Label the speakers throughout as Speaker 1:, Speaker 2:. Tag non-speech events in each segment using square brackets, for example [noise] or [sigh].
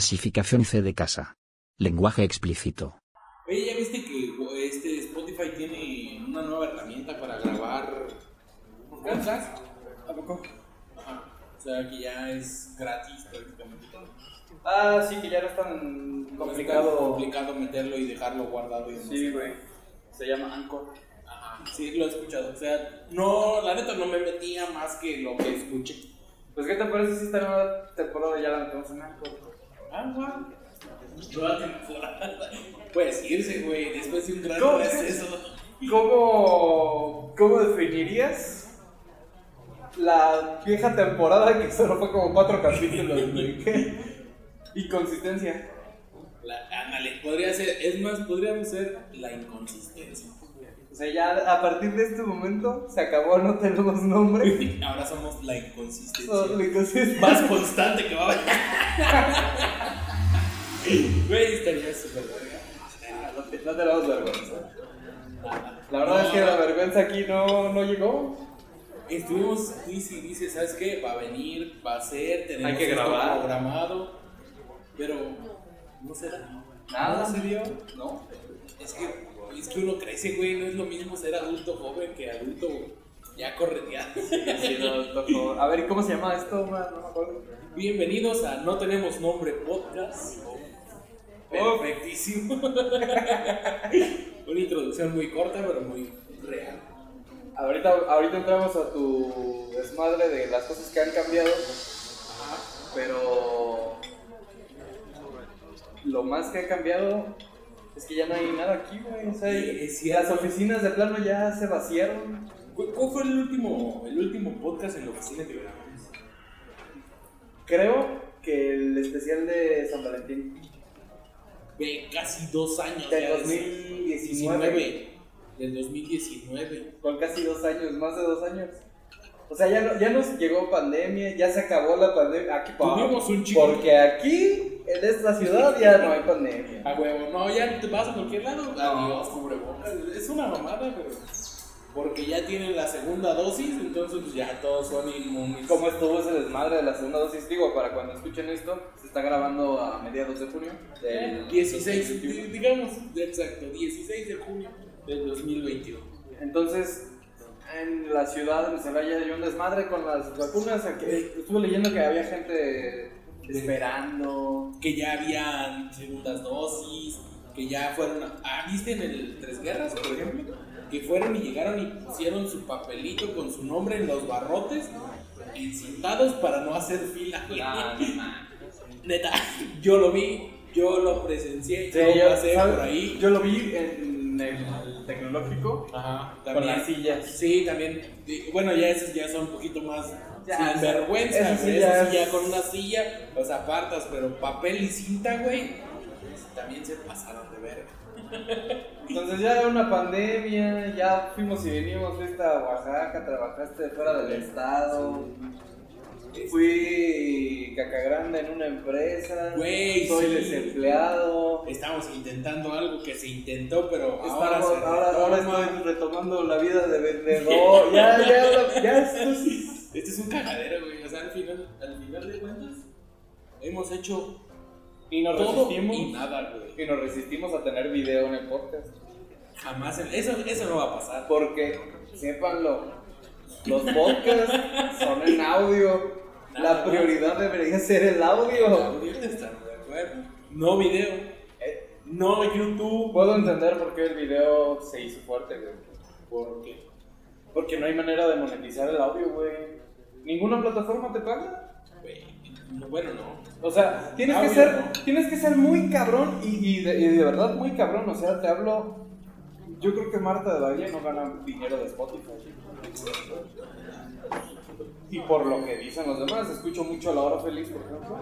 Speaker 1: Clasificación C de casa. Lenguaje explícito.
Speaker 2: Oye, ¿ya viste que este Spotify tiene una nueva herramienta para grabar podcast?
Speaker 3: ¿A poco?
Speaker 2: Ajá. O sea, que ya es gratis prácticamente.
Speaker 3: Ah, sí, que ya no es tan
Speaker 2: No es tan
Speaker 3: complicado.
Speaker 2: complicado meterlo y dejarlo guardado. Y no
Speaker 3: Sí,
Speaker 2: sé.
Speaker 3: güey. Se llama Anchor.
Speaker 2: Ajá. Sí, lo he escuchado. O sea, no, la neta no me metía más que lo que escuché.
Speaker 3: Pues, ¿qué te parece si esta nueva temporada ya la metemos en Anchor?
Speaker 2: Ah, guau. Toda [laughs] temporada. Pues irse, güey. Después de un gran
Speaker 3: ¿Cómo
Speaker 2: receso.
Speaker 3: ¿Cómo, ¿Cómo definirías la vieja temporada que solo fue como cuatro capítulos, güey? [laughs] Y consistencia.
Speaker 2: La- Ándale, podría ser, es más, podríamos ser la inconsistencia. [laughs]
Speaker 3: O sea, ya a partir de este momento se acabó, no tenemos nombre.
Speaker 2: Ahora somos la
Speaker 3: [laughs]
Speaker 2: inconsistencia.
Speaker 3: Solo inconsistencia.
Speaker 2: más constante que va a haber. Güey, estaría súper verga.
Speaker 3: No te- no tenemos vergüenza. La verdad es que la vergüenza aquí no, no llegó.
Speaker 2: Estuvimos, dice, dice, ¿sabes qué? Va a venir, va a ser, tenemos
Speaker 3: Hay que
Speaker 2: esto
Speaker 3: grabar.
Speaker 2: programado. Pero no se da.
Speaker 3: Nada.
Speaker 2: No se dio.
Speaker 3: ¿No?
Speaker 2: Es que, es que uno crece, güey. No es lo mismo ser adulto joven que adulto ya correteado.
Speaker 3: Sí, no, por favor. A ver, ¿cómo se llama esto? No me acuerdo.
Speaker 2: Bienvenidos a No Tenemos Nombre Podcast. Perfectísimo. [laughs] Una introducción muy corta, pero muy real.
Speaker 3: Ahorita, ahorita entramos a tu desmadre de las cosas que han cambiado, pero lo más que ha cambiado es que ya no hay nada aquí, güey. O sea,
Speaker 2: Sí,
Speaker 3: y-
Speaker 2: es
Speaker 3: y
Speaker 2: cierto.
Speaker 3: las oficinas de plano ya se vaciaron.
Speaker 2: ¿Cu- ¿Cuál fue el último, el último podcast en la oficina que grabamos?
Speaker 3: Creo que el especial de San Valentín
Speaker 2: Ve casi dos años.
Speaker 3: del
Speaker 2: ya, desde
Speaker 3: 2019,
Speaker 2: 19, Del 2019.
Speaker 3: con casi dos años, más de dos años. O sea, ya, no- ya nos llegó pandemia, ya se acabó la pandemia. Aquí, pa-
Speaker 2: Tuvimos un chico.
Speaker 3: porque aquí, en esta ciudad, ya no hay pandemia.
Speaker 2: A huevo, no, ya te vas a cualquier lado.
Speaker 3: No.
Speaker 2: Adiós, cubrebocas. Es una mamada, pero. Porque ya tienen la segunda dosis, entonces pues, ya todos son inmunes.
Speaker 3: ¿Cómo estuvo ese desmadre de la segunda dosis? Digo, para cuando escuchen esto, se está grabando a mediados de junio.
Speaker 2: Eh,
Speaker 3: Del
Speaker 2: 16,
Speaker 3: 2021.
Speaker 2: di- digamos, de exacto, 16 de junio del 2021.
Speaker 3: Entonces, en la ciudad de Celaya hay un desmadre con las vacunas. a que- estuve leyendo que había gente
Speaker 2: [laughs]
Speaker 3: esperando.
Speaker 2: Que ya habían segundas dosis, que ya fueron. a- Ah, ¿viste en el Tres Guerras, por ejemplo? Que fueron y llegaron y pusieron su papelito con su nombre en los barrotes, encintados para no hacer fila. güey. [laughs] Neta, yo lo vi, yo lo presencié, yo pasé
Speaker 3: ¿sabes?
Speaker 2: por ahí.
Speaker 3: yo lo vi en el tecnológico
Speaker 2: Ajá,
Speaker 3: con las
Speaker 2: también.
Speaker 3: sillas.
Speaker 2: Sí, también. de- Bueno, ya esos ya son un poquito más
Speaker 3: Ya,
Speaker 2: sin vergüenza,
Speaker 3: eso
Speaker 2: güey.
Speaker 3: sí
Speaker 2: Eso sí,
Speaker 3: ya
Speaker 2: ya,
Speaker 3: es-
Speaker 2: con una silla los apartas, pero papel y cinta, güey. pues, También se pasaron de verga.
Speaker 3: Entonces ya era una pandemia, ya fuimos y venimos, fuiste a Oaxaca, trabajaste fuera del estado.
Speaker 2: Este,
Speaker 3: Fui caca grande en una empresa.
Speaker 2: Güey,
Speaker 3: soy
Speaker 2: sí.
Speaker 3: desempleado.
Speaker 2: Estamos intentando algo que se intentó, pero ahora
Speaker 3: Ahora,
Speaker 2: se
Speaker 3: ahora, ahora
Speaker 2: retoma.
Speaker 3: estoy retomando la vida de vendedor. ya, ya, ya, esto es-
Speaker 2: Este es un cagadero, güey. O sea, al final, al final de cuentas, hemos hecho
Speaker 3: Y nos
Speaker 2: todo
Speaker 3: resistimos.
Speaker 2: y nada, güey.
Speaker 3: Y nos resistimos a tener video en el podcast.
Speaker 2: Jamás, en- eso, eso no va a pasar.
Speaker 3: Porque, sépanlo, los podcasts son en audio. La prioridad debería ser el audio.
Speaker 2: Audio, estamos de acuerdo. No video,
Speaker 3: Eh,
Speaker 2: no YouTube.
Speaker 3: Puedo entender por qué el video se hizo fuerte, güey.
Speaker 2: ¿Por qué?
Speaker 3: Porque no hay manera de monetizar el audio, güey. Ninguna plataforma te paga.
Speaker 2: Güey, no, Bueno, no.
Speaker 3: O sea, tienes que
Speaker 2: Audio,
Speaker 3: ser,
Speaker 2: ¿no?
Speaker 3: tienes que ser muy cabrón y, y de, y de verdad muy cabrón. O sea, te hablo. Yo creo que Marta de Baile no gana dinero de Spotify. Y por lo que dicen los demás, escucho mucho a La Hora Feliz, por ejemplo.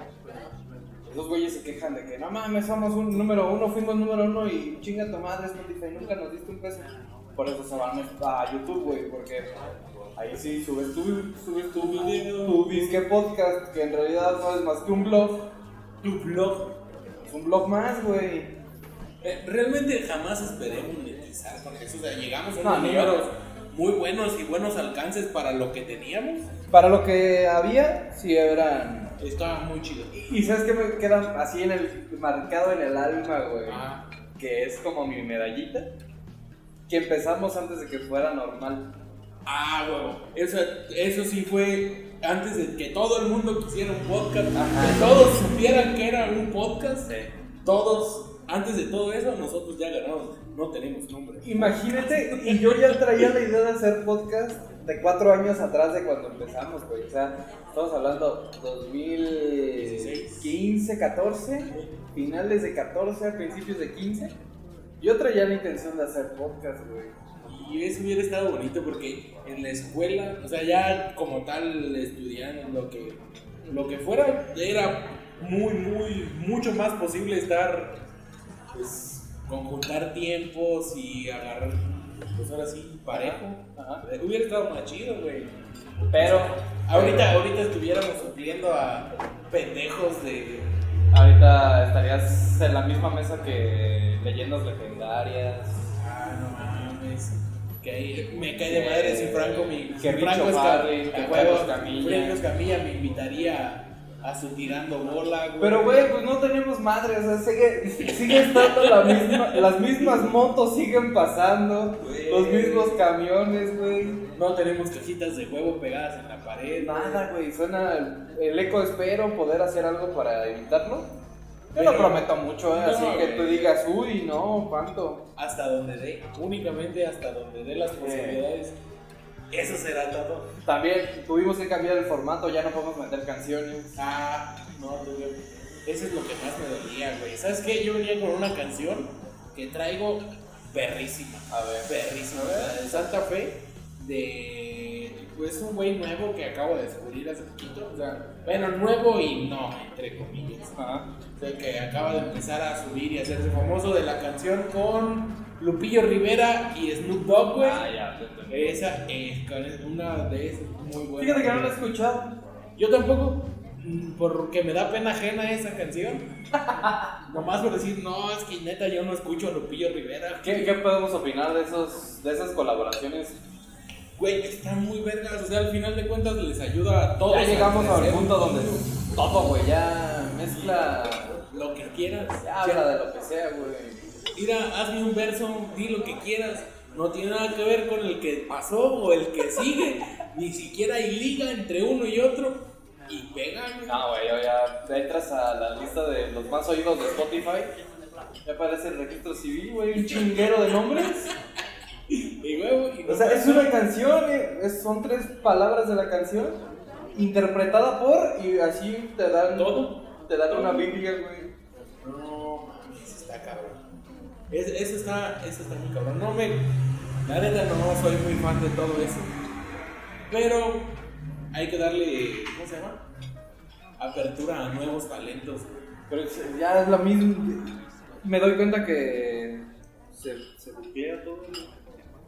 Speaker 3: Esos güeyes se quejan de que no mames, somos un número uno, fuimos número uno y chinga tu madre Spotify, nunca nos diste un peso. Por eso se van a YouTube, güey, porque ahí sí subes tu, subes tu video, tu disque podcast, que en realidad no es más que un blog.
Speaker 2: Tu blog.
Speaker 3: Es un blog más, güey.
Speaker 2: Eh, realmente jamás esperé monetizar con eso. O sea, llegamos a
Speaker 3: No,
Speaker 2: unos
Speaker 3: ni
Speaker 2: números muy buenos y buenos alcances para lo que teníamos.
Speaker 3: Para lo que había, sí eran
Speaker 2: Estaba muy chido.
Speaker 3: Y sabes que me queda así en el marcado en el alma, güey.
Speaker 2: Ah,
Speaker 3: Que es como mi medallita. Que empezamos antes de que fuera normal.
Speaker 2: ah, huevo. Eso, eso sí fue antes de que todo el mundo quisiera un podcast.
Speaker 3: Ajá.
Speaker 2: Que todos supieran que era un podcast. Todos, antes de todo eso, nosotros ya ganamos. No tenemos nombre.
Speaker 3: Imagínate, y yo ya traía la idea de hacer podcast de cuatro años atrás de cuando empezamos, güey. O sea, estamos hablando 2015, 14, finales de 14 a principios de 15. Yo traía la intención de hacer podcast, güey.
Speaker 2: Y eso hubiera estado bonito porque en la escuela, o sea, ya como tal estudiando lo que, lo que fuera, era muy, muy, mucho más posible estar, pues, conjuntar tiempos y agarrar, pues ahora sí, parejo.
Speaker 3: Ajá.
Speaker 2: Hubiera estado más chido, güey.
Speaker 3: Pero
Speaker 2: Ahorita, ahorita estuviéramos supliendo a pendejos de...
Speaker 3: ahorita estarías en la misma mesa que leyendas legendarias.
Speaker 2: Ah, no mames. Que ahí me cae de madre si Franco mi
Speaker 3: Que
Speaker 2: si
Speaker 3: Richo
Speaker 2: Franco
Speaker 3: Farley,
Speaker 2: Esca-
Speaker 3: que
Speaker 2: a
Speaker 3: Carlos
Speaker 2: huevo,
Speaker 3: Camilla.
Speaker 2: Franco Camilla me invitaría a su tirando bola, güey.
Speaker 3: Pero, güey, pues no tenemos madre, o sea, sigue, sigue estando la misma, las mismas motos siguen pasando,
Speaker 2: Güey.
Speaker 3: los mismos camiones, güey.
Speaker 2: no tenemos cajitas de huevo pegadas en la pared.
Speaker 3: Nada, güey, suena el- el eco, espero poder hacer algo para evitarlo. Yo
Speaker 2: Güey.
Speaker 3: lo prometo mucho, eh,
Speaker 2: No,
Speaker 3: así que
Speaker 2: güey.
Speaker 3: tú digas, uy, no, cuánto.
Speaker 2: Hasta donde dé, únicamente hasta donde dé las posibilidades. Eso será todo.
Speaker 3: También tuvimos que cambiar el formato, ya no podemos meter canciones.
Speaker 2: Ah, no, güey. Eso es lo que más me dolía, güey. ¿Sabes qué? Yo venía con una canción que traigo perrísima.
Speaker 3: A ver.
Speaker 2: Perrísima, ¿verdad? De Santa Fe, de. Pues un güey nuevo que acabo de descubrir hace poquito. O sea, bueno, nuevo y no, entre comillas.
Speaker 3: Ajá.
Speaker 2: O sea, que acaba de empezar a subir y hacerse famoso de la canción con Lupillo Rivera y Snoop Dogg, güey. Esa es con- es una de esas muy buenas.
Speaker 3: Fíjate que no lo he escuchado.
Speaker 2: Yo tampoco, mm, porque me da pena ajena esa
Speaker 3: [laughs]
Speaker 2: canción. Nomás por decir, no, es que neta yo no escucho a Lupillo Rivera.
Speaker 3: ¿Qué, qué podemos opinar de, esos, de esas colaboraciones
Speaker 2: Güey, están muy vergas. O sea, al final de cuentas les ayuda a todos.
Speaker 3: Ya llegamos
Speaker 2: a
Speaker 3: al
Speaker 2: crecer.
Speaker 3: punto donde todo, güey, ya mezcla,
Speaker 2: Lo que quieras.
Speaker 3: ya habla de lo que sea, güey.
Speaker 2: Mira, hazme un verso, di lo que quieras. No tiene nada que ver con el que pasó o el que sigue. Ni siquiera hay liga entre uno y otro. Y pegan.
Speaker 3: No, güey, yo ya entras a la lista de los más oídos de Spotify, ya aparece el registro civil, güey, un chinguero de nombres.
Speaker 2: Y huevo. y
Speaker 3: O sea,
Speaker 2: no-
Speaker 3: es una canción, eh, es- son tres palabras de la canción, interpretada por, y así te dan,
Speaker 2: Todo.
Speaker 3: te dan una biblia, güey.
Speaker 2: No, mames, está cabrón. Es, eso, está, eso está muy cabrón. No me. La neta no soy muy fan de todo eso. Pero hay que darle. ¿Cómo se llama? Apertura a nuevos talentos.
Speaker 3: Pero es- ya es lo mismo, me doy cuenta que se, se copiera todo, güey.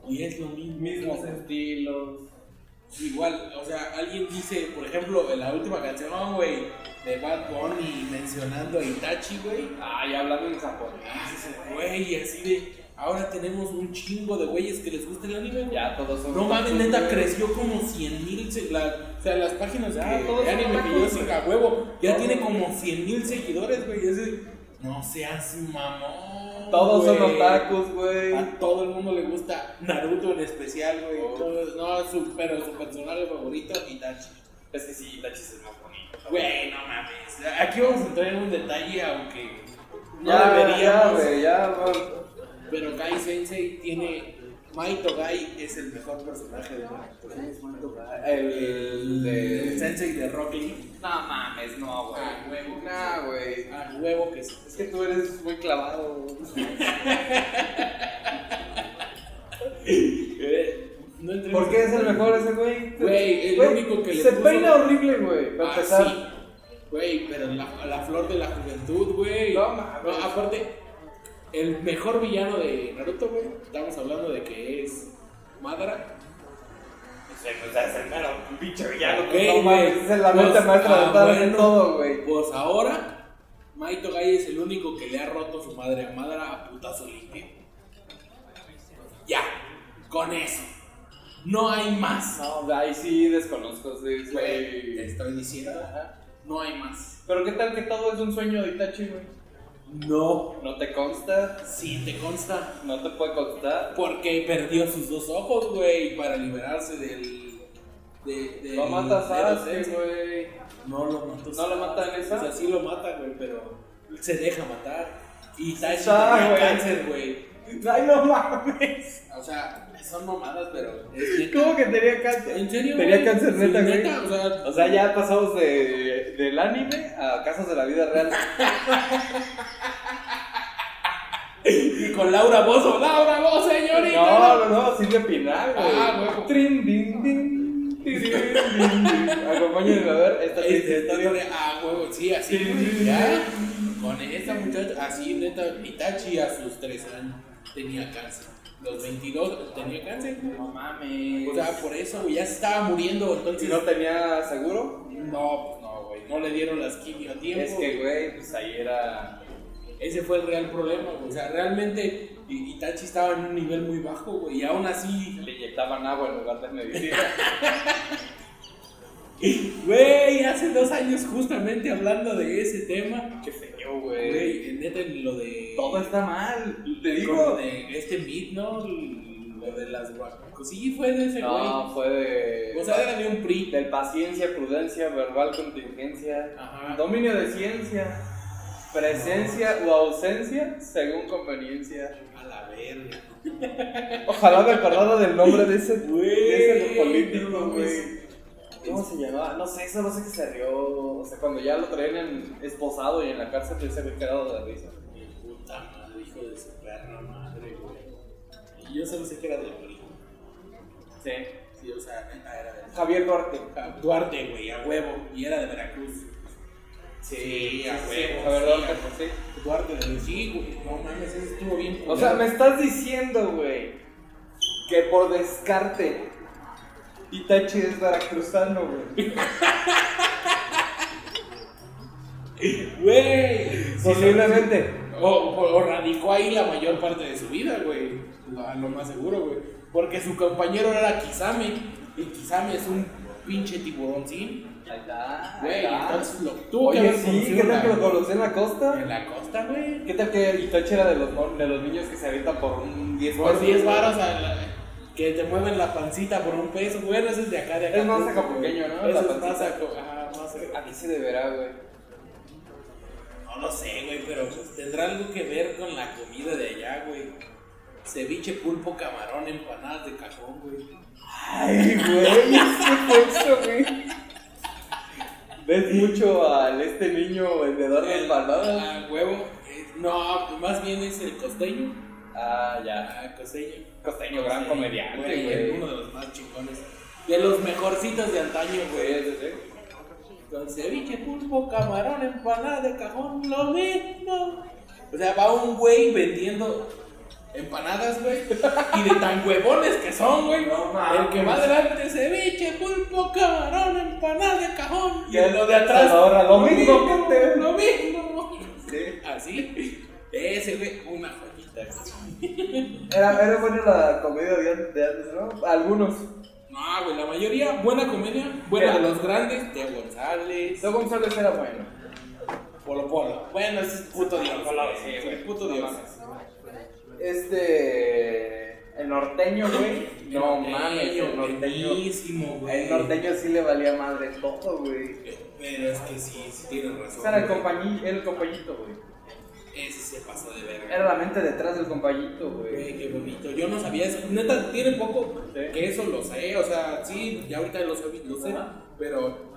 Speaker 2: Y es lo mismo.
Speaker 3: mismos estilos.
Speaker 2: Igual, o sea, alguien dice, por ejemplo, en la última canción, güey, de Bad Bunny mencionando a Itachi, güey.
Speaker 3: Ay, hablando en japonés.
Speaker 2: Güey, así de. Ahora tenemos un chingo de güeyes que les gusta el anime, güey.
Speaker 3: Ya todos son.
Speaker 2: No mames, neta creció como 100 mil. o sea, las páginas de
Speaker 3: Ah, todos
Speaker 2: de anime
Speaker 3: son
Speaker 2: que yo
Speaker 3: tacos,
Speaker 2: siga, huevo. Ya
Speaker 3: Todos.
Speaker 2: tiene como 100 mil seguidores, güey. y es de, no seas mamón.
Speaker 3: Todos son
Speaker 2: güey.
Speaker 3: otakus, güey.
Speaker 2: A todo el mundo le gusta Naruto en especial, güey. Todos- No, su, pero su personaje favorito, Itachi.
Speaker 3: Es que sí, Itachi es el más bonito.
Speaker 2: Güey, no mames. Aquí vamos a entrar en un detalle, aunque no
Speaker 3: ya, ya,
Speaker 2: deberíamos.
Speaker 3: güey, ya, güey.
Speaker 2: pero Gai Sensei tiene. Maito Gai es el mejor personaje de Naruto.
Speaker 3: El
Speaker 2: El
Speaker 3: de.
Speaker 2: sensei de Rock Lee.
Speaker 3: No mames, no, güey.
Speaker 2: Ah, huevo.
Speaker 3: Nah, güey.
Speaker 2: A huevo que sí.
Speaker 3: Es que tú eres muy clavado.
Speaker 2: No entremos
Speaker 3: ¿Por qué es el
Speaker 2: en-
Speaker 3: mejor ese güey?
Speaker 2: Güey, el
Speaker 3: Güey,
Speaker 2: único que le
Speaker 3: Se
Speaker 2: puso-
Speaker 3: peina horrible, güey. Para
Speaker 2: Ah,
Speaker 3: empezar.
Speaker 2: sí. Güey, pero la, la flor de la juventud, güey.
Speaker 3: No mames.
Speaker 2: No, aparte, el mejor villano de Naruto, güey. Estamos hablando de que es Madara.
Speaker 3: O sea, es el mero pinche
Speaker 2: villano.
Speaker 3: No mames, es la
Speaker 2: Pues,
Speaker 3: mente maestra
Speaker 2: ah,
Speaker 3: de tarde
Speaker 2: bueno.
Speaker 3: todo, güey.
Speaker 2: Pues ahora, Maito Gai es el único que le ha roto su madre a Madara a putazo limpio. Ya, con eso. No hay más.
Speaker 3: No, ahí sí desconozco, sí,
Speaker 2: Güey,
Speaker 3: güey.
Speaker 2: te estoy diciendo.
Speaker 3: Ajá.
Speaker 2: No hay más.
Speaker 3: Pero qué tal que todo es un sueño de Itachi, güey.
Speaker 2: No.
Speaker 3: No te consta,
Speaker 2: Sí, te consta.
Speaker 3: no te puede constar.
Speaker 2: Porque perdió sus dos ojos, güey, para liberarse del. De, del-
Speaker 3: Lo matas
Speaker 2: del
Speaker 3: a
Speaker 2: sexo.
Speaker 3: güey.
Speaker 2: No lo mató.
Speaker 3: ¿No lo mata en esa?
Speaker 2: O sea, sí lo mata, güey, pero se deja matar. Y Tachi
Speaker 3: está,
Speaker 2: tenía
Speaker 3: güey.
Speaker 2: cáncer, güey.
Speaker 3: Ay, no mames.
Speaker 2: O sea, son mamadas, pero. es neta.
Speaker 3: ¿Cómo que tenía cáncer?
Speaker 2: ¿En serio?
Speaker 3: Tenía
Speaker 2: güey?
Speaker 3: cáncer,
Speaker 2: Sí,
Speaker 3: neta, güey.
Speaker 2: o sea,
Speaker 3: O sea, ya pasamos de, del anime a casos de la vida real.
Speaker 2: y con Laura Bozo. ¡Laura Bozo, señorita!
Speaker 3: No, no, no, Silvia Pinal, güey.
Speaker 2: Ah, huevo.
Speaker 3: Trin, din, din, tirin, din, din. Acompáñenme a ver esta
Speaker 2: Este,
Speaker 3: triste
Speaker 2: está
Speaker 3: historia.
Speaker 2: sobre- ah, huevo, sí, así,
Speaker 3: Sí,
Speaker 2: güey,
Speaker 3: sí,
Speaker 2: ya. Con esta muchacha, así, neta, Itachi a sus 3 años tenía cáncer. Los 22 tenía cáncer, güey.
Speaker 3: No mames.
Speaker 2: O sea, por eso, güey, ya se estaba muriendo, entonces...
Speaker 3: si no tenía seguro,
Speaker 2: No, pues no, güey, no le dieron las quimio a tiempo.
Speaker 3: es que, güey, pues ahí era.
Speaker 2: Ese fue el real problema, güey. O sea, realmente I- Itachi estaba en un nivel muy bajo, güey, y aún así... [laughs]
Speaker 3: Le inyectaban agua en lugar de medicina.
Speaker 2: Güey, hace dos años justamente hablando de ese tema...
Speaker 3: [laughs] Qué feo, güey.
Speaker 2: Güey, neta, lo de...
Speaker 3: Todo está mal. Te
Speaker 2: Como
Speaker 3: digo.
Speaker 2: de este beat, ¿no? Lo de las guacas. Sí, fue de
Speaker 3: [laughs]
Speaker 2: ese güey.
Speaker 3: No, fue de.
Speaker 2: o sea, era de un PRI.
Speaker 3: Del paciencia, prudencia, verbal contingencia.
Speaker 2: Ajá.
Speaker 3: Dominio de ciencia. Presencia o ausencia según conveniencia.
Speaker 2: A la verga.
Speaker 3: Ojalá me acordara del nombre de ese, de ese
Speaker 2: Güey,
Speaker 3: político,
Speaker 2: no,
Speaker 3: güey. ¿Cómo se llamaba? No sé, solo sé que se rió. O sea, cuando ya lo traían en- esposado y en la cárcel, yo se había quedado de risa.
Speaker 2: Mi puta madre, hijo de su perra madre, güey. Y yo solo sé que era del PRI.
Speaker 3: Sí.
Speaker 2: Sí, o sea, neta, era de
Speaker 3: Javier Duarte.
Speaker 2: Duarte, güey, a huevo. Y era de Veracruz. Sí, a huevo.
Speaker 3: Javier
Speaker 2: sí,
Speaker 3: Duarte, pues
Speaker 2: a-
Speaker 3: sí.
Speaker 2: Duarte de Luis. Sí, güey. No mames, ese estuvo bien.
Speaker 3: O sea,
Speaker 2: culero.
Speaker 3: me estás diciendo, güey, que por descarte Itachi es veracruzano, güey.
Speaker 2: Güey. sí,
Speaker 3: Posiblemente.
Speaker 2: O, o- o radicó ahí la mayor parte de su vida, güey. Lo, lo más seguro, güey. Porque su compañero era Kisame. Y Kisame es un pinche tiburoncín.
Speaker 3: Ahí está.
Speaker 2: Güey,
Speaker 3: ahí está.
Speaker 2: entonces lo tuvo que
Speaker 3: Oye,
Speaker 2: haber
Speaker 3: sí,
Speaker 2: conocido
Speaker 3: ¿qué tal
Speaker 2: la-
Speaker 3: que lo conocí en la costa?
Speaker 2: En la costa, güey.
Speaker 3: ¿Qué tal que Itachi era de los, mon- de los niños que se avientan por un 10
Speaker 2: Por 10 varos a la- que te mueven la pancita por un peso. Bueno, ese es de acá, de acá.
Speaker 3: Es más acapulqueño, ¿no?
Speaker 2: Eso
Speaker 3: La
Speaker 2: es
Speaker 3: pancita.
Speaker 2: más aco- ajá, más aco-
Speaker 3: Aquí se deberá, güey.
Speaker 2: No lo sé, güey, pero pues, tendrá algo que ver con la comida de allá, güey. Ceviche, pulpo, camarón, empanadas de cajón, güey.
Speaker 3: Ay, güey, [laughs] ¿qué fue eso, güey? ¿Ves mucho al este niño vendedor de empanadas?
Speaker 2: Ah, huevo. Eh, No, más bien es el costeño.
Speaker 3: Ah, ya.
Speaker 2: Ah, costeño.
Speaker 3: Costeño, gran
Speaker 2: Sí,
Speaker 3: comediante, güey.
Speaker 2: Uno de los más chingones. De los mejorcitos de antaño, güey. Con ceviche, pulpo, camarón, empanada de cajón, lo mismo. O sea, va un güey vendiendo empanadas, güey. Y de tan huevones que son, güey.
Speaker 3: No mames.
Speaker 2: el que va adelante, ceviche, pulpo, camarón, empanada de cajón. Y
Speaker 3: Ya
Speaker 2: el lo de atrás.
Speaker 3: se ahorra lo mismo que te-
Speaker 2: Lo mismo.
Speaker 3: Sí.
Speaker 2: Así. Ese, güey, una joyita. güey.
Speaker 3: Era, era buena la comedia de an- de antes, ¿no? Algunos.
Speaker 2: No, güey, la mayoría, buena comedia. Buena de
Speaker 3: Pero-
Speaker 2: los grandes, de González.
Speaker 3: Yo González era bueno.
Speaker 2: Polo Polo. Bueno, ese es puto dios.
Speaker 3: Polo,
Speaker 2: güey.
Speaker 3: sí,
Speaker 2: Es
Speaker 3: güey.
Speaker 2: un puto
Speaker 3: No
Speaker 2: dios.
Speaker 3: mames. Este. El norteño, güey. No mames, el norteño.
Speaker 2: buenísimo, güey.
Speaker 3: El norteño sí le valía madre todo, güey.
Speaker 2: Pero es que sí, sí tienes razón.
Speaker 3: Ese era el,
Speaker 2: güey.
Speaker 3: compañí, el compañito, güey.
Speaker 2: Ese se pasó de verga.
Speaker 3: Era la mente detrás del compañito, güey.
Speaker 2: Güey, qué bonito. Yo no sabía eso. Neta, tiene poco
Speaker 3: Sí.
Speaker 2: que eso lo sé. O sea, sí, ya ahorita lo sé, lo sé pero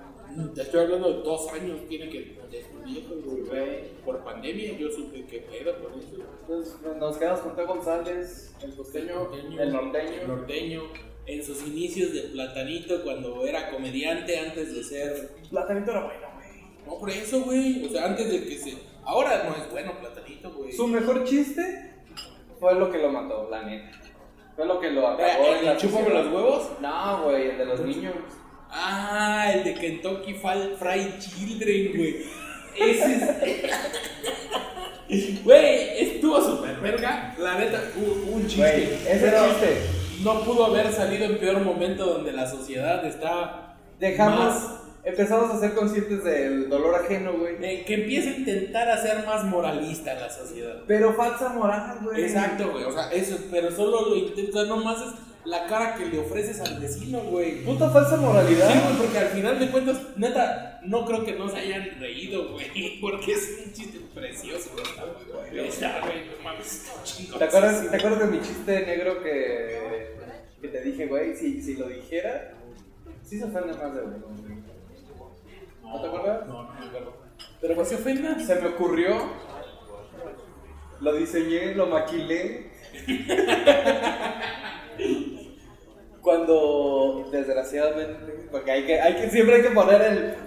Speaker 2: te estoy hablando de dos años. Tiene que descubrir, güey. Por pandemia, yo supe que pedo con eso.
Speaker 3: Entonces pues, nos quedamos con Teo González, el costeño, el
Speaker 2: El
Speaker 3: norteño.
Speaker 2: norteño. En sus inicios de platanito, cuando era comediante, antes de ser
Speaker 3: Platanito era bueno, güey.
Speaker 2: No, por eso, güey. O sea, antes de que se. Ahora no es bueno, platanito, güey.
Speaker 3: Su mejor chiste fue lo que lo mató, la neta. Fue lo que lo acabó.
Speaker 2: Eh,
Speaker 3: en
Speaker 2: ¿el
Speaker 3: la
Speaker 2: chúpame
Speaker 3: sociedad.
Speaker 2: los huevos?
Speaker 3: No, güey, el de los niños.
Speaker 2: Ah, el de Kentucky Fall Fried Children, güey. Ese es. [laughs] Güey, estuvo súper verga. La neta, un, un chiste.
Speaker 3: Güey, ese
Speaker 2: Pero
Speaker 3: chiste.
Speaker 2: No pudo haber salido en peor momento donde la sociedad está.
Speaker 3: Dejamos,
Speaker 2: más
Speaker 3: empezamos a ser conscientes del dolor ajeno, güey.
Speaker 2: Eh, que empieza a intentar hacer más moralista la sociedad.
Speaker 3: Pero falsa moral, güey.
Speaker 2: Exacto, güey. O sea, eso, pero solo lo intenta, nomás es la cara que le ofreces al vecino, güey.
Speaker 3: Puta falsa
Speaker 2: Sí,
Speaker 3: moralidad.
Speaker 2: güey, porque al final de cuentas, neta, no creo que nos hayan reído, güey. [laughs] Porque es un chiste precioso, güey. Está muy bueno. Está, güey, no mames, está chingón.
Speaker 3: ¿Te acuerdas, ¿Te acuerdas de mi chiste negro que, que te dije, güey? Si, si lo dijera, sí se ofende más de uno. ¿No te acuerdas?
Speaker 2: No, no me acuerdo. Pero pues se ofenda.
Speaker 3: Se me ocurrió, lo diseñé, lo maquilé. [laughs] Cuando, desgraciadamente, porque hay que, hay que, siempre hay que poner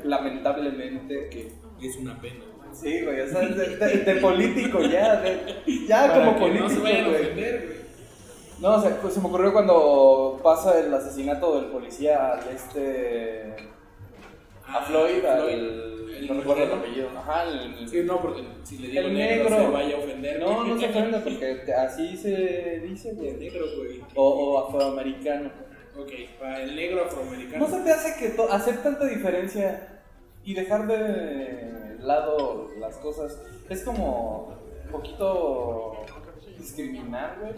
Speaker 3: el lamentablemente que.
Speaker 2: Es una pena. güey.
Speaker 3: Sí, güey, o sea, de, de- de político ya, de- ya
Speaker 2: Para
Speaker 3: Ah, como
Speaker 2: que
Speaker 3: político.
Speaker 2: No se vayan a
Speaker 3: güey.
Speaker 2: ofender, güey.
Speaker 3: No, o sea, pues, se me ocurrió cuando pasa el asesinato del policía al este. a
Speaker 2: Ah,
Speaker 3: Floyd, al-
Speaker 2: el-
Speaker 3: no recuerdo el apellido. Ajá, el.
Speaker 2: Sí, no, porque si le digo
Speaker 3: El
Speaker 2: negro,
Speaker 3: negro.
Speaker 2: se vaya a ofender.
Speaker 3: No, no se ofenda porque te- así se
Speaker 2: [laughs]
Speaker 3: dice,
Speaker 2: El
Speaker 3: güey.
Speaker 2: negro, güey.
Speaker 3: O, o afroamericano.
Speaker 2: Ok, para el negro afroamericano.
Speaker 3: ¿No se te hace que to- hacer tanta diferencia y dejar de lado las cosas es como un poquito discriminar, güey?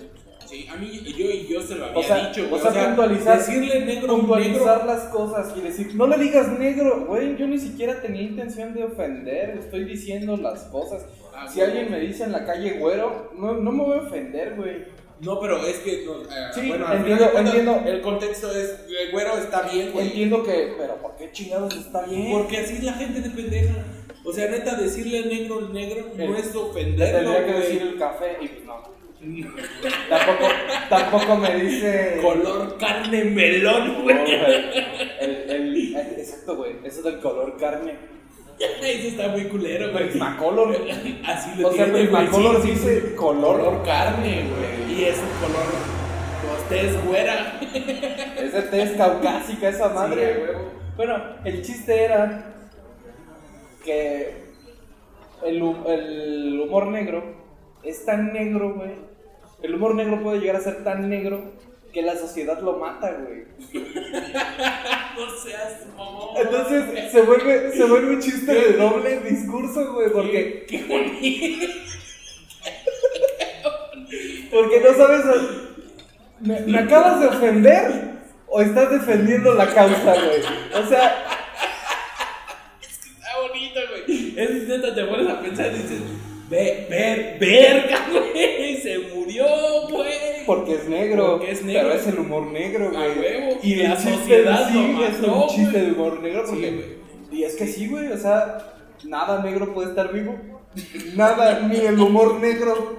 Speaker 2: Sí, a mí yo, yo se lo había
Speaker 3: O sea,
Speaker 2: dicho,
Speaker 3: o
Speaker 2: güey,
Speaker 3: sea, puntualizar-
Speaker 2: decirle negro,
Speaker 3: puntualizar
Speaker 2: negro.
Speaker 3: las cosas y decir, no le digas negro, güey, yo ni siquiera tenía intención de ofender, estoy diciendo las cosas.
Speaker 2: Ah,
Speaker 3: Si
Speaker 2: güey.
Speaker 3: alguien me dice en la calle güero, no, no me voy a ofender, güey.
Speaker 2: No, pero es que no, eh,
Speaker 3: Sí,
Speaker 2: bueno, al
Speaker 3: entiendo,
Speaker 2: final de cuentas,
Speaker 3: entiendo.
Speaker 2: El contexto es eh, güero está bien, güey.
Speaker 3: Entiendo que, pero ¿por qué chingados está bien?
Speaker 2: Porque así es la gente de pendeja. O sea, neta decirle negro negro no
Speaker 3: El-
Speaker 2: es
Speaker 3: Le
Speaker 2: ofenderlo,
Speaker 3: tendría que
Speaker 2: güey.
Speaker 3: decir el café y pues no. Tampoco, tampoco me dice...
Speaker 2: [laughs] Color carne melón,
Speaker 3: No,
Speaker 2: güey. [laughs]
Speaker 3: güey. El- el- exacto, güey, eso del color carne.
Speaker 2: Eso está muy culero, güey.
Speaker 3: Prismacolor.
Speaker 2: [laughs] Así lo
Speaker 3: O sea,
Speaker 2: tiene, güey,
Speaker 3: Prismacolor
Speaker 2: sí, sí, sí.
Speaker 3: dice color.
Speaker 2: color carne, güey. Y es un color. Usted es güera. [laughs]
Speaker 3: Es de tez caucásica esa madre,
Speaker 2: Sí, a
Speaker 3: güey. Bueno, el chiste era que el, hu- el humor negro es tan negro, güey. El humor negro puede llegar a ser tan negro que la sociedad lo mata, güey.
Speaker 2: No seas mamón.
Speaker 3: Entonces se vuelve, se vuelve un chiste de doble discurso, güey, porque,
Speaker 2: Qué bonito.
Speaker 3: porque no sabes... ¿me, me acabas de ofender o estás defendiendo la causa, güey? O sea...
Speaker 2: Está bonito, güey. Es neta, te pones a pensar y dices. Ve, ver, verga, [laughs] güey. Se murió, güey.
Speaker 3: Porque es negro.
Speaker 2: Porque es negro.
Speaker 3: Pero es el humor negro, güey.
Speaker 2: huevo.
Speaker 3: Y
Speaker 2: La
Speaker 3: la sociedad
Speaker 2: sociedad
Speaker 3: sí
Speaker 2: lo
Speaker 3: es
Speaker 2: mató,
Speaker 3: un chiste
Speaker 2: güey.
Speaker 3: de humor negro.
Speaker 2: Sí,
Speaker 3: Porque, y es que sí, güey. O sea, nada negro puede estar vivo. Nada, ni el humor negro.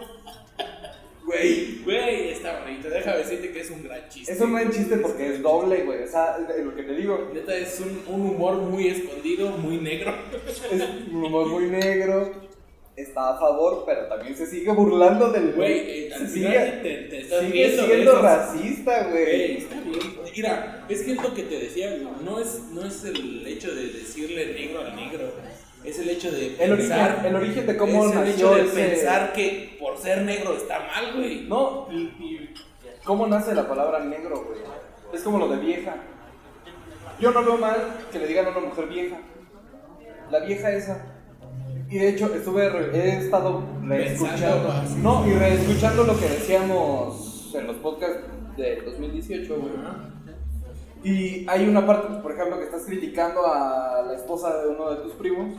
Speaker 2: Güey, güey, está bonito. Déjame decirte que es un gran chiste.
Speaker 3: Es un buen chiste porque es doble, güey. O sea, es lo que te digo.
Speaker 2: Neta, es un, un humor muy escondido, muy negro.
Speaker 3: Es un humor muy negro. Está a favor, pero también se sigue burlando del
Speaker 2: Güey, eh,
Speaker 3: Se
Speaker 2: al final
Speaker 3: sigue,
Speaker 2: te, te estás
Speaker 3: sigue
Speaker 2: riendo de
Speaker 3: siendo
Speaker 2: esos-
Speaker 3: racista,
Speaker 2: Güey,
Speaker 3: güey.
Speaker 2: está bien. Mira, es que es lo que te decía, güey. no es, no es el hecho de decirle negro al negro, es el hecho de
Speaker 3: El
Speaker 2: pensar.
Speaker 3: origen, el origen de cómo
Speaker 2: es el
Speaker 3: nació
Speaker 2: hecho de
Speaker 3: ese-
Speaker 2: pensar que por ser negro está mal, güey.
Speaker 3: No, y, y ¿cómo nace la palabra negro, güey? Es como lo de vieja. Yo no veo mal que le digan a una mujer vieja. La vieja esa. Y de hecho, estuve re- he estado
Speaker 2: Pensando
Speaker 3: reescuchando.
Speaker 2: más.
Speaker 3: No, y reescuchando lo que decíamos en los podcasts del 2018, güey. Y hay una parte, por ejemplo, que estás criticando a la esposa de uno de tus primos.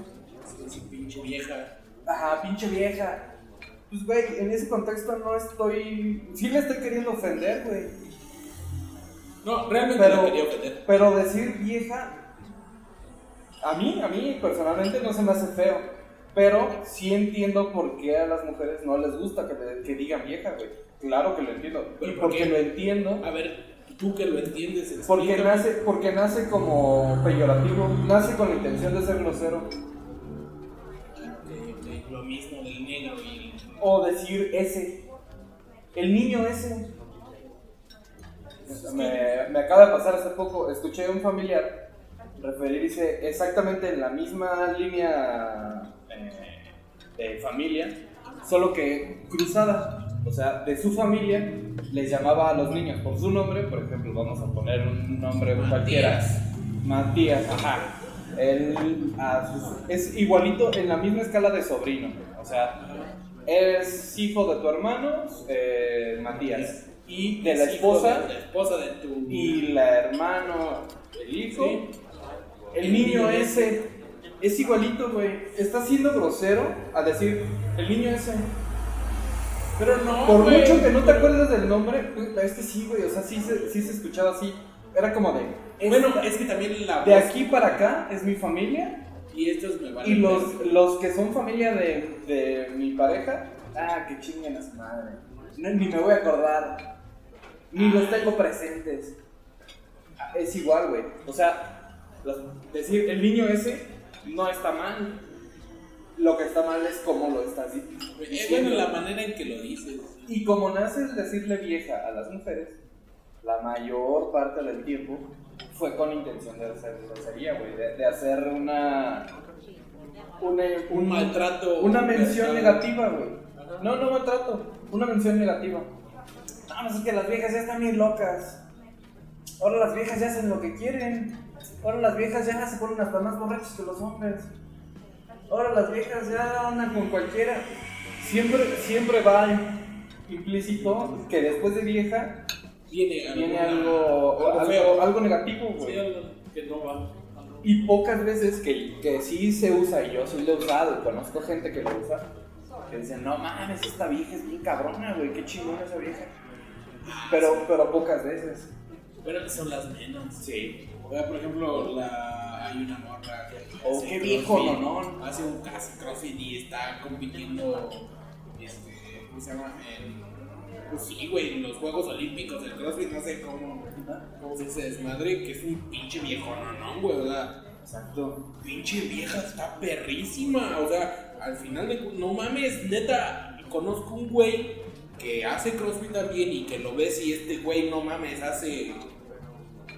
Speaker 2: Es una pinche vieja.
Speaker 3: Ajá, pinche vieja. Pues, güey, en ese contexto no estoy. Sí le estoy queriendo ofender, güey.
Speaker 2: No, realmente la
Speaker 3: Pero,
Speaker 2: quería ofender.
Speaker 3: pero decir vieja. A mí, a mí personalmente no se me hace feo. Pero sí entiendo por qué a las mujeres no les gusta que, le- que digan vieja, güey. Claro que lo entiendo.
Speaker 2: ¿Pero
Speaker 3: Y
Speaker 2: por
Speaker 3: porque
Speaker 2: qué?
Speaker 3: lo entiendo.
Speaker 2: A ver, tú que lo entiendes,
Speaker 3: Porque
Speaker 2: explícame.
Speaker 3: nace, porque nace como peyorativo. Nace con la intención de ser grosero.
Speaker 2: Ok, ok, Lo mismo del negro y el-
Speaker 3: O decir ese. El niño ese. Me, me acaba de pasar hace poco, escuché a un familiar referirse exactamente en la misma línea eh, de familia, solo que cruzada. O sea, de su familia les llamaba a los niños por su nombre, por ejemplo, vamos a poner un nombre cualquiera.
Speaker 2: Matías.
Speaker 3: Matías, ajá. Él a sus- es igualito en la misma escala de sobrino. O sea, es hijo de tu hermano, eh, Matías. Y de la
Speaker 2: Es hijo
Speaker 3: esposa
Speaker 2: De la esposa de tu.
Speaker 3: y la hermano, el hijo.
Speaker 2: Sí.
Speaker 3: El niño ese es igualito, güey. Está siendo grosero a decir, el niño ese.
Speaker 2: Pero no.
Speaker 3: Por
Speaker 2: güey.
Speaker 3: mucho que no te acuerdes del nombre, puta, este sí, güey. O sea, sí se, sí se escuchaba así. Era como de.
Speaker 2: Bueno,
Speaker 3: esta-
Speaker 2: es que también la.
Speaker 3: de
Speaker 2: voz
Speaker 3: aquí para acá es mi familia.
Speaker 2: Y estos me van
Speaker 3: Y los, los que son familia de, de mi pareja, ah, que chinguen a su madre. No, ni me voy a acordar. Ni los tengo presentes. Ah, Es igual, güey. O sea, los- decir, el niño ese no está mal. Lo que está mal es cómo lo estás di-
Speaker 2: Es
Speaker 3: diciendo.
Speaker 2: Eh, bueno la manera en que lo dices.
Speaker 3: Y como nace el decirle vieja a las mujeres, la mayor parte del tiempo fue con intención de hacer grosería, güey, de, de hacer una, una
Speaker 2: Un maltrato.
Speaker 3: una mención
Speaker 2: personal.
Speaker 3: negativa, güey. No, no maltrato, una mención negativa. Nada más es que las viejas ya están bien locas. Ahora las viejas ya hacen lo que quieren. Ahora las viejas ya se ponen hasta más borrachos que los hombres. Ahora las viejas ya andan con cualquiera. Siempre, siempre va implícito que después de vieja
Speaker 2: Viene,
Speaker 3: viene
Speaker 2: alguna-
Speaker 3: algo,
Speaker 2: algo
Speaker 3: algo,
Speaker 2: feo.
Speaker 3: algo negativo, güey.
Speaker 2: Sí, algo que no va.
Speaker 3: Y pocas veces que, que sí se usa, y yo sí lo he usado, y conozco gente que lo usa, que dicen, no mames, esta vieja es bien cabrona, güey, qué chingona esa vieja. Pero, pero pocas veces.
Speaker 2: Ah, Pero son las menos.
Speaker 3: Sí.
Speaker 2: O sea, por ejemplo, la, hay una morra que
Speaker 3: Oh,
Speaker 2: hace
Speaker 3: qué viejo,
Speaker 2: crossfit,
Speaker 3: no, no.
Speaker 2: Hace un casi crossfit y está compitiendo, este, ¿cómo se llama? En, pues sí, güey, en los Juegos Olímpicos del crossfit, no sé cómo, cómo se dice desmadre, que es un pinche viejo, no, no, güey, o sea,
Speaker 3: Exacto.
Speaker 2: pinche vieja está perrísima, o sea, al final de, cu- no mames, neta, conozco un güey que hace crossfit también y que lo ves y este güey, no mames, hace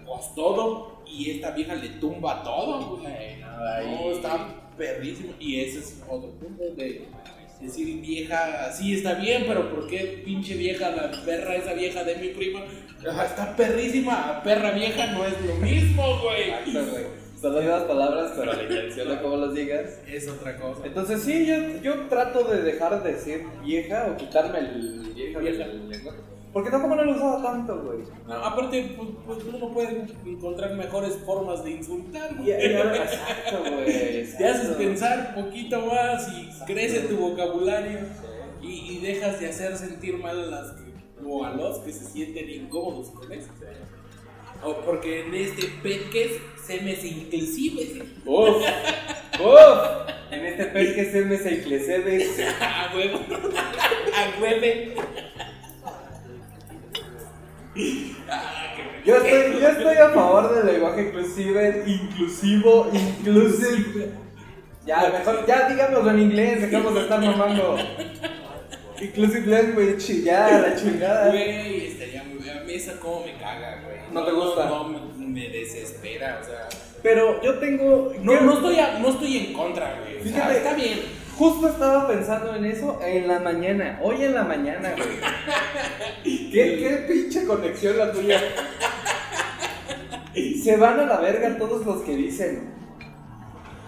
Speaker 2: pues todo y esta vieja le tumba todo, güey. No, está perrísimo. Y ese es otro punto de decir vieja, sí está bien, pero ¿por qué pinche vieja, la perra esa vieja de mi prima? Ah, Está perrísima, perra vieja no es lo mismo,
Speaker 3: Exacto,
Speaker 2: güey.
Speaker 3: güey. Son las mismas palabras, pero la intención de cómo las digas.
Speaker 2: Es otra cosa.
Speaker 3: Entonces sí, yo, yo trato de dejar de decir vieja o quitarme el vieja
Speaker 2: Vieja.
Speaker 3: del lenguaje. Porque tampoco no lo usaba tanto, güey.
Speaker 2: No, aparte, pues, pues, uno puede encontrar mejores formas de insultar,
Speaker 3: Y- y
Speaker 2: güey.
Speaker 3: ahora- Exacto, güey.
Speaker 2: Te haces
Speaker 3: exacto.
Speaker 2: pensar poquito más y crece tu vocabulario y, y dejas de hacer sentir mal a las que, o a los que se sienten incómodos con eso. O porque en este podcast se me hace inclusive. [laughs]
Speaker 3: ¡Uf! [laughs] ¡Uf! En este pez que se me se inclesebe.
Speaker 2: A huevo. [laughs] A hueve. Ah, qué
Speaker 3: Yo
Speaker 2: [laughs]
Speaker 3: estoy, yo estoy a favor del lenguaje inclusive, inclusivo, inclusive. Ya, mejor, ya díganoslo en inglés, dejemos de estar [laughs] mamando. Inclusive language, ya, la chingada.
Speaker 2: Güey, estaría muy bien. A mí esa como me caga, güey.
Speaker 3: ¿No te gusta?
Speaker 2: No, no, me, me desespera, o sea.
Speaker 3: Pero yo tengo.
Speaker 2: No, no, estoy, a- no estoy en contra, güey. O sea,
Speaker 3: Fíjate.
Speaker 2: está bien.
Speaker 3: Justo estaba pensando en eso en la mañana, hoy en la mañana, güey. ¿Qué, qué pinche conexión la tuya? Se van a la verga todos los que dicen.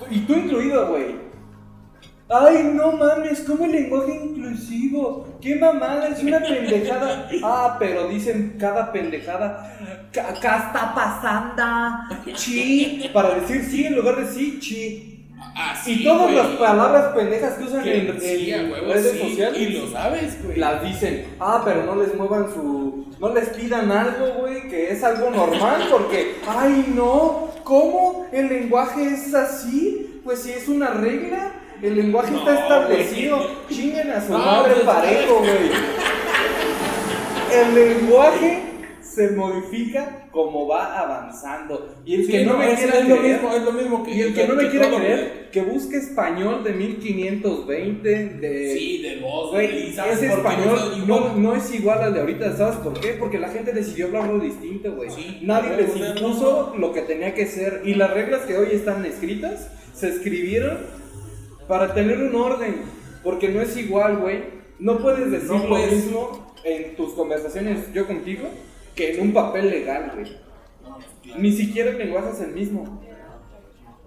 Speaker 3: Y tú incluido, güey. Ay, no mames, como el lenguaje inclusivo. Qué mamada, es una pendejada. Ah, pero dicen cada pendejada. "Ca- Acá está pasando. Chi. Para decir sí en lugar de sí, chi.
Speaker 2: Así,
Speaker 3: Y todas
Speaker 2: Ah, güey.
Speaker 3: las palabras pendejas que usan
Speaker 2: que
Speaker 3: en,
Speaker 2: en sí,
Speaker 3: en
Speaker 2: a huevo,
Speaker 3: redes
Speaker 2: sí,
Speaker 3: sociales
Speaker 2: Y lo sabes, güey.
Speaker 3: las dicen. Ah, pero no les muevan su. No les pidan algo, güey, que es algo normal,
Speaker 2: [laughs]
Speaker 3: porque. ¡Ay, no! ¿Cómo el lenguaje es así? Pues si es una regla, el lenguaje
Speaker 2: No,
Speaker 3: está establecido.
Speaker 2: güey.
Speaker 3: Chinguen a su
Speaker 2: No,
Speaker 3: madre
Speaker 2: pues,
Speaker 3: parejo, güey. El lenguaje se modifica como va avanzando. Y el
Speaker 2: Sí,
Speaker 3: que no, me
Speaker 2: es,
Speaker 3: quiera
Speaker 2: es lo
Speaker 3: creer-
Speaker 2: mismo, es lo mismo que.
Speaker 3: y el que no me quiera
Speaker 2: todo,
Speaker 3: creer, que busque español de 1520, de...
Speaker 2: güey. Sí, de vos,
Speaker 3: eh, Güey,
Speaker 2: ¿Y sabes
Speaker 3: ese
Speaker 2: por qué no
Speaker 3: español
Speaker 2: soy
Speaker 3: no,
Speaker 2: igual?
Speaker 3: no es igual al de ahorita, ¿sabes por qué? Porque la gente decidió hablarlo distinto, güey.
Speaker 2: Sí.
Speaker 3: Nadie
Speaker 2: Güey,
Speaker 3: les
Speaker 2: o sea,
Speaker 3: impuso lo que tenía que ser. Y las reglas que hoy están escritas se escribieron para tener un orden. Porque no es igual, güey. No puedes decir
Speaker 2: No
Speaker 3: lo
Speaker 2: puedes.
Speaker 3: mismo en tus conversaciones yo contigo que en un papel legal, güey. Ni siquiera el lenguaje es el mismo.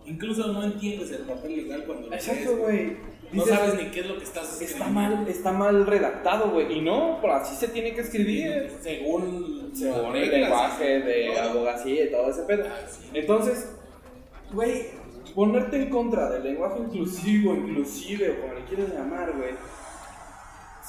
Speaker 2: Incluso no entiendes el papel legal cuando lo
Speaker 3: Exacto,
Speaker 2: lees,
Speaker 3: güey.
Speaker 2: No
Speaker 3: Dices,
Speaker 2: sabes ni qué es lo que estás
Speaker 3: Está mal, está mal redactado, güey. Y no, pero así se tiene que escribir.
Speaker 2: Según,
Speaker 3: Según el
Speaker 2: reglas,
Speaker 3: lenguaje de
Speaker 2: todo.
Speaker 3: abogacía y todo ese pedo.
Speaker 2: Ah, sí.
Speaker 3: Entonces, güey, ponerte en contra del lenguaje inclusivo, inclusive, o como le quieras llamar, güey.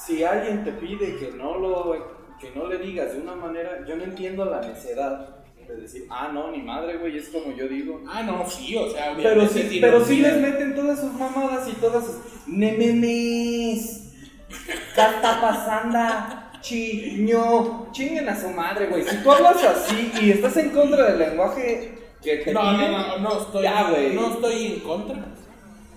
Speaker 3: Si alguien te pide que no lo que no le digas de una manera, yo no entiendo la necedad de decir, ah, no, ni madre, güey, es como yo digo.
Speaker 2: Ah, no, sí, o sea,
Speaker 3: Pero
Speaker 2: obviamente
Speaker 3: sí,
Speaker 2: si
Speaker 3: pero
Speaker 2: no-
Speaker 3: sí les meten todas sus mamadas y todas sus nememes. ¿Qué está pasando? Chiño. Chinguen a su madre, güey. Si tú hablas así y estás en contra del lenguaje que te
Speaker 2: No, no,
Speaker 3: piden,
Speaker 2: no, no estoy,
Speaker 3: Ya, güey.
Speaker 2: no estoy en contra,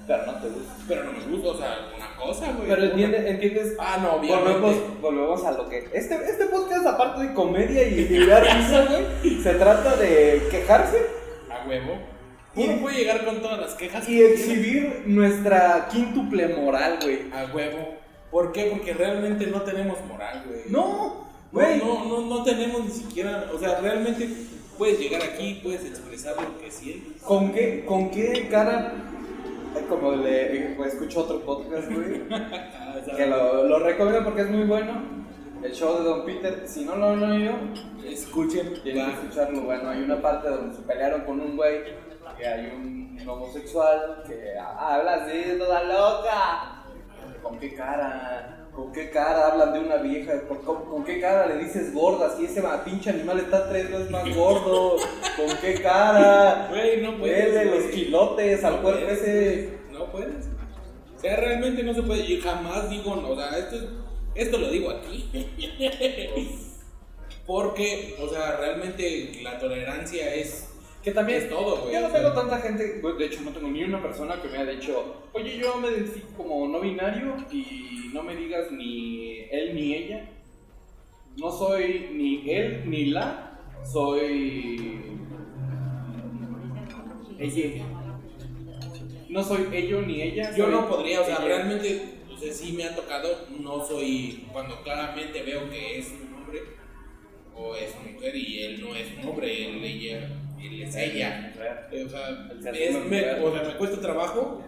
Speaker 3: pero no te gusta.
Speaker 2: pero no me gusta, o sea, una cosa, güey.
Speaker 3: Pero
Speaker 2: una-
Speaker 3: entiende- entiendes,
Speaker 2: Ah, no, obviamente.
Speaker 3: volvemos, volvemos a lo que... Este, este podcast, aparte de comedia y, y dar risa, güey, se trata de quejarse
Speaker 2: A huevo. Uno puede llegar con todas las quejas.
Speaker 3: y
Speaker 2: que
Speaker 3: exhibir nuestra quíntuple moral, güey.
Speaker 2: tiene. A huevo. ¿Por qué? Porque realmente no tenemos moral, güey.
Speaker 3: No,
Speaker 2: No,
Speaker 3: güey.
Speaker 2: no, no, no tenemos ni siquiera, o sea, realmente puedes llegar aquí, puedes expresar lo que sientes.
Speaker 3: ¿Con qué, con qué cara? Ay, Como le eh, pues, escucho otro podcast, güey,
Speaker 2: Ah, o sea,
Speaker 3: que lo, lo recomiendo porque es muy bueno. El show de Don Peter, si no lo han oído,
Speaker 2: Escuchen,
Speaker 3: tienen que
Speaker 2: va.
Speaker 3: escucharlo. Bueno, hay una parte donde se pelearon con un güey, que hay un homosexual que habla así, toda loca. ¿Con qué cara? ¿Con qué cara hablan de una vieja? ¿Con, con- con qué cara le dices gorda? Si ese pinche animal está tres veces más gordo. ¿Con qué cara?
Speaker 2: Güey, no puedes.
Speaker 3: Huele
Speaker 2: güey.
Speaker 3: los quilotes al
Speaker 2: No
Speaker 3: cuerpo
Speaker 2: puedes,
Speaker 3: ese.
Speaker 2: güey. No puedes. O sea, realmente no se puede. Y jamás digo, no, o sea, esto, es- esto lo digo aquí. [laughs] Porque, o sea, realmente la tolerancia es,
Speaker 3: Que
Speaker 2: es todo, güey.
Speaker 3: Yo no tengo tanta gente, güey, Pues, de hecho no tengo ni una persona que me haya dicho, oye, yo me identifico como no binario y no me digas ni él ni ella. No soy ni él ni la, soy ella. No soy ello ni ella.
Speaker 2: Yo
Speaker 3: soy
Speaker 2: no podría, o sea,
Speaker 3: ella.
Speaker 2: realmente, o sea, sí me ha tocado, no soy, cuando claramente veo que es un hombre o es una mujer y él no es un hombre, él, ella, él es ella. Eh, O sea,
Speaker 3: El ser
Speaker 2: es-
Speaker 3: humano,
Speaker 2: me,
Speaker 3: claro.
Speaker 2: o sea, me cuesta trabajo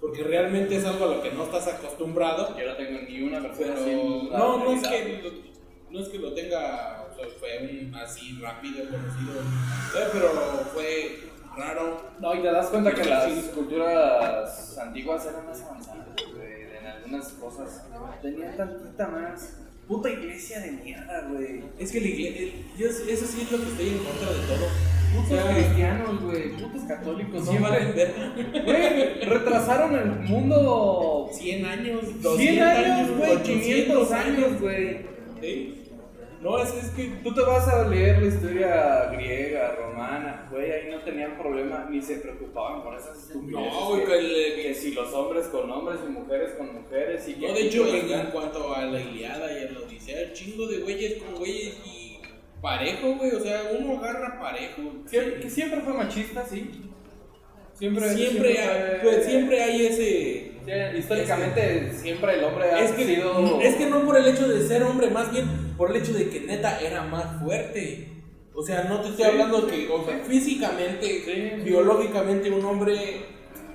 Speaker 2: porque realmente es algo a lo que no estás acostumbrado,
Speaker 3: Yo no tengo ni una persona.
Speaker 2: pero
Speaker 3: sin la
Speaker 2: no, no es
Speaker 3: habilidad.
Speaker 2: que lo, no es que lo tenga, o sea, fue un así rápido conocido, eh, pero fue raro.
Speaker 3: No, y te das cuenta que
Speaker 2: Sí,
Speaker 3: las
Speaker 2: sí.
Speaker 3: culturas antiguas eran más avanzadas, güey, en algunas cosas. Tenían tantita más. Puta iglesia de mierda, güey.
Speaker 2: Es que la iglesia, el- yo- eso sí es lo que estoy en contra de todo.
Speaker 3: Putos
Speaker 2: O sea,
Speaker 3: cristianos, güey. Putos católicos.
Speaker 2: Sí,
Speaker 3: ¿no?
Speaker 2: valen verga.
Speaker 3: Güey, retrasaron el mundo
Speaker 2: 100 años,
Speaker 3: 100
Speaker 2: 200
Speaker 3: años, güey.
Speaker 2: 800
Speaker 3: 500 años, güey.
Speaker 2: ¿Sí? No, es, es que.
Speaker 3: Tú te vas a leer la historia griega, romana, güey, ahí no tenían problema, ni se preocupaban por esas estupideces.
Speaker 2: No, güey,
Speaker 3: que- eh,
Speaker 2: que el-
Speaker 3: que si los hombres con hombres y mujeres con mujeres y que
Speaker 2: No, de hecho,
Speaker 3: que-
Speaker 2: en, en cuanto a la Iliada y a la Odisea, chingo de güeyes con güeyes y parejo, güey. O sea, uno agarra parejo.
Speaker 3: que, que siempre fue machista, sí. Siempre,
Speaker 2: siempre, hay,
Speaker 3: fue-
Speaker 2: pues, siempre hay ese.
Speaker 3: Sí, históricamente siempre el hombre ha
Speaker 2: Es que,
Speaker 3: sido
Speaker 2: es que no por el hecho de ser hombre, más bien por el hecho de que neta era más fuerte. O sea, no te estoy
Speaker 3: Sí.
Speaker 2: hablando que o sea, físicamente,
Speaker 3: Sí.
Speaker 2: biológicamente un hombre,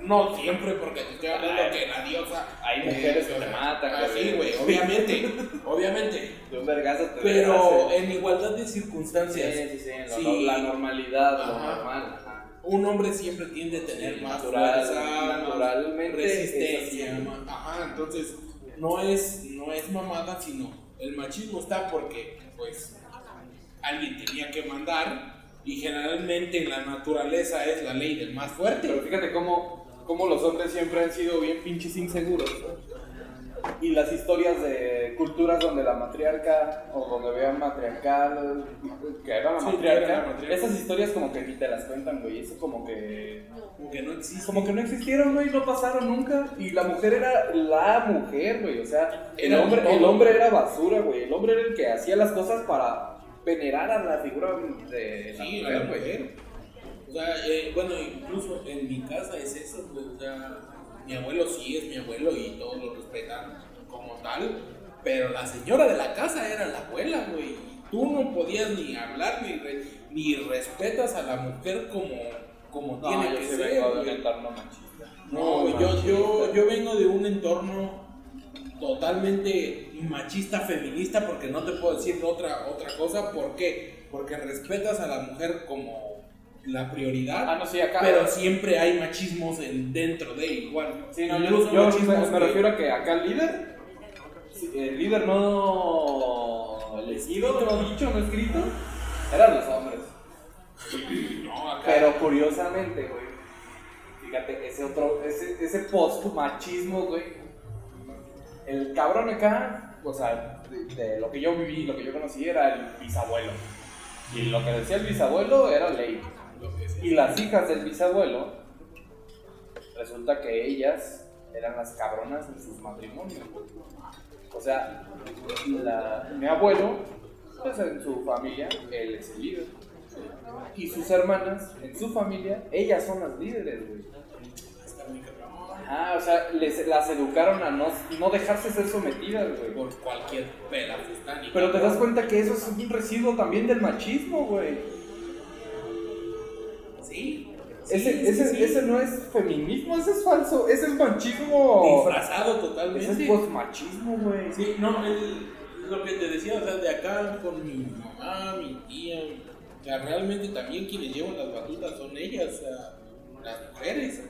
Speaker 2: no siempre, porque te estoy hablando
Speaker 3: Ay.
Speaker 2: que la diosa...
Speaker 3: Hay mujeres que te matan,
Speaker 2: Ah,
Speaker 3: güey.
Speaker 2: sí, güey, obviamente,
Speaker 3: [laughs]
Speaker 2: obviamente.
Speaker 3: de un vergazo te
Speaker 2: Pero
Speaker 3: hace-
Speaker 2: en igualdad de
Speaker 3: sí,
Speaker 2: circunstancias,
Speaker 3: sí, sí, en lo-
Speaker 2: sí.
Speaker 3: la normalidad, lo
Speaker 2: Ajá.
Speaker 3: normal. ajá.
Speaker 2: un hombre siempre tiende a tener
Speaker 3: Sí,
Speaker 2: más
Speaker 3: natural-
Speaker 2: fuerza, más
Speaker 3: naturalmente es
Speaker 2: resistencia.
Speaker 3: así.
Speaker 2: ma- Ajá, entonces no es, no es mamada, sino el machismo está porque, pues, alguien tenía que mandar y generalmente la naturaleza es la ley del más
Speaker 3: Pero
Speaker 2: fuerte.
Speaker 3: fíjate cómo, cómo los hombres siempre han sido bien pinches inseguros. Y las historias de culturas donde la matriarca o donde vean matriarcal, que era la
Speaker 2: Sí,
Speaker 3: matriarca,
Speaker 2: que era la matriarca.
Speaker 3: esas historias como que ni te las cuentan, güey. Eso como que
Speaker 2: Como que no existe.
Speaker 3: como que no existieron, güey, no pasaron nunca. Y la mujer era la mujer, güey. O sea, el
Speaker 2: Era
Speaker 3: hombre,
Speaker 2: todo.
Speaker 3: el hombre era basura, güey. El hombre era el que hacía las cosas para venerar a la figura de la
Speaker 2: Sí, a
Speaker 3: mujer,
Speaker 2: la
Speaker 3: güey.
Speaker 2: mujer. O sea, eh, bueno, incluso en mi casa es eso, pues, o sea, mi abuelo sí es mi abuelo y todos lo respetan como tal, pero la señora de la casa era la abuela, güey, y tú no podías ni hablar ni, re- ni respetas a la mujer como como
Speaker 3: No,
Speaker 2: tiene
Speaker 3: yo
Speaker 2: que
Speaker 3: sí
Speaker 2: ser.
Speaker 3: vengo de un
Speaker 2: güey.
Speaker 3: entorno machista.
Speaker 2: No,
Speaker 3: Muy
Speaker 2: yo,
Speaker 3: machista.
Speaker 2: yo, yo vengo de un entorno totalmente machista feminista porque no te puedo decir otra, otra cosa. ¿Por qué? Porque respetas a la mujer como la prioridad.
Speaker 3: Ah, no, sí, acá.
Speaker 2: Pero siempre hay machismos en- dentro de igual.
Speaker 3: Sí, no,
Speaker 2: Incluso
Speaker 3: yo, yo
Speaker 2: machismos
Speaker 3: me,
Speaker 2: que-
Speaker 3: me refiero a que acá el líder, sí, el líder no elegido, no dicho, no escrito, eran los hombres.
Speaker 2: No, acá-
Speaker 3: Pero curiosamente, güey, fíjate, ese otro, ese, ese post-machismo, güey, el cabrón acá, o sea, de, de lo que yo viví, lo que yo conocí era el bisabuelo. Y lo que decía el bisabuelo era ley.
Speaker 2: lo que sea.
Speaker 3: Y las hijas del bisabuelo, resulta que ellas eran las cabronas en sus matrimonios. O sea, la- mi abuelo, pues en su familia, él es el líder. Y sus hermanas, en su familia, ellas son las líderes, güey.
Speaker 2: Está muy cabrón.
Speaker 3: Ajá, o sea, les, las educaron a no, no dejarse ser sometidas, güey.
Speaker 2: Por cualquier pelafustán.
Speaker 3: Pero te das cuenta que eso es un residuo también del machismo, güey.
Speaker 2: Sí. sí,
Speaker 3: Ese,
Speaker 2: sí,
Speaker 3: ese,
Speaker 2: sí.
Speaker 3: ese no es feminismo, ese es falso, ese es machismo.
Speaker 2: Disfrazado totalmente.
Speaker 3: Ese es postmachismo, güey.
Speaker 2: Sí, no, es lo que te decía, o sea, de acá con mi mamá, mi tía, o sea, realmente también quienes llevan las batutas son ellas, o sea, las mujeres.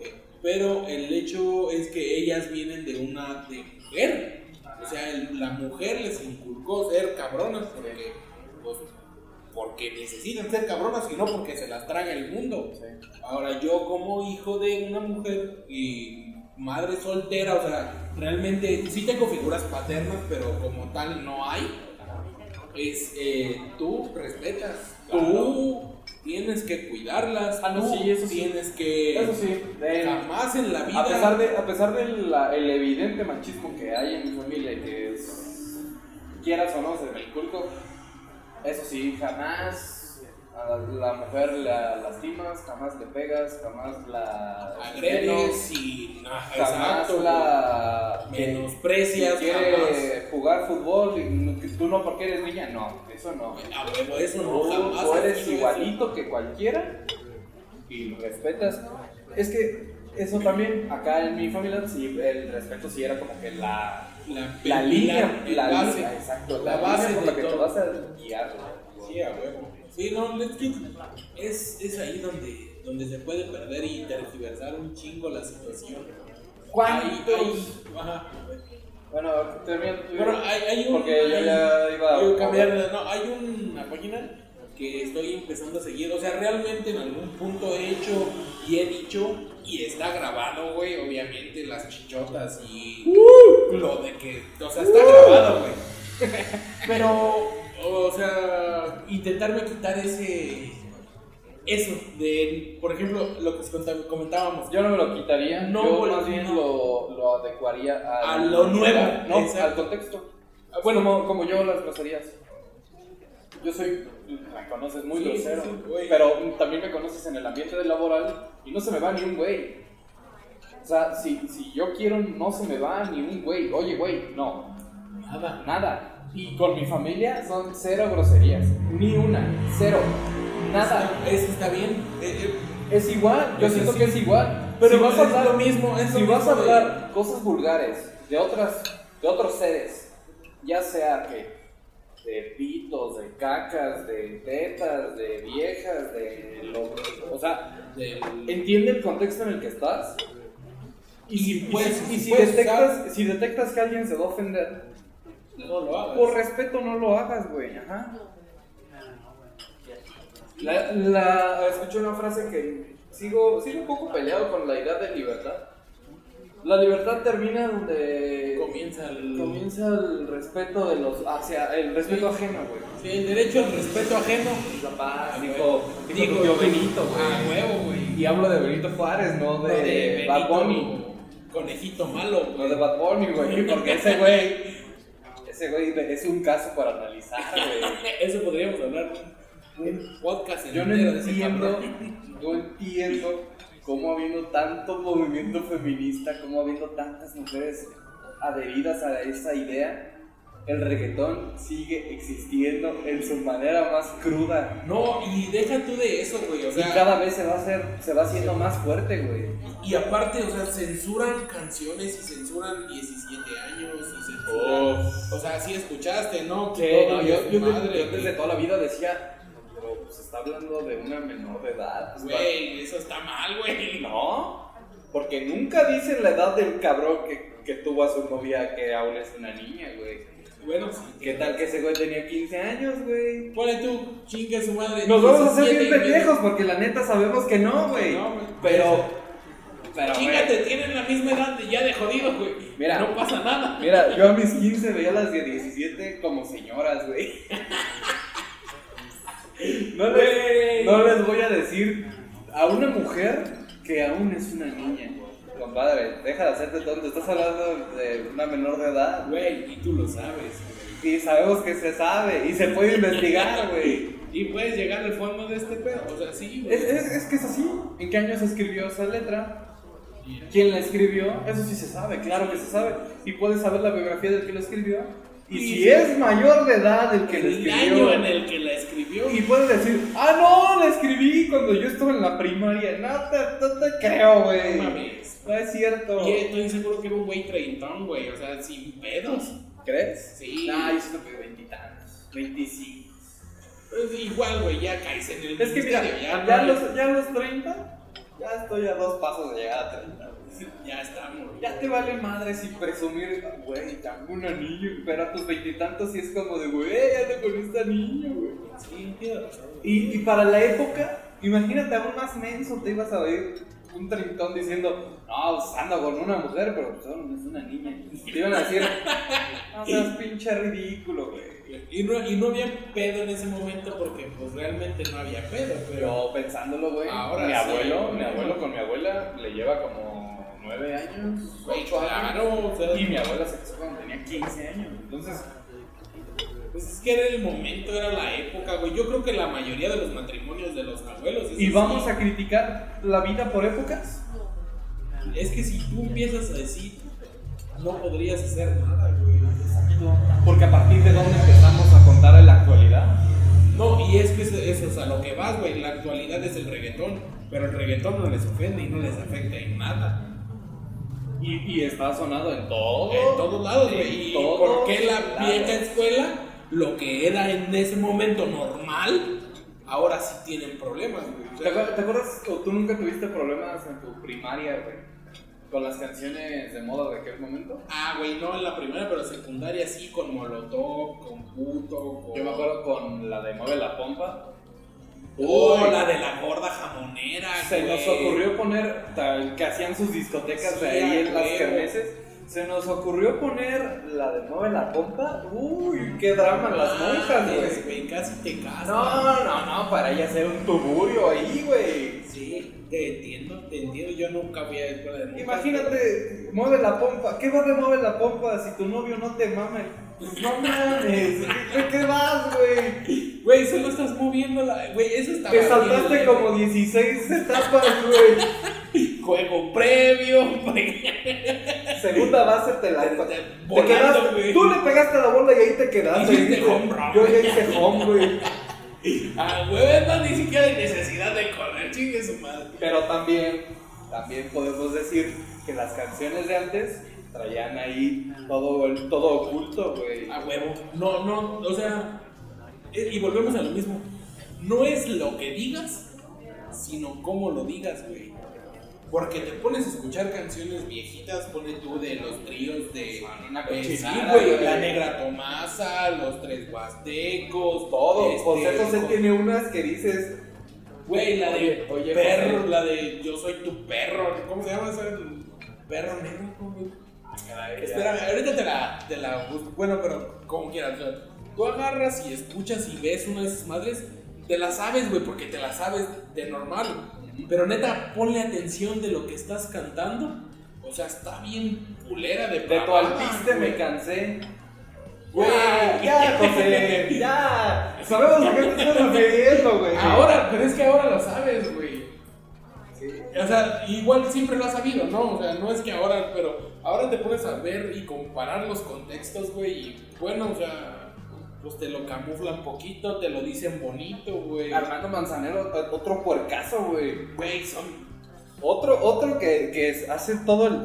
Speaker 2: eh, Pero el hecho es que ellas vienen de una de mujer, o sea, el- la mujer les inculcó ser cabronas porque, pues, porque necesitan ser cabronas y no porque se las traga el mundo. Ahora yo como hijo de una mujer y madre soltera, o sea, realmente sí tengo figuras paternas, pero como tal no hay. Es eh, tú respetas, tú tienes que cuidarlas,
Speaker 3: Ah, no,
Speaker 2: tú
Speaker 3: sí, eso sí.
Speaker 2: tienes que
Speaker 3: Eso sí, de-
Speaker 2: jamás en la vida
Speaker 3: a pesar, de, a pesar del la- el evidente machismo que hay en mi familia, y que es, quieras o no, se me inculco, eso sí, jamás a la mujer la lastimas, jamás le pegas, jamás la
Speaker 2: agredes y ah,
Speaker 3: jamás
Speaker 2: exacto,
Speaker 3: la
Speaker 2: menosprecias,
Speaker 3: Si
Speaker 2: jamás.
Speaker 3: quiere jugar fútbol, y no- que tú no porque eres niña, no, eso no.
Speaker 2: A huevo, eso no,
Speaker 3: Tú,
Speaker 2: jamás.
Speaker 3: Oh, tú eres
Speaker 2: así,
Speaker 3: igualito que cualquiera y lo respetas. Es que eso también, acá en mi familia, sí, el respeto sí era como que la,
Speaker 2: La,
Speaker 3: la línea,
Speaker 2: el
Speaker 3: la
Speaker 2: base.
Speaker 3: línea, exacto,
Speaker 2: la
Speaker 3: la,
Speaker 2: base
Speaker 3: base por
Speaker 2: de
Speaker 3: la que te
Speaker 2: todo.
Speaker 3: vas a guiar. güey.
Speaker 2: Sí, a huevo. Sí, no, es que es, es ahí donde, donde se puede perder y tergiversar un chingo la situación. Ahí,
Speaker 3: ¿Cuántos?
Speaker 2: ahí, ajá.
Speaker 3: Bueno, termina tu
Speaker 2: Bueno, hay, hay un.
Speaker 3: Porque yo
Speaker 2: hay-
Speaker 3: ya iba a-
Speaker 2: yo cambiar de- No, hay una página que estoy empezando a seguir. O sea, realmente en algún punto he hecho y he dicho, y está grabado, güey, obviamente, las chichotas y
Speaker 3: Uh.
Speaker 2: lo de que. O sea, está grabado, güey. [laughs] Pero, o sea, intentarme quitar ese. Eso, de. Por ejemplo, lo que contá- comentábamos.
Speaker 3: Yo no me lo quitaría,
Speaker 2: No,
Speaker 3: yo
Speaker 2: güey,
Speaker 3: más bien
Speaker 2: no.
Speaker 3: lo, lo adecuaría
Speaker 2: A
Speaker 3: al-
Speaker 2: lo nuevo,
Speaker 3: no,
Speaker 2: exacto.
Speaker 3: al contexto. Ah, Bueno, como, como yo las groserías. Yo soy, me conoces muy
Speaker 2: Sí,
Speaker 3: grosero,
Speaker 2: sí, sí, güey.
Speaker 3: pero también me conoces en el ambiente del laboral y no se me va ni un güey. O sea, si, si yo quiero, no se me va ni un güey. Oye, güey, no,
Speaker 2: Nada.
Speaker 3: nada. Y con mi familia son cero groserías, ni una, cero, nada.
Speaker 2: Eso está bien. eh, eh,
Speaker 3: Es igual, yo
Speaker 2: Eso
Speaker 3: siento
Speaker 2: sí.
Speaker 3: que es igual.
Speaker 2: Pero
Speaker 3: si vas
Speaker 2: es
Speaker 3: a hablar
Speaker 2: lo mismo, es lo
Speaker 3: si vas a
Speaker 2: mismo de-
Speaker 3: hablar cosas vulgares de otras, de otros seres, ya sea que de pitos, de cacas, de tetas, de viejas, de lo, o sea,
Speaker 2: del-
Speaker 3: entiende el contexto en el que estás. Y si, y
Speaker 2: puedes-
Speaker 3: si- y si
Speaker 2: puedes
Speaker 3: detectas, si detectas que alguien se va a ofender,
Speaker 2: No lo hagas.
Speaker 3: por respeto no lo hagas, güey. Ajá. La, la, escuché una frase que sigo, sigo un poco peleado con la idea de libertad. La libertad termina donde
Speaker 2: Comienza el.
Speaker 3: comienza el respeto de los hacia el respeto ajeno, güey.
Speaker 2: Sí, el derecho al respeto ajeno.
Speaker 3: La paz,
Speaker 2: Ah, Digo,
Speaker 3: Ah, dijo, dijo yo Benito,
Speaker 2: A
Speaker 3: güey.
Speaker 2: huevo, güey.
Speaker 3: Y hablo de Benito Juárez, no
Speaker 2: Lo
Speaker 3: de, Bad
Speaker 2: Benito,
Speaker 3: Bunny.
Speaker 2: Conejito malo,
Speaker 3: No
Speaker 2: güey.
Speaker 3: de Bad Bunny, güey, porque ese güey ese güey es un caso para analizar, güey.
Speaker 2: Eso podríamos hablar un, un podcast
Speaker 3: Yo no
Speaker 2: entero de ese
Speaker 3: entiendo,
Speaker 2: cabrón.
Speaker 3: no entiendo cómo habiendo tanto movimiento feminista, cómo habiendo tantas mujeres adheridas a esa idea, El reggaetón sigue existiendo en su manera más cruda.
Speaker 2: No, y deja tú de eso, güey. O sea,
Speaker 3: y cada vez se va a hacer, se va haciendo más fuerte, güey.
Speaker 2: y aparte, o sea, censuran canciones y censuran 17 años y censuran.
Speaker 3: Oh.
Speaker 2: O sea, sí escuchaste, Eh, ¿no?
Speaker 3: Sí,
Speaker 2: Que
Speaker 3: no,
Speaker 2: todo
Speaker 3: yo,
Speaker 2: es
Speaker 3: yo,
Speaker 2: madre,
Speaker 3: desde, yo desde
Speaker 2: güey.
Speaker 3: toda la vida decía, pero pues está hablando de una menor de edad. pues,
Speaker 2: Güey, eso está mal, güey.
Speaker 3: No, porque nunca dicen la edad del cabrón que, que tuvo a su novia que aún es una niña, güey.
Speaker 2: Bueno, sí.
Speaker 3: ¿Qué tal que ese güey tenía 15 años, güey?
Speaker 2: Ponle tú, chingue su madre.
Speaker 3: Nos vamos a
Speaker 2: 17
Speaker 3: hacer bien
Speaker 2: y medio.
Speaker 3: pendejos porque la neta sabemos que no, güey.
Speaker 2: No, güey.
Speaker 3: Pero, pero
Speaker 2: Chíngate,
Speaker 3: güey,
Speaker 2: tienen la misma edad de ya de jodido, güey.
Speaker 3: Mira.
Speaker 2: no pasa nada.
Speaker 3: mira, yo a mis 15 veía a las de 17 como señoras, güey. [laughs] No les,
Speaker 2: Güey.
Speaker 3: no les voy a decir a una mujer que aún es una niña. Compadre, deja de hacerte tonto. Estás hablando de una menor de edad.
Speaker 2: Güey, y tú lo sabes, güey.
Speaker 3: Y sabemos que se sabe y se puede investigar, güey.
Speaker 2: Y puedes llegar al fondo de este pedo. O sea, sí, güey.
Speaker 3: Es, es- es que es así. ¿En qué año se escribió esa letra? ¿Quién la escribió? Eso sí se sabe, claro que se sabe. Y puedes saber la biografía del que la escribió. Y
Speaker 2: Sí,
Speaker 3: si
Speaker 2: sí.
Speaker 3: es mayor de edad el que la
Speaker 2: el
Speaker 3: escribió.
Speaker 2: año en el que la escribió.
Speaker 3: Y puedes decir, ah, no, la escribí cuando yo estuve en la primaria. No te, no te creo,
Speaker 2: No
Speaker 3: güey.
Speaker 2: mames.
Speaker 3: No es cierto.
Speaker 2: Y estoy seguro que era un güey treintón, güey. O sea, sin pedos.
Speaker 3: ¿Crees?
Speaker 2: Sí.
Speaker 3: Nah, yo siento que veintitantos. Veinticinco.
Speaker 2: Pues igual, güey, ya caes en el
Speaker 3: Es que mira,
Speaker 2: misterio,
Speaker 3: ya,
Speaker 2: ya,
Speaker 3: a
Speaker 2: no-
Speaker 3: los, ya a los 30, ya estoy a dos pasos de llegar a 30. güey.
Speaker 2: ya estamos.
Speaker 3: Ya te vale madre si presumir, "Ah, güey, tengo un anillo, pero a tus veintitantos sí es como de, güey, ya ando con este anillo, güey.
Speaker 2: Sí, tienes razón.
Speaker 3: Y, y para la época, imagínate, aún más menso te ibas a oír un trintón diciendo, no, pues, ando con una mujer, pero pues, no, es una niña. Te iban a decir, no seas pinche ridículo, güey.
Speaker 2: Y no, y no había pedo en ese momento porque pues realmente no había pedo, pero
Speaker 3: Pero pensándolo, güey,
Speaker 2: Ahora
Speaker 3: mi
Speaker 2: sí,
Speaker 3: abuelo,
Speaker 2: güey.
Speaker 3: mi abuelo con mi abuela le lleva como nueve años,
Speaker 2: güey,
Speaker 3: ocho años.
Speaker 2: claro, o sea,
Speaker 3: Y mi abuela se casó cuando tenía 15 años. Entonces,
Speaker 2: pues es que era el momento, era la época, güey. Yo creo que la mayoría de los matrimonios de los abuelos es
Speaker 3: ¿y
Speaker 2: así.
Speaker 3: vamos a criticar la vida por épocas?
Speaker 2: Es que si tú empiezas a decir no podrías hacer nada, güey.
Speaker 3: Porque a partir de dónde empezamos a contar en la actualidad.
Speaker 2: No, y es que eso, eso es a lo que vas, güey. La actualidad es el reggaetón, pero el reggaetón no les ofende y no les afecta en nada.
Speaker 3: Y, y está sonado en todo.
Speaker 2: En todos lados, güey. ¿Y
Speaker 3: En todos
Speaker 2: por qué la
Speaker 3: lados.
Speaker 2: vieja escuela, lo que era en ese momento normal, ahora sí tienen problemas, güey? O
Speaker 3: ¿Te,
Speaker 2: sea,
Speaker 3: acuer- te acuerdas o tú nunca tuviste problemas en tu primaria, güey? Con las canciones de moda de aquel momento.
Speaker 2: ah, güey, no en la primera, pero secundaria sí, con molotov, con puto, con.
Speaker 3: Yo me acuerdo con la de Mueve la Pompa.
Speaker 2: Oh,
Speaker 3: Uy.
Speaker 2: la de la gorda jamonera,
Speaker 3: Se nos
Speaker 2: güey.
Speaker 3: ocurrió poner, tal que hacían sus discotecas
Speaker 2: Sí,
Speaker 3: de ahí en las
Speaker 2: güey.
Speaker 3: kermeses, se nos ocurrió poner la de Mueve la Pompa. Uy, qué drama las monjas,
Speaker 2: Mames,
Speaker 3: güey.
Speaker 2: Ah, Casi te casas.
Speaker 3: No, no, no, para ella hacer un tuburio ahí, güey.
Speaker 2: Sí, te entiendo, te entiendo. Yo nunca fui a la escuela de monjas.
Speaker 3: Imagínate, mueve la pompa. ¿Qué va de mueve la pompa si tu novio no te mame? Pues no mames, ¿de qué vas, güey?
Speaker 2: Güey, solo estás moviendo la. Güey, eso está
Speaker 3: Te saltaste como 16 etapas, güey.
Speaker 2: Juego previo, [laughs] güey.
Speaker 3: Segunda base te la.
Speaker 2: Te- te-
Speaker 3: Te
Speaker 2: volando,
Speaker 3: quedaste,
Speaker 2: güey.
Speaker 3: tú le pegaste la bola y ahí te quedaste.
Speaker 2: Hiciste
Speaker 3: güey.
Speaker 2: home run,
Speaker 3: Yo ya
Speaker 2: güey.
Speaker 3: hice home, güey.
Speaker 2: Ah, güey, no, ni siquiera hay necesidad de correr, chingue su madre.
Speaker 3: Pero también, también podemos decir que las canciones de antes traían ahí todo, el- todo oculto, güey.
Speaker 2: A huevo. No, no, o sea. eh, Y volvemos a lo mismo. No es lo que digas, sino cómo lo digas, güey. Porque te pones a escuchar canciones viejitas, pone tú de los tríos de
Speaker 3: Manina
Speaker 2: de
Speaker 3: Cochilina,
Speaker 2: Sara, güey,
Speaker 3: güey.
Speaker 2: la negra Tomasa, los tres huastecos,
Speaker 3: Todo.
Speaker 2: este,
Speaker 3: José José
Speaker 2: con-
Speaker 3: tiene unas que dices,
Speaker 2: Güey, la de
Speaker 3: Oye, oye,
Speaker 2: perro,
Speaker 3: José.
Speaker 2: la de yo soy tu perro, ¿cómo se llama esa? Perro negro, güey. Espera, ahorita te la, te la busco. Bueno, pero como quieras. o sea, tú agarras y escuchas y ves una de esas madres, te la sabes, güey, porque te la sabes de normal. Pero neta, ponle atención de lo que estás cantando. O sea, está bien culera de
Speaker 3: de tu alpiste me cansé.
Speaker 2: Güey. [laughs]
Speaker 3: Ya, ya, José, ya. Sabemos a qué te estás refiriendo, güey.
Speaker 2: Ahora, pero es que ahora lo sabes, güey.
Speaker 3: Sí.
Speaker 2: O sea, igual siempre lo has sabido, ¿no? O sea, no es que ahora, pero ahora te pones a ver y comparar los contextos, güey, y bueno, o sea, pues te lo camuflan poquito, te lo dicen bonito, güey.
Speaker 3: Armando Manzanero, o- otro puercazo, güey.
Speaker 2: Güey, son...
Speaker 3: Otro, otro que, que es- hace todo el.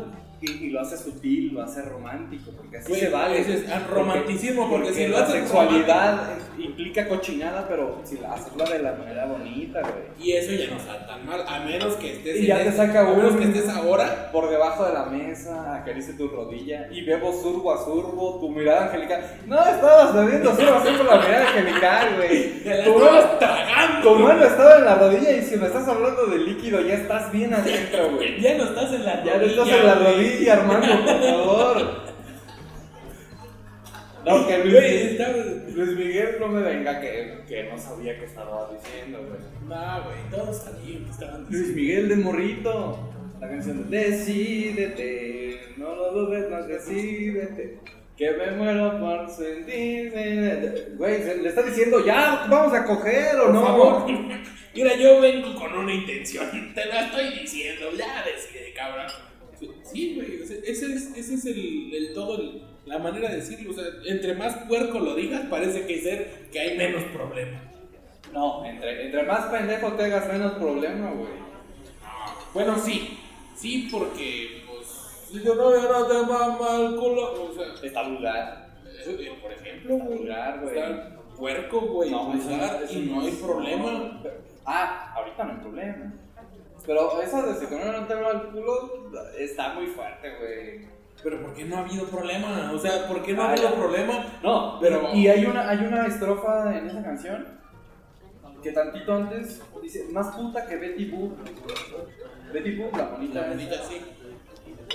Speaker 3: Y, y lo hace sutil, lo hace romántico, porque así
Speaker 2: Güey,
Speaker 3: se vale.
Speaker 2: dices, ah, romanticismo, porque si lo
Speaker 3: la
Speaker 2: haces
Speaker 3: sexualidad implica cochinada, pero si la haces la de la manera bonita, güey.
Speaker 2: Y eso ya no está tan mal, a menos que estés...
Speaker 3: Y
Speaker 2: en
Speaker 3: ya te
Speaker 2: ese-
Speaker 3: saca
Speaker 2: A menos
Speaker 3: un-
Speaker 2: que estés
Speaker 3: [laughs]
Speaker 2: ahora.
Speaker 3: Por debajo de la mesa, acaricia tu rodilla y bebo surbo a surbo, tu mirada angelical. No, estabas bebiendo surbo a surbo la mirada angelical, güey.
Speaker 2: Te la
Speaker 3: Tu-
Speaker 2: estabas tragando.
Speaker 3: Tu mano estaba en la rodilla y si me estás hablando de líquido ya estás bien adentro, güey.
Speaker 2: Ya no estás en la
Speaker 3: Ya no estás en la
Speaker 2: güey.
Speaker 3: rodilla, Armando, por favor. No, que
Speaker 2: Güey,
Speaker 3: Luis,
Speaker 2: está...
Speaker 3: Luis Miguel no me venga que, que no sabía que estaba diciendo, güey.
Speaker 2: No, güey, todos sabían que estaban
Speaker 3: Luis Miguel de morrito. La canción de Decídete, no lo dudes más, decídete. Que me muero por sentirme. Güey, se- le está diciendo ya, vamos a coger o
Speaker 2: Por
Speaker 3: no.
Speaker 2: favor. Mira, yo vengo con una intención. Te la estoy diciendo. Ya decide, cabrón. Sí, güey. o sea, Ese es, ese es el, el todo, el- la manera de decirlo. O sea, entre más puerco lo digas, parece que ser que hay menos problemas.
Speaker 3: No, entre, entre más pendejo te hagas, menos problema, güey.
Speaker 2: Bueno, sí. Sí, porque, pues. Si yo no, yo no te va mal con la- O sea,
Speaker 3: Está vulgar.
Speaker 2: eh, por ejemplo,
Speaker 3: Está
Speaker 2: güey.
Speaker 3: vulgar, güey.
Speaker 2: Está puerco, güey.
Speaker 3: No,
Speaker 2: No,
Speaker 3: eso no- eso
Speaker 2: y no hay problema.
Speaker 3: Ah, ahorita no hay problema. Pero esa de si con una no te va el culo está muy fuerte, güey.
Speaker 2: Pero ¿por qué no ha habido problema? O sea, ¿por qué no ha
Speaker 3: Ah,
Speaker 2: habido
Speaker 3: ya.
Speaker 2: problema?
Speaker 3: No,
Speaker 2: pero-
Speaker 3: pero. Y hay una, hay una estrofa en esa canción que tantito antes dice: Más puta que Betty Boop. Betty Boop, la bonita.
Speaker 2: La bonita, sí.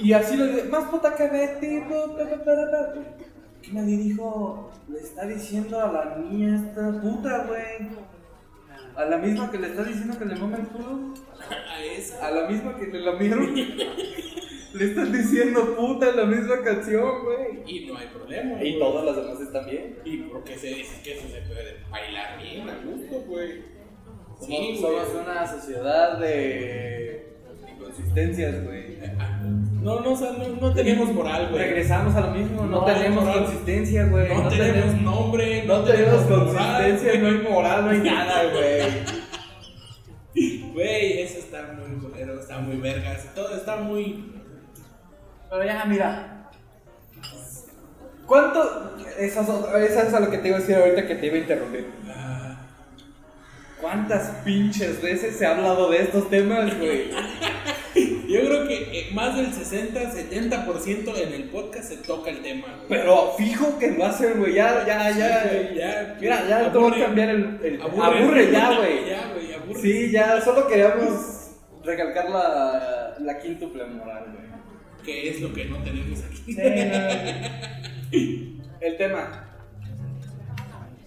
Speaker 3: Y así lo dice: Más puta que Betty Boop. ta, ta, ta, ta, ta". Que nadie dijo: Le está diciendo a la niña esta puta, güey. A la misma que le está diciendo que le mama el culo.
Speaker 2: [laughs] A esa.
Speaker 3: A la misma que le [laughs] lamieron. le están diciendo puta en la misma canción, güey.
Speaker 2: Y no hay problema. güey.
Speaker 3: Y todas las demás están bien.
Speaker 2: Y porque se dice que eso se puede bailar bien a gusto, güey. Sí,
Speaker 3: somos,
Speaker 2: güey.
Speaker 3: somos una sociedad de inconsistencias, güey.
Speaker 2: No, no, o sea, no, no tenemos moral, güey.
Speaker 3: Regresamos a lo mismo, no,
Speaker 2: No,
Speaker 3: tenemos
Speaker 2: moral.
Speaker 3: consistencia, güey.
Speaker 2: No, tenemos nombre,
Speaker 3: no tenemos
Speaker 2: moral,
Speaker 3: consistencia, no hay moral, no hay nada, güey.
Speaker 2: Güey, eso está muy culero, está muy vergas. Todo está muy.
Speaker 3: Pero ya, mira. ¿Cuánto? Eso es, otro- eso es a lo que te iba a decir ahorita que te iba a interrumpir.
Speaker 2: ah,
Speaker 3: ¿Cuántas pinches veces se ha hablado de estos temas, güey?
Speaker 2: yo creo que eh, más del 60, 70% en el podcast se toca el tema, güey.
Speaker 3: Pero fijo que lo hacen, güey. Ya, ya,
Speaker 2: Sí,
Speaker 3: ya.
Speaker 2: ya.
Speaker 3: Mira, ya tengo
Speaker 2: Aburre.
Speaker 3: que cambiar el. el-
Speaker 2: Aburre,
Speaker 3: aburre, ya, güey.
Speaker 2: Ya, güey, aburre.
Speaker 3: Sí, ya. Solo queríamos recalcar la, la quíntuple moral, güey.
Speaker 2: Que es lo que no tenemos aquí.
Speaker 3: el tema.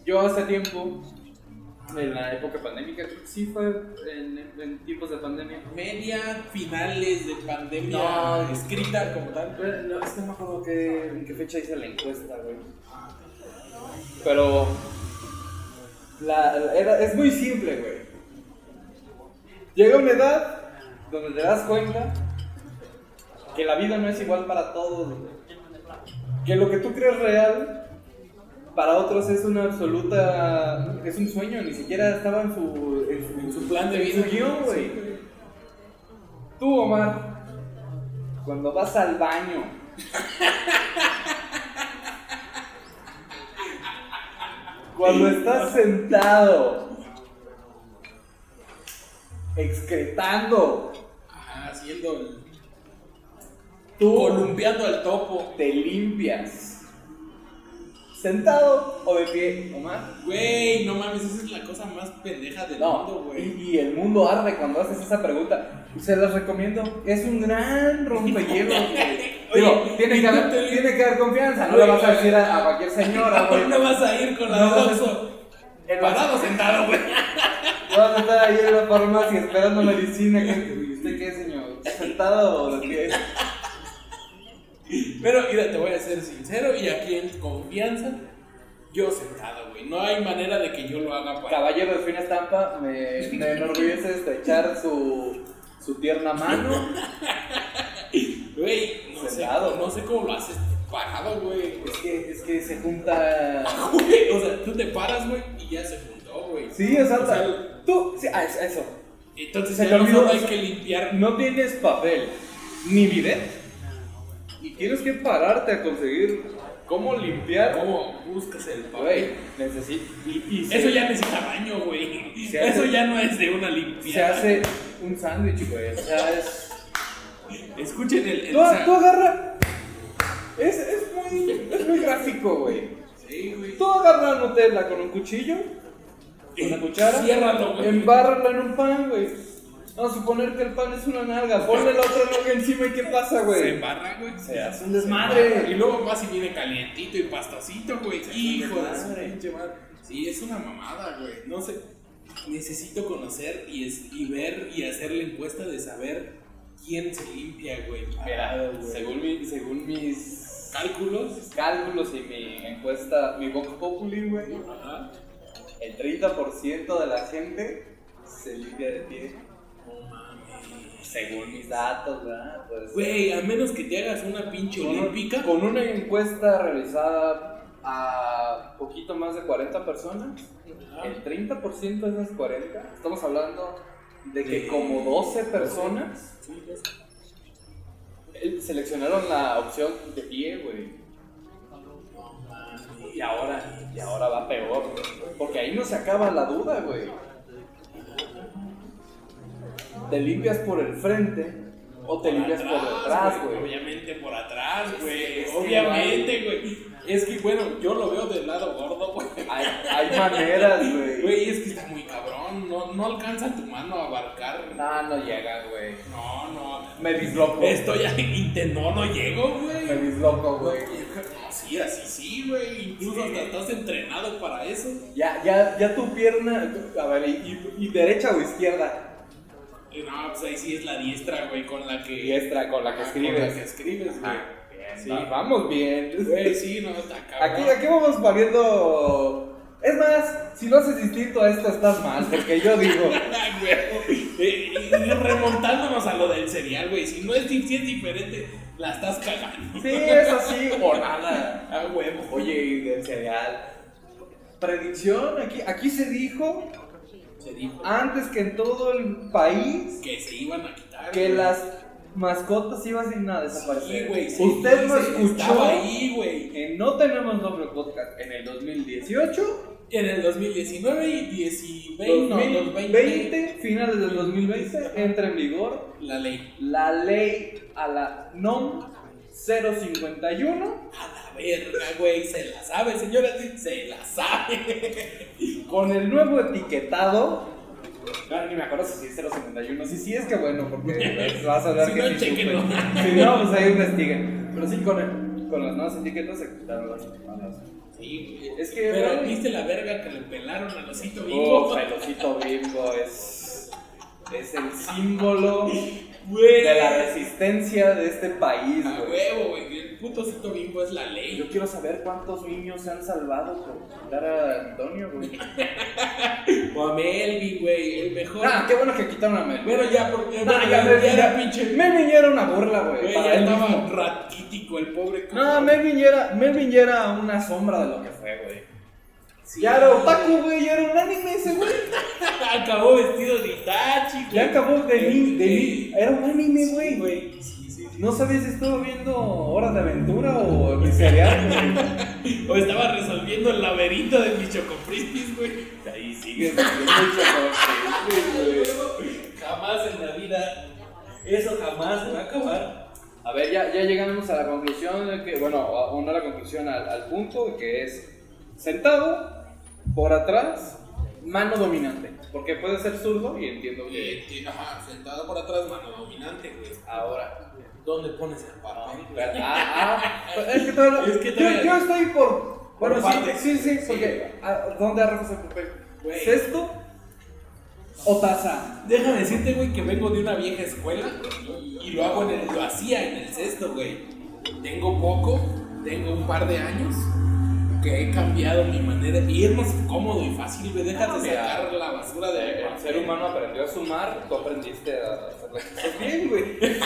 Speaker 3: Yo hace tiempo, en la época pandémica, creo que sí fue en, en tiempos de pandemia.
Speaker 2: Media finales de pandemia
Speaker 3: No.
Speaker 2: escrita como tal.
Speaker 3: Ah, Pero, No, es que no me acuerdo qué- en qué fecha hice la encuesta, güey. Pero. la- la- era- es muy simple, güey. Llega una edad donde te das cuenta que la vida no es igual para todos, güey. Que lo que tú crees real, para otros es una absoluta. es un sueño, ni siquiera estaba en su, en su,
Speaker 2: pues, En su plan de
Speaker 3: en
Speaker 2: vida.
Speaker 3: su guión, güey.
Speaker 2: Sí,
Speaker 3: Tú, Omar, cuando vas al
Speaker 2: [laughs]
Speaker 3: baño. Cuando estás sentado, excretando,
Speaker 2: Ajá, haciendo el.
Speaker 3: tú
Speaker 2: Columpiando al topo.
Speaker 3: te limpias. ¿Sentado o de pie, Omar?
Speaker 2: Güey, no mames, esa es la cosa más pendeja del mundo,
Speaker 3: No, y,
Speaker 2: güey.
Speaker 3: y el mundo arde cuando haces esa pregunta. Se las recomiendo, es un
Speaker 2: [laughs]
Speaker 3: gran rompehielos. güey. Digo,
Speaker 2: Oye,
Speaker 3: tiene
Speaker 2: y
Speaker 3: que,
Speaker 2: tú
Speaker 3: haber,
Speaker 2: te-
Speaker 3: tiene que haber confianza, no le vas a decir a, a cualquier señora, güey.
Speaker 2: ¿Dónde vas [laughs] a ir con la del
Speaker 3: No, no, no.
Speaker 2: Oxxo?
Speaker 3: El-
Speaker 2: Parado sentado, güey.
Speaker 3: Vas a estar ahí en la farmacia esperando medicina. que- ¿Y usted qué, señor? ¿Sentado o de pie?
Speaker 2: Pero mira, te voy a ser sincero y aquí en confianza, yo sentado, güey. No hay manera de que yo lo haga para.
Speaker 3: Caballero de fina estampa, me, me enorgullece de echar su, su tierna mano.
Speaker 2: Güey, no sé,
Speaker 3: Sentado.
Speaker 2: no sé cómo lo haces parado, güey.
Speaker 3: es, que, es que se junta.
Speaker 2: [laughs] Güey, O sea, tú te paras, güey, y ya se juntó, güey.
Speaker 3: Sí, o sea,
Speaker 2: O sea,
Speaker 3: tú. Sí, ah, es- eso.
Speaker 2: Entonces
Speaker 3: Se
Speaker 2: ya
Speaker 3: te
Speaker 2: no
Speaker 3: olvidó
Speaker 2: solo hay
Speaker 3: eso.
Speaker 2: que limpiar.
Speaker 3: No tienes papel ni bidet y tienes que pararte a conseguir cómo limpiar.
Speaker 2: ¿Cómo buscas el
Speaker 3: Güey,
Speaker 2: papel?
Speaker 3: necesito. y- y se-
Speaker 2: Eso ya necesita baño, güey.
Speaker 3: Se hace-
Speaker 2: Eso ya no es de una
Speaker 3: Se
Speaker 2: limpiada.
Speaker 3: hace un sándwich, güey. O sea, es.
Speaker 2: Escuchen el. el
Speaker 3: Tú,
Speaker 2: sa-
Speaker 3: tú agarra. Es, es, muy, es muy gráfico, güey.
Speaker 2: Sí, güey.
Speaker 3: Tú agarra Nutella con un cuchillo, con una cuchara,
Speaker 2: Ciérralo, güey.
Speaker 3: embárrala en un pan, güey. Vamos a suponer que el pan es una nalga, ponle la otra nalga encima y ¿qué pasa,
Speaker 2: Se
Speaker 3: güey?
Speaker 2: embarra, güey.
Speaker 3: Se hace un desmadre.
Speaker 2: Y luego más y viene calientito y pastosito, güey. Hijo de su
Speaker 3: desmadre.
Speaker 2: pinche madre. Sí, es una mamada, güey. No sé. Necesito conocer y, es- y ver y hacer la encuesta de saber quién se limpia, güey.
Speaker 3: Mira,
Speaker 2: güey.
Speaker 3: según, mi- según mis
Speaker 2: cálculos.
Speaker 3: cálculos y mi encuesta, mi Vox Populi, güey,
Speaker 2: Ajá.
Speaker 3: el 30% de la gente se limpia de pie.
Speaker 2: No mames.
Speaker 3: Según mis datos, ¿verdad? Pues,
Speaker 2: Güey, a menos que te hagas una pinche
Speaker 3: Con-
Speaker 2: olímpica.
Speaker 3: Con una encuesta realizada a poquito más de 40 personas,
Speaker 2: Ajá.
Speaker 3: el 30% de esas 40, estamos hablando de que
Speaker 2: De-
Speaker 3: como 12 personas
Speaker 2: Sí, pues.
Speaker 3: eh, seleccionaron la opción de pie, güey.
Speaker 2: No mames.
Speaker 3: Y ahora, y ahora va peor, güey, porque ahí no se acaba la duda, güey. Te limpias por el frente o te limpias por detrás, güey.
Speaker 2: Obviamente por atrás, güey.
Speaker 3: es que,
Speaker 2: Obviamente, güey. Es que, bueno, yo lo veo del lado gordo, güey.
Speaker 3: Hay, hay maneras, güey.
Speaker 2: Güey, es que está muy cabrón. No, no alcanza tu mano a abarcar.
Speaker 3: No, no llega, güey.
Speaker 2: No, no.
Speaker 3: Me disloco.
Speaker 2: Estoy ahí, inte- no, no llego,
Speaker 3: Me
Speaker 2: güey.
Speaker 3: disloco, güey.
Speaker 2: No, sí, así sí, güey. Incluso
Speaker 3: Sí.
Speaker 2: hasta estás entrenado para eso.
Speaker 3: Ya, ya, ya tu pierna. A ver, y, y- y derecha o izquierda.
Speaker 2: Y No, pues ahí sí es la diestra, güey, con la que.
Speaker 3: Diestra, con la que
Speaker 2: Ah,
Speaker 3: escribes.
Speaker 2: Con la que escribes, güey.
Speaker 3: Ah, bien,
Speaker 2: Sí.
Speaker 3: va- vamos bien.
Speaker 2: Güey, sí, no, está cabrón.
Speaker 3: Aquí, aquí vamos pariendo. Es más, si lo haces distinto a esto, estás mal. Porque yo digo.
Speaker 2: Ah, [laughs] güey. Eh, y remontándonos a lo del cereal, güey. Si no es, di- si es diferente, la estás cagando. [laughs]
Speaker 3: Sí, es así o nada.
Speaker 2: Ah, huevo.
Speaker 3: Oye, y del cereal. Predicción, aquí, aquí se dijo
Speaker 2: Se dijo
Speaker 3: antes que en todo el país
Speaker 2: que se iban a quitar.
Speaker 3: que
Speaker 2: güey.
Speaker 3: las mascotas iban a
Speaker 2: Sí,
Speaker 3: desaparecer.
Speaker 2: güey. se-
Speaker 3: Usted no
Speaker 2: se-
Speaker 3: escuchó.
Speaker 2: Estaba ahí, güey.
Speaker 3: en No Tenemos Nombre Podcast en el 2018,
Speaker 2: En el 2019 y 19, no, 2020,
Speaker 3: 2020, finales del 2020, entra en vigor
Speaker 2: la ley.
Speaker 3: la ley a la NOM 051
Speaker 2: A la verga, güey. Se la sabe, señora. Se la sabe.
Speaker 3: con el nuevo etiquetado. No, ni me acuerdo si es 051. Si sí es que bueno, porque pues, vas a hablar
Speaker 2: Si
Speaker 3: que
Speaker 2: no,
Speaker 3: sí
Speaker 2: chéquenlo.
Speaker 3: supe. Si no, pues ahí investiguen. Pero sí, con, el- con las nuevas etiquetas se quitaron las malas.
Speaker 2: Sí, güey.
Speaker 3: Es que,
Speaker 2: Pero
Speaker 3: güey.
Speaker 2: viste la verga que le pelaron al osito bimbo. Ah.
Speaker 3: Oh, pelocito bimbo es, es el
Speaker 2: [laughs]
Speaker 3: símbolo.
Speaker 2: Güey.
Speaker 3: de la resistencia de este país,
Speaker 2: A
Speaker 3: güey.
Speaker 2: huevo, güey. El puto cito bimbo es la
Speaker 3: Yo
Speaker 2: ley.
Speaker 3: quiero saber cuántos niños se han salvado por quitar a Antonio, güey.
Speaker 2: O a Melvin, güey. El mejor.
Speaker 3: Ah, qué bueno que quitaron a Melvin.
Speaker 2: Bueno, ya, porque
Speaker 3: No,
Speaker 2: bueno,
Speaker 3: ya,
Speaker 2: ya,
Speaker 3: Melvin
Speaker 2: era
Speaker 3: ya-
Speaker 2: pinche.
Speaker 3: Melvin ya era una burla,
Speaker 2: Güey,
Speaker 3: güey. para
Speaker 2: ya
Speaker 3: él
Speaker 2: estaba
Speaker 3: mismo.
Speaker 2: ratítico el pobre.
Speaker 3: No, Melvin ya, era, Melvin ya era una sombra de lo que fue, Eh, güey.
Speaker 2: Sí.
Speaker 3: Ya era otaku, güey, ya era un anime ese, güey.
Speaker 2: [laughs] Acabó vestido de Itachi, güey.
Speaker 3: Ya acabó de mí, de
Speaker 2: Sí,
Speaker 3: mí. Era un anime,
Speaker 2: Sí,
Speaker 3: güey.
Speaker 2: güey. Sí, sí, sí.
Speaker 3: No sabía si estaba viendo Horas de Aventura o el serial, güey.
Speaker 2: O estaba resolviendo el laberinto de mis chocoprispis, güey.
Speaker 3: Ahí sigue. güey.
Speaker 2: Jamás en la vida. Eso jamás se va a acabar.
Speaker 3: A ver, ya, ya llegamos a la conclusión, de que, bueno, a- o no a la conclusión, al, al punto que es sentado, por atrás, mano dominante. Porque puede ser zurdo y entiendo que
Speaker 2: Eh, tiene- ajá, sentado por atrás, mano dominante, güey.
Speaker 3: ahora.
Speaker 2: ¿Dónde pones el papel? güey?
Speaker 3: Ah, ah, es que todavía.
Speaker 2: Es que
Speaker 3: yo-
Speaker 2: todavía-
Speaker 3: yo, estoy por.
Speaker 2: Por
Speaker 3: Bueno, sí,
Speaker 2: partes.
Speaker 3: sí, sí,
Speaker 2: Sí.
Speaker 3: porque. ah, ¿Dónde arrojas el papel?
Speaker 2: Güey.
Speaker 3: ¿Cesto o taza?
Speaker 2: Déjame decirte, güey, que vengo de una vieja escuela y lo hago en el, lo hacía en el sexto, güey. Tengo poco, tengo un par de años que he cambiado mi manera y es más cómodo y fácil, güey. Déjate
Speaker 3: mira.
Speaker 2: sacar la basura de la
Speaker 3: El ser humano aprendió a sumar, tú aprendiste a hacer las cosas bien, güey.
Speaker 2: [laughs]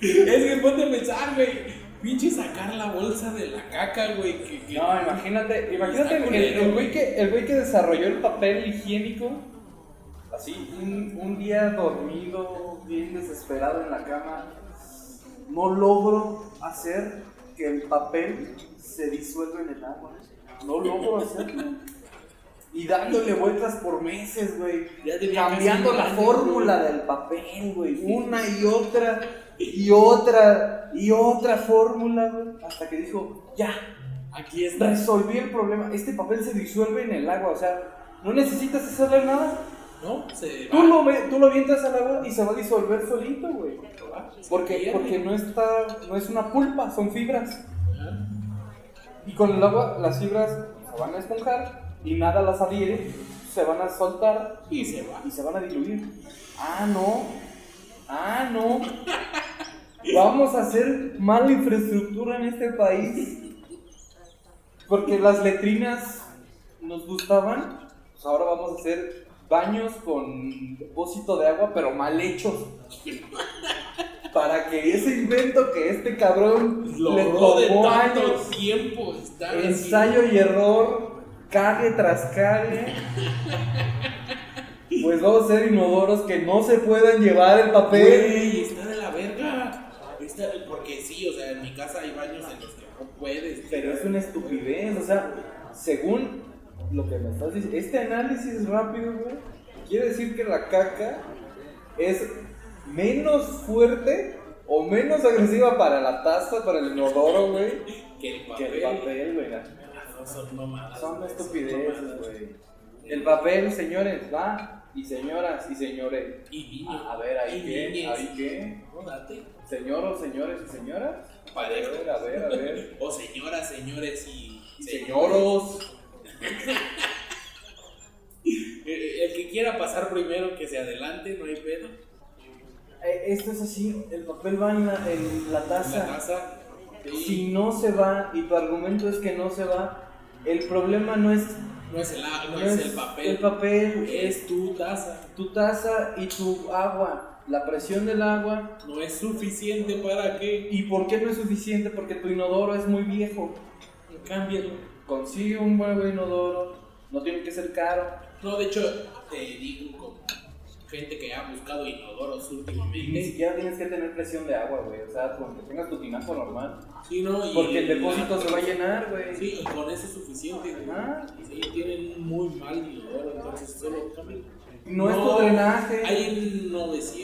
Speaker 2: Es que ponte a pensar, güey. Pinche sacar la bolsa de la caca, güey. Que, que-
Speaker 3: No, imagínate, imagínate
Speaker 2: Está
Speaker 3: el,
Speaker 2: culero,
Speaker 3: el güey que, el güey que desarrolló el papel higiénico, así, un, un día dormido, bien desesperado en la cama, no logro hacer que el papel se disuelva en el agua. No logro hacerlo. Y dándole vueltas por meses, güey.
Speaker 2: Ya tenía
Speaker 3: Cambiando
Speaker 2: casi
Speaker 3: la
Speaker 2: un año,
Speaker 3: fórmula
Speaker 2: güey.
Speaker 3: del papel, güey. Una y otra, y otra, y otra fórmula, güey. Hasta que dijo, ya,
Speaker 2: Aquí está.
Speaker 3: resolví el problema. Este papel se disuelve en el agua, o sea, no necesitas hacerle nada.
Speaker 2: ¿No? Se
Speaker 3: Tú lo, ve- tú lo avientas al agua y se va a disolver solito, güey.
Speaker 2: va.
Speaker 3: ¿Por qué?
Speaker 2: Pierde.
Speaker 3: Porque no está, no es una pulpa, son fibras. Y con el agua las fibras se van a esponjar y nada las adhiere, se van a soltar
Speaker 2: Y se va.
Speaker 3: y se van a diluir. Ah, no. Ah, no. Vamos a hacer mala infraestructura en este país. Porque las letrinas nos gustaban. Pues ahora vamos a hacer baños con depósito de agua, pero mal hechos. Para que ese invento que este cabrón le
Speaker 2: Logró Pues, de
Speaker 3: tomó
Speaker 2: tanto
Speaker 3: años
Speaker 2: tiempo estar así.
Speaker 3: ensayo y error, cague tras cague. Pues vamos a ser inodoros que no se puedan llevar el papel.
Speaker 2: Güey, está de la verga. Está- porque sí, o sea, en mi casa hay baños en los que no puedes.
Speaker 3: Pero es una estupidez, o sea, según lo que me estás diciendo, este análisis rápido, güey, quiere decir que la caca es menos fuerte o menos agresiva para la taza, para el inodoro, güey,
Speaker 2: Que el
Speaker 3: que
Speaker 2: papel.
Speaker 3: el papel, güey.
Speaker 2: Ah, no, son mamadas.
Speaker 3: Son
Speaker 2: güey,
Speaker 3: estupideces,
Speaker 2: mamadas.
Speaker 3: güey. El papel, señores, va. Y señoras y señores.
Speaker 2: Y niños.
Speaker 3: A ver, ahí
Speaker 2: Y
Speaker 3: qué,
Speaker 2: niñes.
Speaker 3: ahí qué.
Speaker 2: No, date.
Speaker 3: Señor o señores y señoras. A
Speaker 2: Parejo.
Speaker 3: ver, a ver,
Speaker 2: [laughs]
Speaker 3: a ver.
Speaker 2: O señoras, señores y.
Speaker 3: Y
Speaker 2: señores.
Speaker 3: Señoros.
Speaker 2: El, Eh, el que quiera pasar primero, que se adelante, no hay pedo.
Speaker 3: Eh, Esto es así, el papel va en la, en la
Speaker 2: La
Speaker 3: taza.
Speaker 2: taza. sí,
Speaker 3: Si no se va, y tu argumento es que no se va, el problema no es,
Speaker 2: No es el, a- no
Speaker 3: no
Speaker 2: es el papel.
Speaker 3: el papel, es
Speaker 2: es tu taza.
Speaker 3: tu taza y tu agua, la presión del agua
Speaker 2: No es suficiente para que
Speaker 3: ¿Y por qué no es suficiente? Porque tu inodoro es muy viejo.
Speaker 2: cámbialo.
Speaker 3: Consigue un nuevo inodoro, no tiene que ser caro.
Speaker 2: No, de hecho, te digo como gente que ha buscado inodoros
Speaker 3: Y ni
Speaker 2: últimamente.
Speaker 3: siquiera tienes que tener presión de agua, güey. O sea, con que tengas tu tinaco normal.
Speaker 2: Sí, no, y
Speaker 3: Porque el depósito se va a llenar, güey.
Speaker 2: Sí, y con eso es suficiente. güey.
Speaker 3: Ah.
Speaker 2: Sí, tienen un muy mal inodoro, entonces solo cámbialo.
Speaker 3: No, es tu drenaje.
Speaker 2: Hay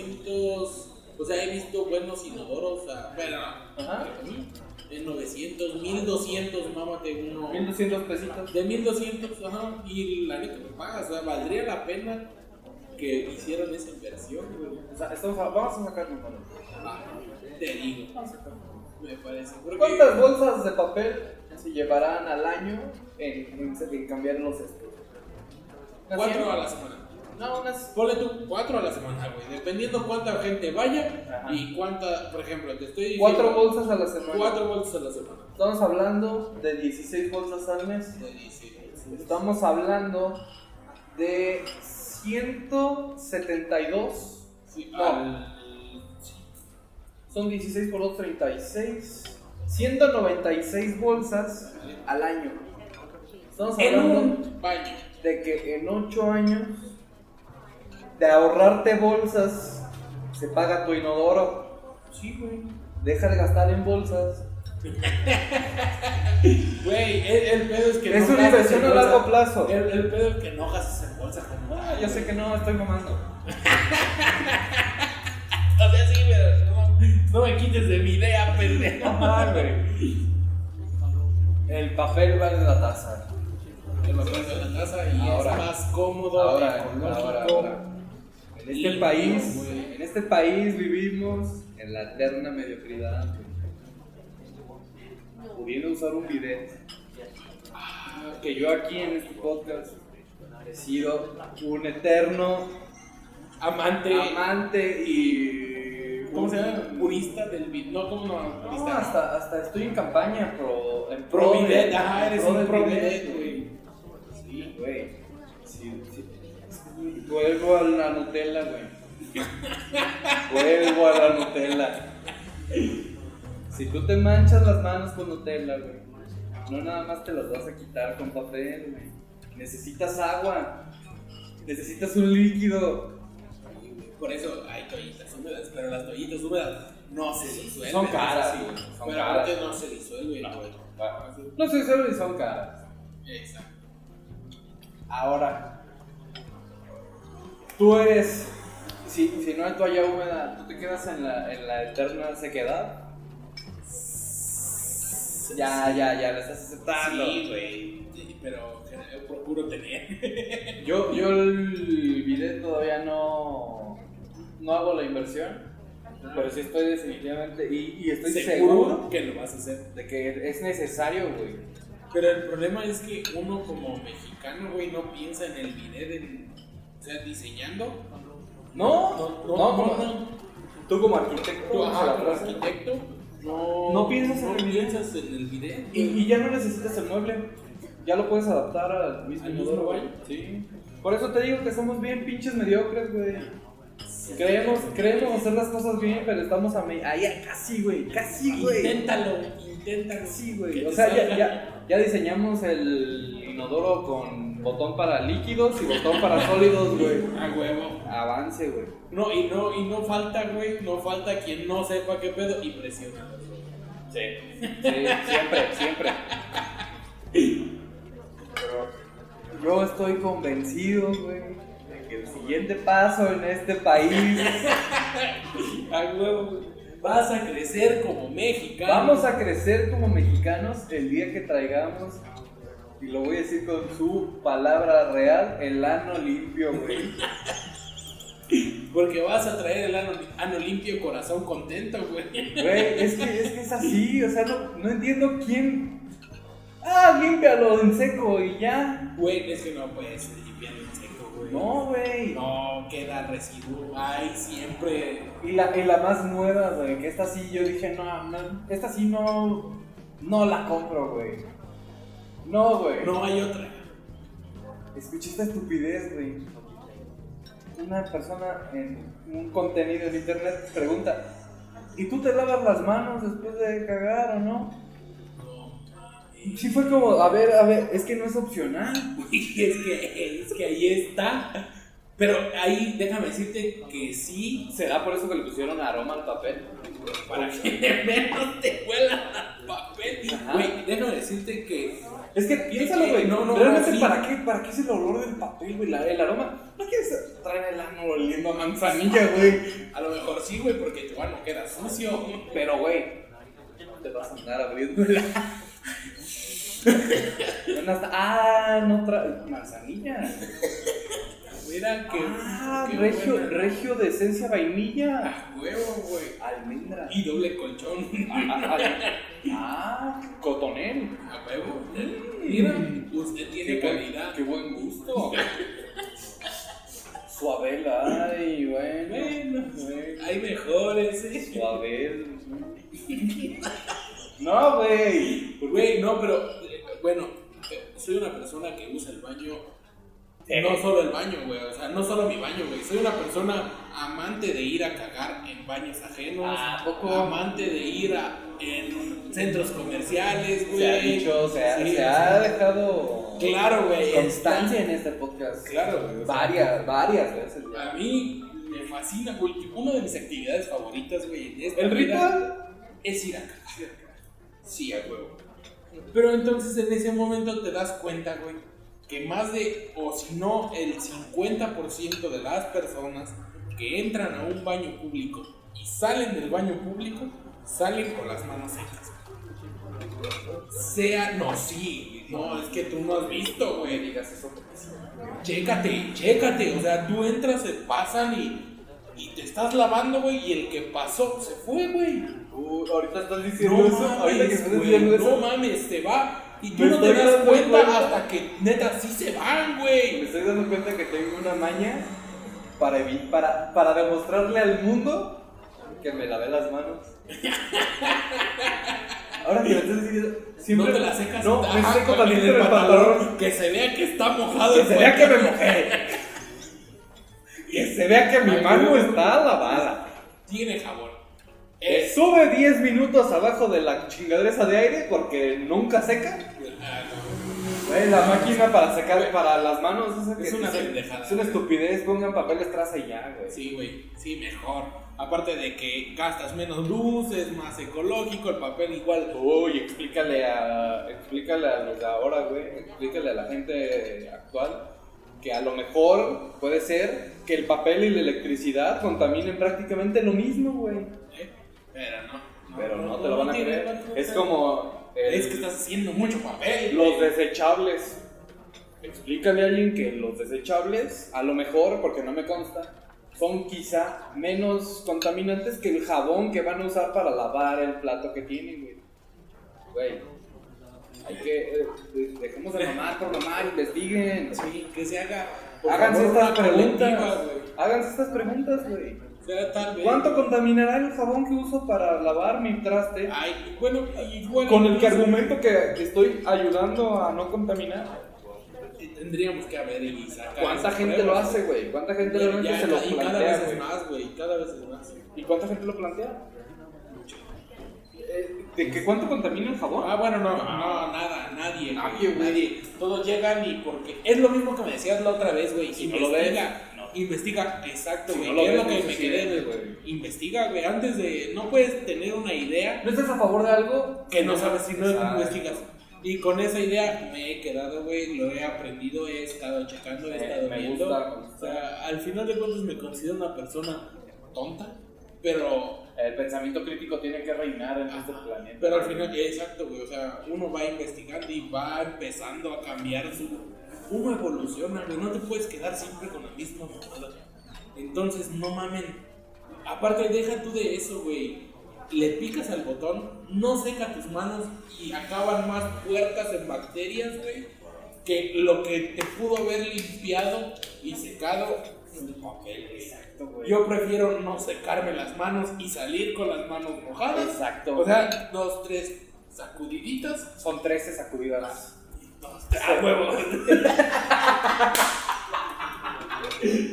Speaker 2: 900. O sea, he visto buenos inodoros. o sea, bueno,
Speaker 3: Ajá.
Speaker 2: en 900, 1200, mámate uno.
Speaker 3: 1200 pesitos.
Speaker 2: De 1200, ajá, y la neta me pagas, o sea, valdría la pena que hicieran esa inversión, güey.
Speaker 3: O sea, estamos a- vamos a sacar un valor.
Speaker 2: Ah, Te digo, me parece. Porque
Speaker 3: ¿Cuántas bolsas de papel se llevarán al año en, en- en cambiar los estos? ¿Unas
Speaker 2: Cuatro
Speaker 3: cien?
Speaker 2: a la semana.
Speaker 3: No, unas.
Speaker 2: Ponle tú cuatro a la semana, güey, dependiendo cuánta gente vaya
Speaker 3: Ajá.
Speaker 2: y cuánta, por ejemplo, te estoy diciendo.
Speaker 3: Cuatro bolsas a la semana.
Speaker 2: Cuatro bolsas a la semana.
Speaker 3: Estamos hablando de 16 bolsas al mes.
Speaker 2: Te dice,
Speaker 3: Estamos hablando de 172.
Speaker 2: sí,
Speaker 3: No.
Speaker 2: al- sí,
Speaker 3: Son 16 por 2, 36. 196 bolsas al año. Estamos
Speaker 2: En
Speaker 3: hablando
Speaker 2: un baño.
Speaker 3: de que en 8 años de ahorrarte bolsas se paga tu inodoro.
Speaker 2: Sí, güey.
Speaker 3: Deja de gastar en bolsas.
Speaker 2: Güey, el, el pedo es que
Speaker 3: Es
Speaker 2: no
Speaker 3: una
Speaker 2: gastes en
Speaker 3: inversión a largo
Speaker 2: bolsa.
Speaker 3: plazo.
Speaker 2: El, el pedo es que no gastas en bolsa como
Speaker 3: Ah, yo sé que no, estoy mamando.
Speaker 2: O sea, sí, pero no, no me quites de mi idea, pendejo.
Speaker 3: Ah, güey. El papel vale la taza.
Speaker 2: Te lo pones en la casa y
Speaker 3: Ahora.
Speaker 2: es más cómodo.
Speaker 3: Ahora,
Speaker 2: ecológico.
Speaker 3: ahora, ahora. En este
Speaker 2: Limpio,
Speaker 3: país,
Speaker 2: güey.
Speaker 3: en este país vivimos en la eterna mediocridad. güey. Pudiendo usar un bidet. Que yo aquí en este podcast he sido un eterno
Speaker 2: Amante.
Speaker 3: amante y
Speaker 2: ¿Cómo se
Speaker 3: un-
Speaker 2: llama? Purista del beat. No, ¿cómo no?
Speaker 3: No,
Speaker 2: Purista.
Speaker 3: hasta, hasta estoy en campaña pro, en
Speaker 2: Providet,
Speaker 3: Providet,
Speaker 2: ajá, eres
Speaker 3: pro
Speaker 2: un
Speaker 3: del
Speaker 2: providet,
Speaker 3: bidet,
Speaker 2: güey.
Speaker 3: Sí, güey. Sí, sí. Vuelvo a la Nutella, güey. Vuelvo a la Nutella. Si tú te manchas las manos con Nutella, güey, no nada más te las vas a quitar con papel, güey. Necesitas agua. Necesitas un líquido.
Speaker 2: Por eso hay toallitas húmedas, pero las toallitas húmedas no se disuelven.
Speaker 3: Son caras,
Speaker 2: sí,
Speaker 3: güey, son
Speaker 2: pero
Speaker 3: caras.
Speaker 2: aparte no se disuelven, güey.
Speaker 3: No sé, solo son caras.
Speaker 2: Exacto.
Speaker 3: Ahora, tú eres. Si, si no hay toalla húmeda, ¿tú te quedas en la, en la eterna sequedad? Ya, ya, ya, la estás aceptando.
Speaker 2: Sí, güey. Sí, Pero eh, procuro tener.
Speaker 3: Yo, yo el bidet todavía no, no hago la inversión, pero sí estoy definitivamente. Y, y estoy seguro
Speaker 2: que lo vas a hacer.
Speaker 3: de que es necesario, güey.
Speaker 2: Pero el problema es que uno como mexicano, güey, no piensa en el bidet, en, o sea, diseñando.
Speaker 3: No,
Speaker 2: No,
Speaker 3: no,
Speaker 2: no,
Speaker 3: como- Tú como arquitecto,
Speaker 2: Tú,
Speaker 3: o sea,
Speaker 2: ajá, como
Speaker 3: pues,
Speaker 2: arquitecto, no,
Speaker 3: No piensas en
Speaker 2: no
Speaker 3: el bidet.
Speaker 2: piensas en el bidet,
Speaker 3: Y,
Speaker 2: güey.
Speaker 3: y ya no necesitas el mueble. Ya lo puedes adaptar al mismo
Speaker 2: ¿Al
Speaker 3: modelo,
Speaker 2: mismo
Speaker 3: güey.
Speaker 2: baño?
Speaker 3: Sí. Por eso te digo que somos bien pinches mediocres, güey. Creemos, creemos hacer las cosas bien, pero estamos a me- ahí a casi, güey. Casi, güey.
Speaker 2: Inténtalo, inténtalo.
Speaker 3: Casi,
Speaker 2: Que
Speaker 3: güey.
Speaker 2: te
Speaker 3: O sea, ya,
Speaker 2: salga.
Speaker 3: ya, ya diseñamos el inodoro con botón para líquidos y botón para sólidos, güey.
Speaker 2: A huevo.
Speaker 3: Avance, güey.
Speaker 2: No, y no, y no falta, güey, no falta quien no sepa qué pedo y presiona.
Speaker 3: Sí. siempre, siempre. Pero yo estoy convencido, güey, de que el siguiente paso en este país
Speaker 2: A huevo, güey. Vas a crecer como mexicano.
Speaker 3: vamos a crecer como mexicanos el día que traigamos y lo voy a decir con su palabra real, el ano limpio, güey.
Speaker 2: Porque vas a traer el ano, ano limpio, corazón contento, güey.
Speaker 3: Güey, es que, es que es así, o sea, no, no entiendo quién. Ah, límpialo en seco y ya.
Speaker 2: Güey, es que no puedes limpiar el seco, güey.
Speaker 3: No, güey.
Speaker 2: No, queda residuo. Ay, siempre.
Speaker 3: Y la, y la más nueva, güey, que esta sí yo dije, no, no, esta sí no, no la compro, güey. No, güey.
Speaker 2: No hay otra. [laughs]
Speaker 3: Escuché esta estupidez, güey. Una persona en un contenido en internet pregunta, ¿y tú te lavas las manos después de cagar o no? Y Sí fue como, a ver, a ver, es que no es opcional.
Speaker 2: Güey, es que, es que ahí está. Pero ahí déjame decirte que sí, [laughs]
Speaker 3: ¿Será por eso que le pusieron aroma al papel?
Speaker 2: para que menos te huelan al papel.
Speaker 3: Ajá.
Speaker 2: Güey, déjame decirte que
Speaker 3: Es que piénsalo, güey.
Speaker 2: No, no,
Speaker 3: Realmente,
Speaker 2: sí.
Speaker 3: ¿para, qué, ¿para qué es el olor del papel, güey? La- El aroma. ¿No quieres traer el ano oliendo a manzanilla, güey?
Speaker 2: a lo mejor sí, güey, porque tu mano queda sucio.
Speaker 3: Pero, güey, te vas a andar abriendo el ano. [laughs] No está- Ah, no trae. Manzanilla.
Speaker 2: Mira que.
Speaker 3: Ah,
Speaker 2: que
Speaker 3: regio,
Speaker 2: buena.
Speaker 3: regio de esencia vainilla.
Speaker 2: A huevo, güey.
Speaker 3: Almendra.
Speaker 2: Y doble colchón. [laughs]
Speaker 3: Ah, ah, [laughs] ah, ah, cotonel.
Speaker 2: A huevo. Mira, usted tiene
Speaker 3: buen-
Speaker 2: calidad.
Speaker 3: qué buen [laughs] gusto. Suavel, ay,
Speaker 2: Bueno, hay mejores, eh.
Speaker 3: Suavel. [laughs] No, güey.
Speaker 2: Güey, no, pero eh, bueno, eh, soy una persona que usa el baño.
Speaker 3: Eh.
Speaker 2: No solo el baño, güey, o sea, no solo mi baño, güey. Soy una persona amante de ir a cagar en baños ajenos.
Speaker 3: Ah, ¿a poco?
Speaker 2: Amante de ir a, en centros comerciales, güey.
Speaker 3: Se ha dicho, se ha,
Speaker 2: Sí,
Speaker 3: se ha
Speaker 2: sí.
Speaker 3: dejado
Speaker 2: Claro, güey.
Speaker 3: constancia
Speaker 2: está-
Speaker 3: en este podcast.
Speaker 2: Claro, güey, o sea,
Speaker 3: Varias, varias veces.
Speaker 2: A mí me fascina, güey. Una de mis actividades favoritas, güey, en esta
Speaker 3: ¿El
Speaker 2: vida
Speaker 3: ritual?
Speaker 2: es ir a cagar. Sí, a huevo. Pero entonces en ese momento te das cuenta, güey, que más de, o si no, el 50% de las personas que entran a un baño público y salen del baño público, salen con las manos secas. Sea, no, sí, no, es que tú no has visto, güey, digas eso. Chécate, chécate, o sea, tú entras, se pasan y, y te estás lavando, güey, y el que pasó se fue, güey.
Speaker 3: Uh, ahorita estás diciendo
Speaker 2: No
Speaker 3: eso. ahorita que
Speaker 2: mames,
Speaker 3: estás
Speaker 2: güey,
Speaker 3: diciendo
Speaker 2: no
Speaker 3: eso.
Speaker 2: mames, se va. Y tú
Speaker 3: Me
Speaker 2: no te
Speaker 3: estoy
Speaker 2: das
Speaker 3: dando
Speaker 2: cuenta
Speaker 3: cuenta.
Speaker 2: hasta que neta sí se van,
Speaker 3: Me
Speaker 2: güey.
Speaker 3: estoy dando cuenta que tengo una maña para, evi- para, para demostrarle al mundo que me lavé las manos. Ahora que lo estás diciendo, siempre.
Speaker 2: No te la secas.
Speaker 3: No, me
Speaker 2: Ajá,
Speaker 3: seco
Speaker 2: con
Speaker 3: también el pantalón.
Speaker 2: Que se vea que está mojado.
Speaker 3: Que
Speaker 2: el
Speaker 3: se vea que me
Speaker 2: pantalón.
Speaker 3: mojé. Que se vea que mi
Speaker 2: Ay,
Speaker 3: mano
Speaker 2: no.
Speaker 3: está lavada.
Speaker 2: Tiene jabón.
Speaker 3: Eh,
Speaker 2: Es.
Speaker 3: Sube 10 minutos abajo de la chingadresa de aire porque nunca seca.
Speaker 2: Ah,
Speaker 3: Güey, la máquina para secar para las manos esa que
Speaker 2: Es una
Speaker 3: dice-
Speaker 2: pendejada.
Speaker 3: Es una estupidez, pongan papel estraza y ya,
Speaker 2: no.
Speaker 3: güey.
Speaker 2: Sí, güey. Sí, mejor. Aparte de que gastas menos luz, es más ecológico, el papel igual.
Speaker 3: Uy, explícale a, explícale a los de ahora, güey, explícale a la gente actual que a lo mejor puede ser que el papel y la electricidad contaminen prácticamente lo mismo, güey.
Speaker 2: ¿eh? Pero no.
Speaker 3: Pero no te lo van a
Speaker 2: tiene
Speaker 3: creer.
Speaker 2: tanto-
Speaker 3: Es como el-
Speaker 2: Es que estás haciendo mucho papel.
Speaker 3: los
Speaker 2: güey.
Speaker 3: desechables. Explícale a alguien que los desechables, a lo mejor, porque no me consta, son quizá menos contaminantes que el jabón que van a usar para lavar el plato que tienen, güey. Güey, hay que. eh, de- dejemos de mamar por mamar, investiguen.
Speaker 2: Sí, que se haga. por
Speaker 3: Háganse
Speaker 2: favor,
Speaker 3: estas
Speaker 2: una
Speaker 3: preguntas.
Speaker 2: colectiva, güey.
Speaker 3: Háganse estas preguntas, güey.
Speaker 2: O sea, tal vez-
Speaker 3: ¿Cuánto contaminará el jabón que uso para lavar mi traste?
Speaker 2: Ay, bueno, igual.
Speaker 3: Ah, Con el que
Speaker 2: incluso-
Speaker 3: argumento que, que estoy ayudando a no contaminar.
Speaker 2: Eh, Tendríamos que haber y sacar.
Speaker 3: ¿Cuánta
Speaker 2: esas
Speaker 3: gente lo
Speaker 2: pruebas.
Speaker 3: hace, güey? ¿Cuánta
Speaker 2: pues, Ya,
Speaker 3: gente realmente
Speaker 2: ya,
Speaker 3: se lo
Speaker 2: y cada vez
Speaker 3: plantea,
Speaker 2: es
Speaker 3: güey?
Speaker 2: más, güey. Cada vez es más.
Speaker 3: ¿Y cuánta gente lo plantea? Eh, ¿De que cuánto contamina el jabón?
Speaker 2: Ah, bueno, no, no, nada, nadie. güey,
Speaker 3: Nadie, güey.
Speaker 2: nadie. Todos llegan y porque. Es lo mismo que me decías la otra vez, güey.
Speaker 3: Si no lo ves,
Speaker 2: investiga. Investiga, exacto,
Speaker 3: Si
Speaker 2: güey.
Speaker 3: no lo
Speaker 2: ¿Qué es
Speaker 3: ves,
Speaker 2: lo que
Speaker 3: no
Speaker 2: me
Speaker 3: se
Speaker 2: quedé,
Speaker 3: siente,
Speaker 2: güey.
Speaker 3: güey.
Speaker 2: Investiga, güey. Antes de. No puedes tener una idea
Speaker 3: ¿No estás a favor de algo?
Speaker 2: que no sabes si no
Speaker 3: Exacto.
Speaker 2: investigas. Y con esa idea me he quedado, güey, lo he aprendido, he estado checando, he
Speaker 3: Me-
Speaker 2: estado
Speaker 3: me
Speaker 2: viendo.
Speaker 3: gusta, me gusta.
Speaker 2: O sea, al final de cuentas me considero una persona tonta, pero,
Speaker 3: El pensamiento crítico tiene que reinar en este planeta.
Speaker 2: pero al final, exacto, güey, o sea, uno va investigando y va empezando a cambiar su... Uno evoluciona, güey, no te puedes quedar siempre con la misma mamada. Entonces, no mamen. Aparte, deja tú de eso, güey. Le picas al botón, no seca tus manos y acaban más puertas en bacterias, güey, que lo que te pudo haber limpiado y secado en papel, güey.
Speaker 3: Exacto, güey.
Speaker 2: Yo prefiero no secarme las manos y salir con las manos mojadas.
Speaker 3: Exacto.
Speaker 2: O sea, dos, tres sacudiditas
Speaker 3: son 13 sacudidas.
Speaker 2: y
Speaker 3: [laughs]
Speaker 2: dos, tres. ¡A huevo!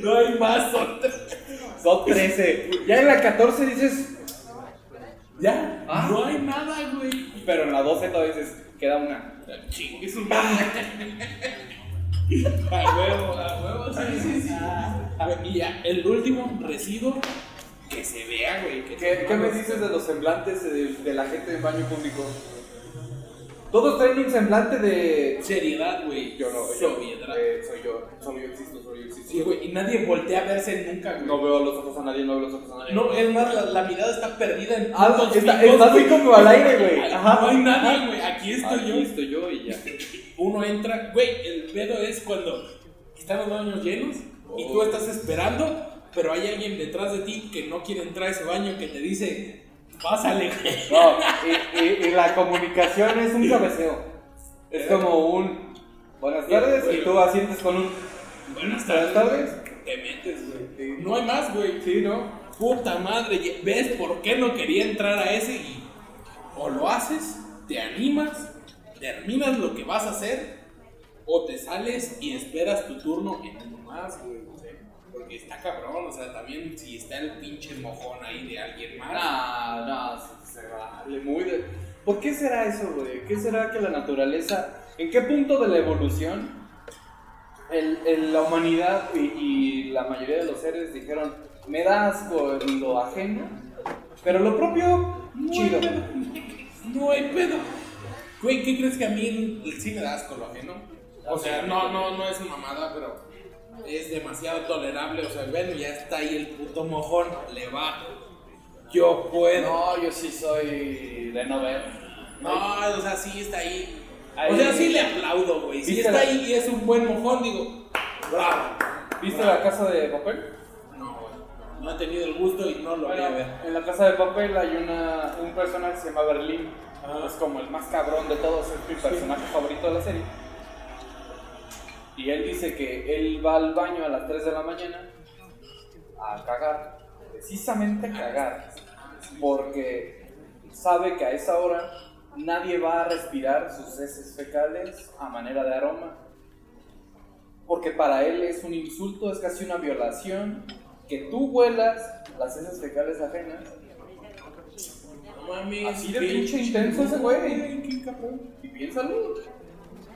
Speaker 2: no hay más, son tres.
Speaker 3: Son 13. Ya en la 14 dices,
Speaker 2: Ya,
Speaker 3: Ah.
Speaker 2: no hay nada, güey.
Speaker 3: pero en la 12 todavía dices, queda una.
Speaker 2: Chingue [laughs] su madre. A huevo, a huevo, sí, sí, sí. A ver, y ya, el último residuo que se vea, güey. que
Speaker 3: ¿Qué,
Speaker 2: se
Speaker 3: qué me
Speaker 2: vea.
Speaker 3: dices de los semblantes de, de la gente en baño público? Todos traen un semblante de.
Speaker 2: Seriedad, güey.
Speaker 3: Yo no, yo,
Speaker 2: Sobriedad.
Speaker 3: eh, soy yo, solo yo existo, solo yo existo.
Speaker 2: Sí, güey, y nadie voltea a verse nunca, güey.
Speaker 3: No veo los ojos a nadie, no veo los ojos a nadie.
Speaker 2: No, es más, la, la mirada está perdida en
Speaker 3: Ah,
Speaker 2: puntos
Speaker 3: está-
Speaker 2: fijos,
Speaker 3: está así
Speaker 2: güey.
Speaker 3: como al aire, güey. Ajá.
Speaker 2: No hay nadie, güey. Aquí estoy
Speaker 3: Aquí
Speaker 2: yo.
Speaker 3: estoy yo y ya.
Speaker 2: Uno entra, güey, el pedo es cuando están los baños llenos y
Speaker 3: Oh.
Speaker 2: tú estás esperando, pero hay alguien detrás de ti que no quiere entrar a ese baño que te dice, pásale, güey.
Speaker 3: No, y, y- y la comunicación es un cabeceo. Es como un buenas tardes y tú asientes con un
Speaker 2: Buenas tardes.
Speaker 3: buenas tardes.
Speaker 2: Te metes, güey.
Speaker 3: Sí.
Speaker 2: No hay más, güey.
Speaker 3: Sí, ¿no?
Speaker 2: Puta madre, ye- ¿ves por qué no quería entrar a ese? Y o lo haces, te animas, terminas lo que vas a hacer, o te sales y esperas tu turno en uno más, güey. o sea, Porque está cabrón, o sea, también si está el pinche mojón ahí de alguien más.
Speaker 3: No, Ah, no, se- se vale muy de... ¿Por qué será eso, güey? ¿Qué será que la naturaleza... ¿En qué punto de la evolución el, el- la humanidad y, y la mayoría de los seres dijeron, me da asco lo ajeno, pero lo propio,
Speaker 2: No hay
Speaker 3: chido.
Speaker 2: pedo. No hay pedo. Güey, ¿qué crees que a mí el- sí me da asco lo ajeno? O sea, no, no, no es una mamada, pero es demasiado tolerable. O sea, bueno, ya está ahí el puto mojón, le va. Yo puedo.
Speaker 3: No, yo sí soy de no ver.
Speaker 2: No, o sea, sí está ahí.
Speaker 3: Ahí.
Speaker 2: O sea, sí le aplaudo, güey. Si
Speaker 3: Viste
Speaker 2: está
Speaker 3: la-
Speaker 2: ahí y es un buen mojón, digo, bravo.
Speaker 3: ¿Viste la casa de papel?
Speaker 2: No, güey. No he tenido el gusto y no lo voy a
Speaker 3: Bueno,
Speaker 2: ver.
Speaker 3: en la casa de papel hay una, un personaje que se llama Berlín.
Speaker 2: Ah.
Speaker 3: Es como el más cabrón de todos, es mi personaje favorito de la serie. Y él dice que él va al baño a las 3 de la mañana a cagar, precisamente a cagar, porque sabe que a esa hora nadie va a respirar sus heces fecales a manera de aroma. Porque para él es un insulto, es casi una violación que tú huelas las heces fecales ajenas.
Speaker 2: No mames.
Speaker 3: Así de
Speaker 2: qué
Speaker 3: pinche intenso ese güey.
Speaker 2: Qué cabrón.
Speaker 3: Y piénsalo.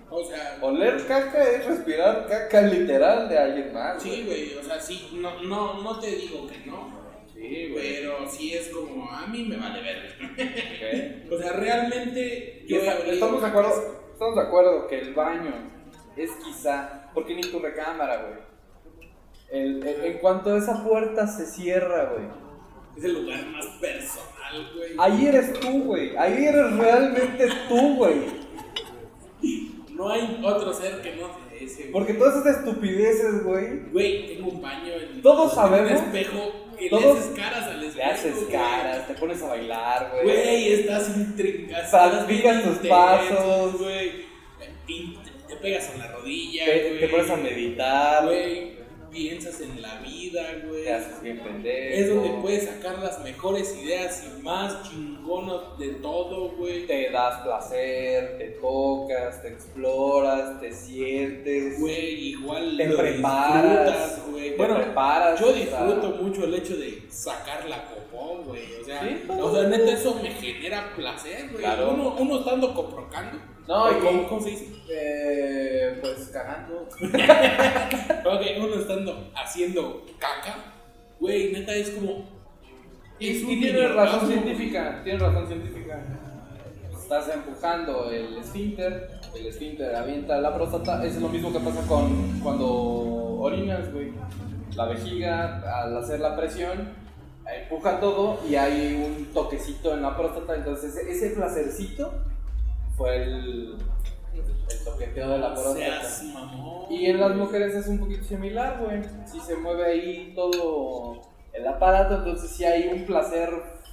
Speaker 2: O sea,
Speaker 3: Oler caca es respirar caca literal de alguien más.
Speaker 2: sí, güey. O sea, sí, no, no, no te digo que no.
Speaker 3: Sí, güey.
Speaker 2: Pero sí es como, a mí me vale ver.
Speaker 3: Ok.
Speaker 2: O sea, realmente
Speaker 3: Y
Speaker 2: yo he
Speaker 3: esa-
Speaker 2: olido-
Speaker 3: estamos de acuerdo, estamos de acuerdo que el baño es quizá, porque ni tu recámara, güey. El- el- en cuanto esa puerta se cierra, güey.
Speaker 2: Es el lugar más personal, güey.
Speaker 3: Ahí eres tú, güey. Ahí eres realmente tú, güey.
Speaker 2: No hay otro ser que no sea ese, güey.
Speaker 3: Porque todas esas estupideces, güey,
Speaker 2: Güey, tengo un baño en
Speaker 3: Todos
Speaker 2: en
Speaker 3: sabemos.
Speaker 2: un espejo que le
Speaker 3: Todos-
Speaker 2: haces caras al espejo.
Speaker 3: le haces
Speaker 2: güey.
Speaker 3: caras, te pones a bailar, güey.
Speaker 2: Güey, estás intrincado.
Speaker 3: Salpicas tus pasos.
Speaker 2: güey. Pin- Te, te pegas en la rodilla,
Speaker 3: Te,
Speaker 2: güey.
Speaker 3: te pones a meditar,
Speaker 2: Güey, piensas en la vida, güey.
Speaker 3: te haces bien pendejo.
Speaker 2: Es donde puedes sacar las mejores ideas y más chingonas de todo, güey.
Speaker 3: Te das placer, te tocas, te exploras, te sientes.
Speaker 2: Güey, igual
Speaker 3: te
Speaker 2: lo
Speaker 3: preparas,
Speaker 2: disfrutas, güey.
Speaker 3: te
Speaker 2: Bueno,
Speaker 3: preparas,
Speaker 2: yo
Speaker 3: o sea.
Speaker 2: disfruto mucho el hecho de sacar la popó, güey. O sea,
Speaker 3: Sí,
Speaker 2: o sea, neta, eso me genera placer, güey.
Speaker 3: Claro.
Speaker 2: Uno, uno estando coprocando.
Speaker 3: No,
Speaker 2: ¿O
Speaker 3: y-
Speaker 2: ¿cómo, cómo se dice?
Speaker 3: Eh, pues cagando.
Speaker 2: Ok, uno estando haciendo caca, güey, neta, es como.
Speaker 3: Y,
Speaker 2: es un
Speaker 3: y tiene razón
Speaker 2: orgasmo,
Speaker 3: científica, tiene razón científica. Estás empujando el esfínter, el esfínter avienta la próstata, es lo mismo que pasa con cuando orinas, güey. La vejiga, al hacer la presión, empuja todo y hay un toquecito en la próstata, entonces ese, ese placercito fue el, el toqueteo de la
Speaker 2: güey.
Speaker 3: próstata.
Speaker 2: Seas mamón.
Speaker 3: Y en las mujeres es un poquito similar, güey. Si se mueve ahí todo el aparato, entonces sí hay un placer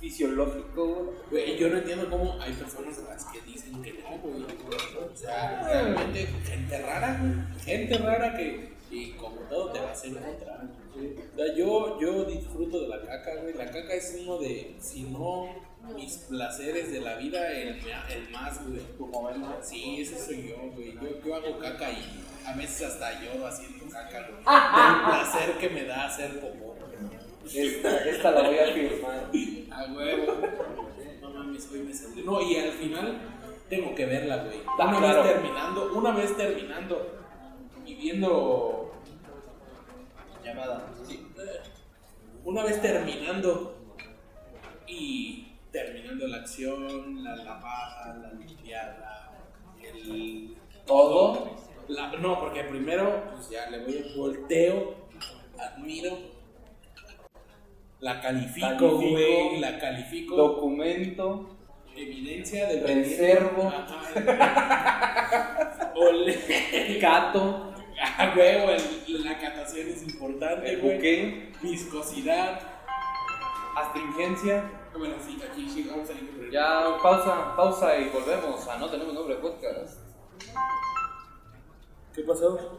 Speaker 3: fisiológico, güey.
Speaker 2: Güey, yo no entiendo cómo hay personas a las que dicen que no, güey. O sea, realmente, gente rara, güey. Gente rara que, y como todo, te vas a encontrar. güey. O sea, yo, yo disfruto de la caca, güey. La caca es uno de, si no, mis placeres de la vida, el, ma- el más, güey.
Speaker 3: Tu momento.
Speaker 2: Sí, ese soy yo, güey. Yo, yo hago caca y a veces hasta lloro haciendo caca, güey. El placer que me da hacer popó, güey.
Speaker 3: Esta, esta la voy a firmar.
Speaker 2: A huevo. No mames, güey, me salió. No, y al final tengo que verla, güey.
Speaker 3: Ah,
Speaker 2: Una
Speaker 3: claro.
Speaker 2: vez terminando, una vez terminando y viendo.
Speaker 3: Llamada.
Speaker 2: sí, eh, Una vez terminando y terminando la acción, la lavada, la limpiada, el.
Speaker 3: Todo.
Speaker 2: La- no, porque primero, pues ya le voy a volteo, admiro, la califico,
Speaker 3: Califico.
Speaker 2: güey, la califico.
Speaker 3: Documento.
Speaker 2: Evidencia del
Speaker 3: Preservo.
Speaker 2: Ajá. [laughs] Ole.
Speaker 3: Cato.
Speaker 2: Ah, huevo, el- la catación es importante,
Speaker 3: El
Speaker 2: güey.
Speaker 3: buque.
Speaker 2: Viscosidad.
Speaker 3: Astringencia.
Speaker 2: Bueno, sí, aquí sí, vamos a ir por el-
Speaker 3: Ya, pausa, pausa y volvemos. Ah, no tenemos nombre de podcast.
Speaker 2: ¿Qué pasó?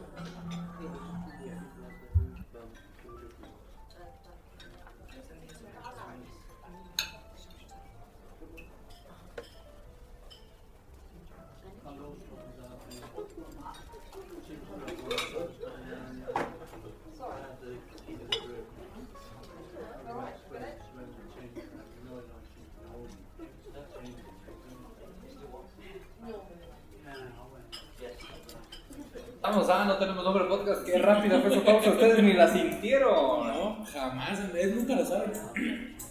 Speaker 3: Vamos, ah, no tenemos nombre de podcast. Qué rápida fue esa pausa. Ustedes ni la sintieron, ¿no?
Speaker 2: No, jamás, Andrés, nunca lo saben.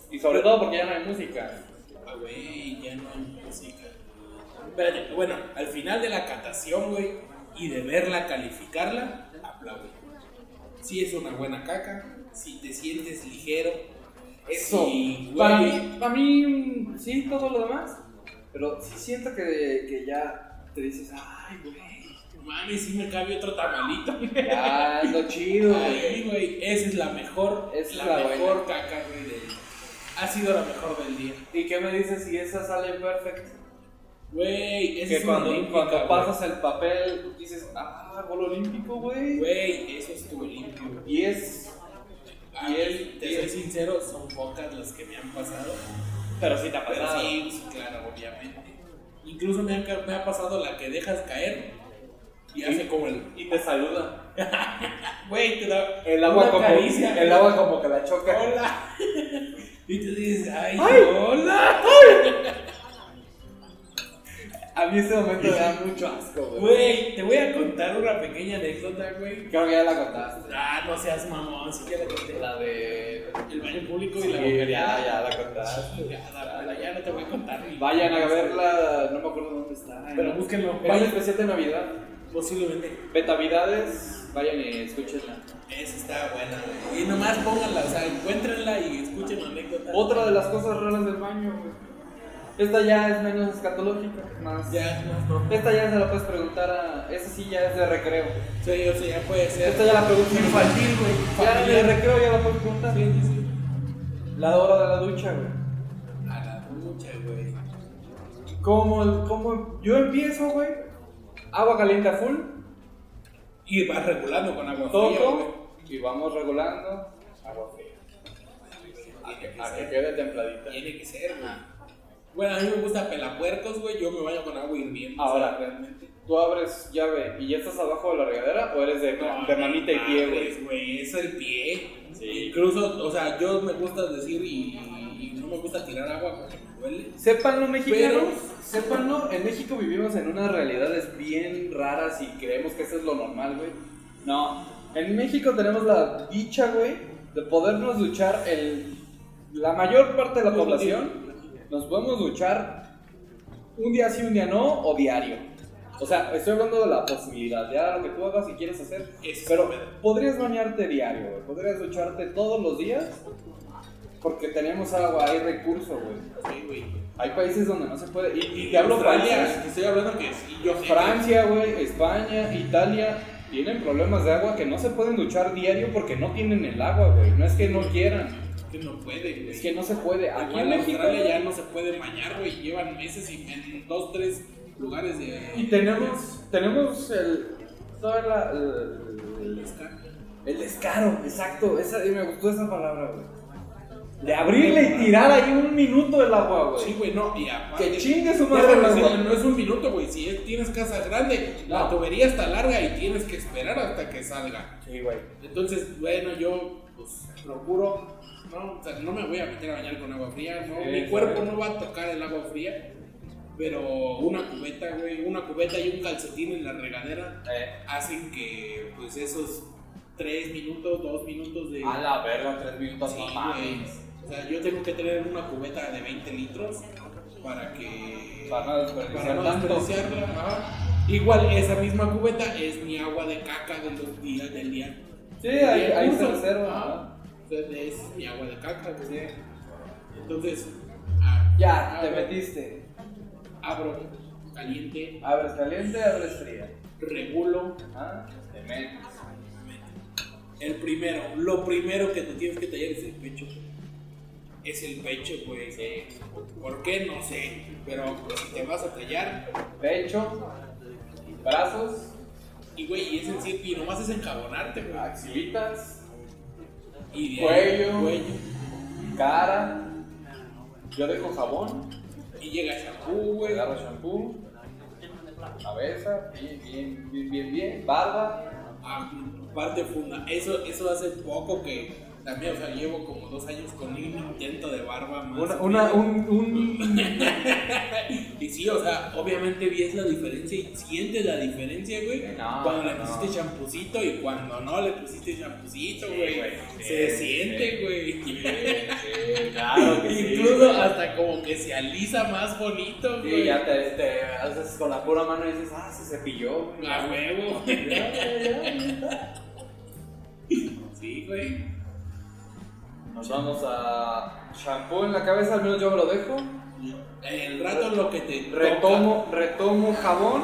Speaker 3: Y sobre todo porque ya no hay música.
Speaker 2: Ah, güey, ya no hay música. Espérate, bueno, al final de la catación, güey, y de verla, calificarla, aplaude. Si es una buena caca, si te sientes ligero.
Speaker 3: Eso.
Speaker 2: si, güey,
Speaker 3: para mí, para mí, mm, sí, todo lo demás. Pero sí siento que, que ya te dices,
Speaker 2: [laughs]
Speaker 3: ay, güey.
Speaker 2: Mami, si me cabe otro tamalito.
Speaker 3: Ya, es lo chido, güey.
Speaker 2: Ay, güey, esa es la mejor,
Speaker 3: Esa es
Speaker 2: la,
Speaker 3: la
Speaker 2: mejor caca, güey, del Ha sido la mejor del día.
Speaker 3: ¿Y qué me dices si esa sale perfecta?
Speaker 2: Güey, esa
Speaker 3: Que
Speaker 2: es
Speaker 3: cuando,
Speaker 2: olímpica,
Speaker 3: cuando
Speaker 2: güey.
Speaker 3: pasas el papel dices, ah, gol olímpico, güey.
Speaker 2: Güey, eso estuvo limpio.
Speaker 3: Y es.
Speaker 2: A
Speaker 3: Y
Speaker 2: mí,
Speaker 3: es- y
Speaker 2: te soy
Speaker 3: es-
Speaker 2: sincero, son pocas las que me han pasado.
Speaker 3: Pero sí te ha
Speaker 2: Pero
Speaker 3: pasado.
Speaker 2: sí, pues, claro, obviamente. Incluso me ha, ca- me ha pasado la que dejas caer y hace como el.
Speaker 4: Y te saluda.
Speaker 2: Güey, te da.
Speaker 3: El agua,
Speaker 2: una
Speaker 3: como,
Speaker 2: caricia.
Speaker 3: el agua como que la choca.
Speaker 2: Hola. [laughs] Y tú dices, ay,
Speaker 3: ¡Ay!
Speaker 2: hola.
Speaker 3: A mí ese momento me da mucho asco, güey.
Speaker 2: Güey, te voy a contar una pequeña anécdota, güey.
Speaker 3: Creo que ya la contaste.
Speaker 2: Ah, no seas mamón, si ya la conté.
Speaker 3: La de.
Speaker 2: El baño público y
Speaker 3: Sí,
Speaker 2: la
Speaker 3: ya,
Speaker 2: mujer.
Speaker 3: ya la contaste.
Speaker 2: Ya no te voy a contar. ni-
Speaker 3: Vayan a verla, no me acuerdo dónde está.
Speaker 2: Pero
Speaker 3: ¿no?
Speaker 2: búsquenlo.
Speaker 3: Es un especial de Navidad.
Speaker 2: Posiblemente.
Speaker 3: Betavidades, vayan y escúchenla.
Speaker 2: Esa está buena, güey. Y nomás pónganla, o sea, encuéntrenla y escuchen la anécdota.
Speaker 3: Otra de las cosas raras del baño, güey. Esta ya es menos escatológica, más.
Speaker 2: Ya, no, no.
Speaker 3: Esta ya se la puedes preguntar a. Esa sí ya es de recreo.
Speaker 2: Sí, o sea, ya puede ser.
Speaker 3: Esta ya la preguntas
Speaker 2: Infantil, güey.
Speaker 3: Ya de
Speaker 2: Familiar.
Speaker 3: recreo ya la puedes preguntar.
Speaker 2: Sí, sí, sí.
Speaker 3: La hora de la ducha, güey.
Speaker 2: A la ducha, güey.
Speaker 3: Como, como yo empiezo, güey. Agua caliente a full.
Speaker 2: Y vas regulando con agua fría, güey.
Speaker 3: Toco y vamos regulando. Agua fría. A que, a que quede templadita.
Speaker 2: Tiene que ser, güey. Bueno, a mí me gusta pelapuercos, güey. Yo me baño con agua hirviendo.
Speaker 3: Ahora.
Speaker 2: o sea, realmente.
Speaker 3: Tú abres llave y ya estás abajo de la regadera o eres de, de manita y pie, güey.
Speaker 2: mames, güey. Es el pie.
Speaker 4: Sí.
Speaker 2: Incluso, o sea, yo me gusta decir y, y no me gusta tirar agua porque me duele.
Speaker 3: Sépanlo, mexicanos.
Speaker 2: Pero-
Speaker 3: Sépanlo, en México vivimos en unas realidades bien raras y creemos que eso es lo normal, güey. No. En México tenemos la dicha, güey, de podernos duchar el, la mayor parte de la población. Nos podemos duchar un día sí, un día no, o diario. O sea, estoy hablando de la posibilidad, ya lo que tú hagas y quieres hacer.
Speaker 2: Es-
Speaker 3: Pero podrías bañarte diario, güey. Podrías ducharte todos los días. Porque tenemos agua, hay recursos, güey.
Speaker 2: Sí, güey.
Speaker 3: Hay países donde no se puede. Y,
Speaker 2: Y
Speaker 3: y te hablo
Speaker 2: Australia,
Speaker 3: Francia.
Speaker 2: te estoy hablando que sí, yo sé que-
Speaker 3: Francia, güey, España, Italia. Tienen problemas de agua que no se pueden duchar diario porque no tienen el agua, güey. No es que no quieran,
Speaker 2: que no puede, güey.
Speaker 3: es que no se puede.
Speaker 2: Aquí en Australia ya no se puede bañar, güey. Llevan meses y en dos, tres lugares de.
Speaker 3: Y tenemos, tenemos el, toda la, el, el descaro, exacto, esa, me gustó esa palabra, güey. De abrirle y tirar ahí un minuto el agua,
Speaker 2: Sí,
Speaker 3: güey.
Speaker 2: güey, no. Y aparte.
Speaker 3: Que chingue su madre
Speaker 2: No,
Speaker 3: el
Speaker 2: no,
Speaker 3: agua.
Speaker 2: no es un minuto, güey. Si es- tienes casa grande, la
Speaker 3: No.
Speaker 2: tubería está larga y tienes que esperar hasta que salga.
Speaker 3: Sí, güey.
Speaker 2: Entonces, bueno, yo pues procuro. No, o sea, no me voy a meter a bañar con agua fría, ¿no? Mi
Speaker 3: Exacto.
Speaker 2: cuerpo no va a tocar el agua fría. Pero una cubeta, güey, una cubeta y un calcetín en la regadera
Speaker 3: Eh,
Speaker 2: hacen que pues esos tres minutos, dos minutos de...
Speaker 3: a la verga, tres minutos,
Speaker 2: Sí,
Speaker 3: no
Speaker 2: güey.
Speaker 3: mames.
Speaker 2: O sea, yo tengo que tener una cubeta de 20 litros para que...
Speaker 3: Para no desperdiciar
Speaker 2: para no
Speaker 3: tanto.
Speaker 2: desperdiciarla, ajá. Igual esa misma cubeta es mi agua de caca de los días del día.
Speaker 3: Sí, ahí,
Speaker 2: Del
Speaker 3: ahí se
Speaker 2: curso.
Speaker 3: reserva,
Speaker 2: Ajá. Entonces es mi agua de caca, pues, Entonces... ah,
Speaker 3: ¿no? Ya, te
Speaker 2: abro-
Speaker 3: metiste.
Speaker 2: Abro, caliente,
Speaker 3: Abres caliente, abres fría.
Speaker 2: regulo,
Speaker 3: Ah, te metes.
Speaker 2: El primero, lo primero que te tienes que tallar es el pecho. Es el pecho, güey. ¿Por qué? No sé. Pero si te vas a tallar,
Speaker 3: Pecho, brazos,
Speaker 2: y güey, y es en sí, y nomás es encabonarte, güey.
Speaker 3: axilitas.
Speaker 2: Y de ahí,
Speaker 3: Cuello, cara. Yo dejo jabón,
Speaker 2: Y llega shampoo,
Speaker 3: le
Speaker 2: güey.
Speaker 3: agarro shampoo, cabeza, bien, bien, bien, bien, bien, barba.
Speaker 2: Ah, parte funda. Eso, eso hace poco que también, o sea, llevo como dos años con un intento de barba más.
Speaker 3: un, un...
Speaker 2: Y sí, o sea, obviamente ves la diferencia y sientes la diferencia, güey.
Speaker 3: No,
Speaker 2: cuando le
Speaker 3: no.
Speaker 2: pusiste champucito y cuando no le pusiste champucito, güey.
Speaker 3: güey,
Speaker 2: se
Speaker 3: sí,
Speaker 2: siente,
Speaker 3: sí.
Speaker 2: güey.
Speaker 3: claro que sí.
Speaker 2: Incluso hasta como que se alisa más bonito, güey.
Speaker 3: Sí, ya te, te haces con la pura mano y dices, ah, se cepilló. güey.
Speaker 2: A huevo. [laughs]
Speaker 3: Ya, ya, ya.
Speaker 2: Sí, güey.
Speaker 3: Nos vamos a shampoo en la cabeza, al menos yo me lo dejo.
Speaker 2: El rato lo que te toca,
Speaker 3: Retomo, retomo jabón.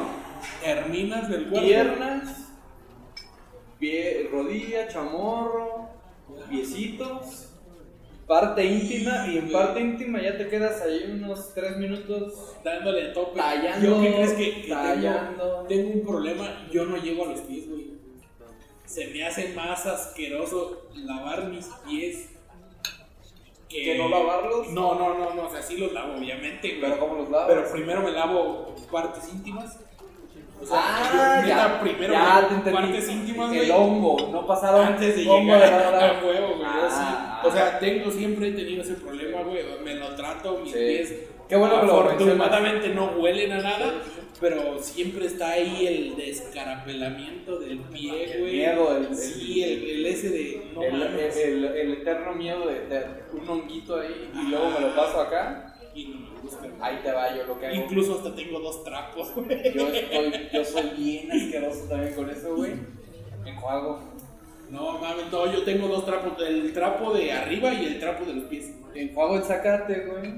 Speaker 2: terminas del cuerpo.
Speaker 3: piernas, pie, rodilla, chamorro, piecitos, parte íntima y en parte íntima ya te quedas ahí unos 3 minutos
Speaker 2: Dándole a tope.
Speaker 3: Tallando,
Speaker 2: ¿Yo qué crees que, que tengo-
Speaker 3: tallando.
Speaker 2: Tengo, un problema? Yo no llego a los pies, güey. Se me hace más asqueroso lavar mis pies que...
Speaker 3: ¿Que no lavarlos?
Speaker 2: No, no, no, no, o sea, sí los lavo, obviamente,
Speaker 3: Pero
Speaker 2: pero,
Speaker 3: ¿cómo los lavas?
Speaker 2: pero primero me lavo partes íntimas. O sea,
Speaker 3: ah,
Speaker 2: yo,
Speaker 3: ya,
Speaker 2: neta, primero
Speaker 3: ya
Speaker 2: me
Speaker 3: te
Speaker 2: lavo
Speaker 3: entendí.
Speaker 2: partes íntimas,
Speaker 3: El
Speaker 2: güey,
Speaker 3: hongo, no pasaron
Speaker 2: antes de
Speaker 3: hongo
Speaker 2: llegar
Speaker 3: la
Speaker 2: a,
Speaker 3: hora.
Speaker 2: a huevo, güey, yo
Speaker 3: Ah,
Speaker 2: sí. O sea, tengo, siempre he tenido ese problema, güey, me lo trato, mis
Speaker 3: Sí.
Speaker 2: pies...
Speaker 3: Qué bueno que lo
Speaker 2: Afortunadamente no huelen a nada, pero siempre está ahí el descarapelamiento del pie, güey.
Speaker 3: miedo, el-
Speaker 2: Sí, el, el ese de... No
Speaker 3: el,
Speaker 2: mames.
Speaker 3: el- el- el eterno miedo de tener un honguito ahí y luego me lo paso acá,
Speaker 2: Y no me gusta.
Speaker 3: ahí te va yo lo que hago.
Speaker 2: Incluso hasta tengo dos trapos, güey.
Speaker 3: Yo, estoy, yo soy bien asqueroso también con eso, güey. Me enjuago.
Speaker 2: No mames, no, yo tengo dos trapos, el trapo de arriba y el trapo de los pies.
Speaker 3: Enjuago el zacate, güey.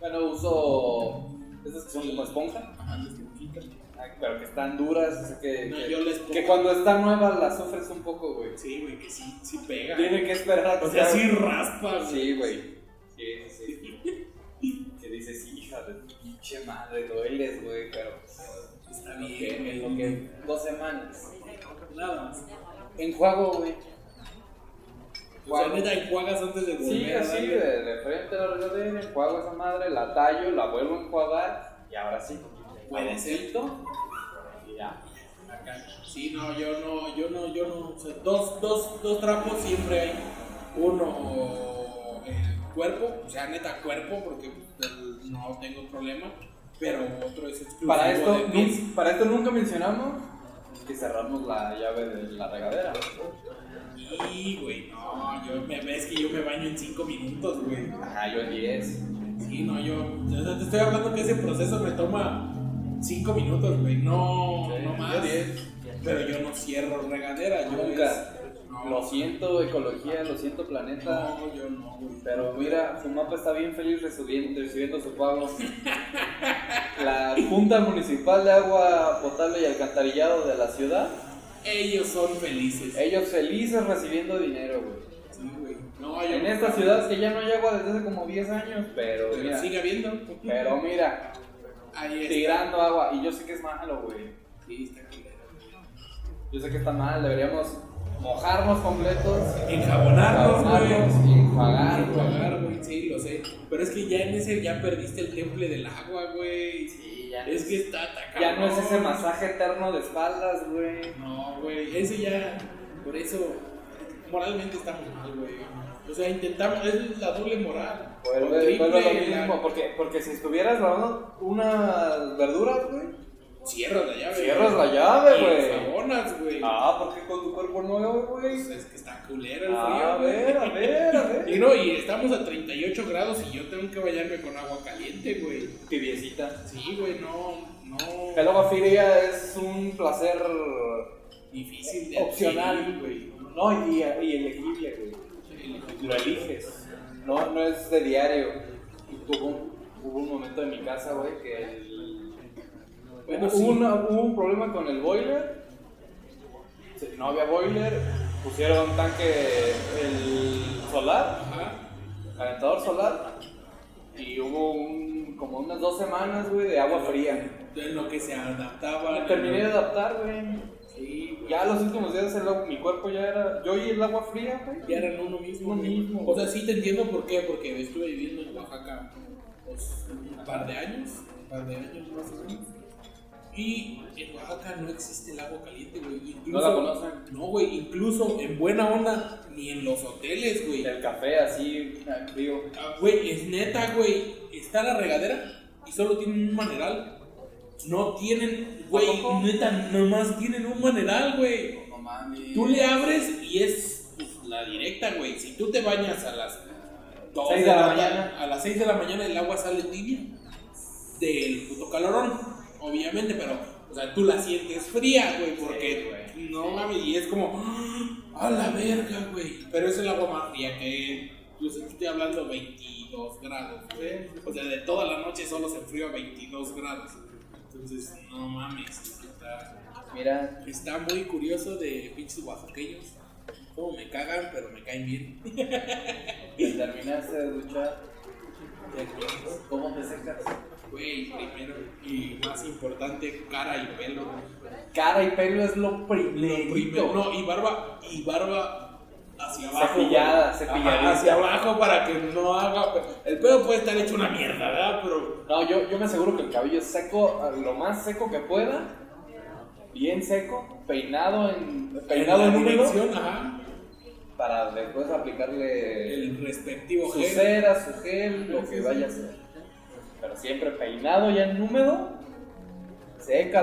Speaker 3: Bueno, uso esas que son como esponja,
Speaker 2: Ajá, las que me quitan.
Speaker 3: ay, pero que están duras, o sea, que,
Speaker 2: No,
Speaker 3: que-
Speaker 2: yo les
Speaker 3: que
Speaker 2: pongo-
Speaker 3: cuando están nuevas las sufres un poco, güey.
Speaker 2: Sí, güey, que sí, sí pega.
Speaker 3: Tienen que esperar a que
Speaker 2: O sea,
Speaker 3: sea-
Speaker 2: sí raspa, güey.
Speaker 3: Sí, güey. Sí, sí, sí. Que dices, hija de tu pinche madre, dueles, güey, pero. pues,
Speaker 2: Está
Speaker 3: lo que-
Speaker 2: bien,
Speaker 3: en
Speaker 2: güey,
Speaker 3: lo que. Dos semanas.
Speaker 2: Nada más.
Speaker 3: Enjuago, güey.
Speaker 2: O sea, neta, enjuagas antes de volver.
Speaker 3: Sí,
Speaker 2: a
Speaker 3: así,
Speaker 2: darle.
Speaker 3: de, de frente a la regadera, enjuago esa madre, la tallo, la vuelvo a enjuagar y ahora sí.
Speaker 2: Puede ser.
Speaker 3: Y ya.
Speaker 2: Acá. Sí, no, yo no, yo no, yo no. O sea, dos, dos, dos trapos siempre hay. Uno, el cuerpo, o sea, neta cuerpo, porque pues, no tengo problema. Pero otro es exclusivo
Speaker 3: Para esto,
Speaker 2: de pies.
Speaker 3: nu- para esto nunca mencionamos que cerramos la llave de la regadera.
Speaker 2: Y, güey, no, yo me ves que yo me baño en 5 minutos, güey.
Speaker 3: Ajá, yo en 10.
Speaker 2: Sí, no, yo. o sea, te estoy hablando que ese proceso me toma 5 minutos, güey. No,
Speaker 3: Sí,
Speaker 2: no más.
Speaker 3: yo diez.
Speaker 2: Pero yo no cierro regadera, yo
Speaker 3: Nunca.
Speaker 2: es- no,
Speaker 3: Lo siento, ecología, lo siento, planeta.
Speaker 2: no, yo no, güey.
Speaker 3: Pero mira, Fumapa está bien feliz recibiendo, recibiendo su [laughs] pago. La Junta Municipal de Agua Potable y Alcantarillado de la ciudad,
Speaker 2: Ellos son felices.
Speaker 3: ellos felices recibiendo dinero, güey.
Speaker 2: Sí, güey. No, yo-
Speaker 3: En esta ciudad que ya no hay agua desde hace como 10 años, pero
Speaker 2: Pero
Speaker 3: mira,
Speaker 2: sigue habiendo.
Speaker 3: pero mira,
Speaker 2: Ahí está.
Speaker 3: tirando agua, y yo sé que es malo, güey.
Speaker 2: Sí, está culero.
Speaker 3: Yo sé que está mal, deberíamos mojarnos completos,
Speaker 2: Enjabonarnos,
Speaker 3: lavarnos
Speaker 2: güey.
Speaker 3: y enjuagar, güey.
Speaker 2: Enjuagar, güey. Sí, lo sé. Pero es que ya en ese ya perdiste el temple del agua, güey.
Speaker 3: Sí, ya,
Speaker 2: Es que está atacado.
Speaker 3: ya no es ese masaje eterno de espaldas, güey.
Speaker 2: No, güey, ese ya, por eso, moralmente estamos mal, güey. O sea, intentamos, es la doble moral. O
Speaker 3: Vuelve,
Speaker 2: triple,
Speaker 3: vuelve Pues, lo
Speaker 2: la-
Speaker 3: mismo, porque, porque si estuvieras lavando unas verduras, güey,
Speaker 2: Cierras la llave.
Speaker 3: cierras la
Speaker 2: güey.
Speaker 3: llave,
Speaker 2: Y
Speaker 3: güey.
Speaker 2: enjabonas, güey.
Speaker 3: Ah, porque con tu cuerpo nuevo, güey.
Speaker 2: Pues es que está culero el
Speaker 3: Ah, A
Speaker 2: frío,
Speaker 3: ver, a ver, a [laughs]
Speaker 2: güey. Y
Speaker 3: ver.
Speaker 2: no, y estamos a 38 grados y yo tengo que bañarme con agua caliente, güey.
Speaker 3: Tibiecita.
Speaker 2: Sí, güey, no, no.
Speaker 3: El agua fría es un placer,
Speaker 2: Difícil de
Speaker 3: Opcional.
Speaker 2: adquirir, güey.
Speaker 3: no, y, y elegible, güey. Lo eliges. No, no es de diario. Hubo, un- hubo un momento en mi casa, güey, que el-
Speaker 2: Bueno,
Speaker 3: hubo,
Speaker 2: Ah, sí.
Speaker 3: una- hubo un problema con el boiler. Se- No había boiler. Pusieron tanque el solar,
Speaker 2: Ajá.
Speaker 3: calentador solar. Y hubo un, como unas dos semanas, güey, de agua fría.
Speaker 2: Entonces, lo que se adaptaba.
Speaker 3: Me terminé de adaptar, güey.
Speaker 2: Sí, güey.
Speaker 3: Ya los últimos días el agua- mi cuerpo ya era... Yo y el agua fría, güey.
Speaker 2: Ya eran uno mismo.
Speaker 3: Uno
Speaker 2: güey.
Speaker 3: mismo.
Speaker 2: O sea, sí te entiendo por qué, porque estuve viviendo en Oaxaca pues, un par de años, un par de años más o menos. Y en Oaxaca no existe el agua caliente, güey. Incluso-
Speaker 3: No la conocen.
Speaker 2: No, güey, incluso en buena onda, ni en los hoteles, güey.
Speaker 3: El café así, frío.
Speaker 2: Ah, Güey, es neta, güey. Está la regadera y solo tienen un maneral. No tienen, güey,
Speaker 3: poco?
Speaker 2: neta, nomás tienen un maneral, güey.
Speaker 3: No mames.
Speaker 2: Tú le abres y es pues, la directa, güey. Si tú te bañas a las dos
Speaker 3: Seis de la
Speaker 2: ta-
Speaker 3: mañana.
Speaker 2: a las 6 de la mañana el agua sale tibia del puto calorón, obviamente, pero o sea, tú la sientes fría, güey, porque
Speaker 3: Sí, güey.
Speaker 2: no mames, y es como ¡ah! a la verga, güey. Pero es el agua más fría que pues estoy hablando 22 grados, güey. O sea, de toda la noche solo se enfrió a 22 grados. Entonces, no mames, está
Speaker 3: Mira,
Speaker 2: Está muy curioso de pinches oaxaqueños. Como me cagan, pero me caen bien.
Speaker 3: te terminaste de duchar, ¿cómo te secas?
Speaker 2: Güey, primero y más importante, cara y pelo.
Speaker 3: Cara y pelo es lo
Speaker 2: Lo primero.
Speaker 3: primero.
Speaker 2: No, y barba, y barba hacia abajo.
Speaker 3: Cepillada,
Speaker 2: güey.
Speaker 3: cepilladita.
Speaker 2: Ajá, hacia abajo para que no haga. El pelo puede estar hecho una mierda, ¿verdad? Pero
Speaker 3: No, yo, yo me aseguro que el cabello seco, eh, lo más seco que pueda, bien seco, peinado en peinado
Speaker 2: en
Speaker 3: en
Speaker 2: la
Speaker 3: húmedo,
Speaker 2: dirección, ajá.
Speaker 3: para después aplicarle
Speaker 2: El respectivo
Speaker 3: su
Speaker 2: gel.
Speaker 3: cera, su gel, lo que vaya a hacer. Pero siempre peinado ya en húmedo, seca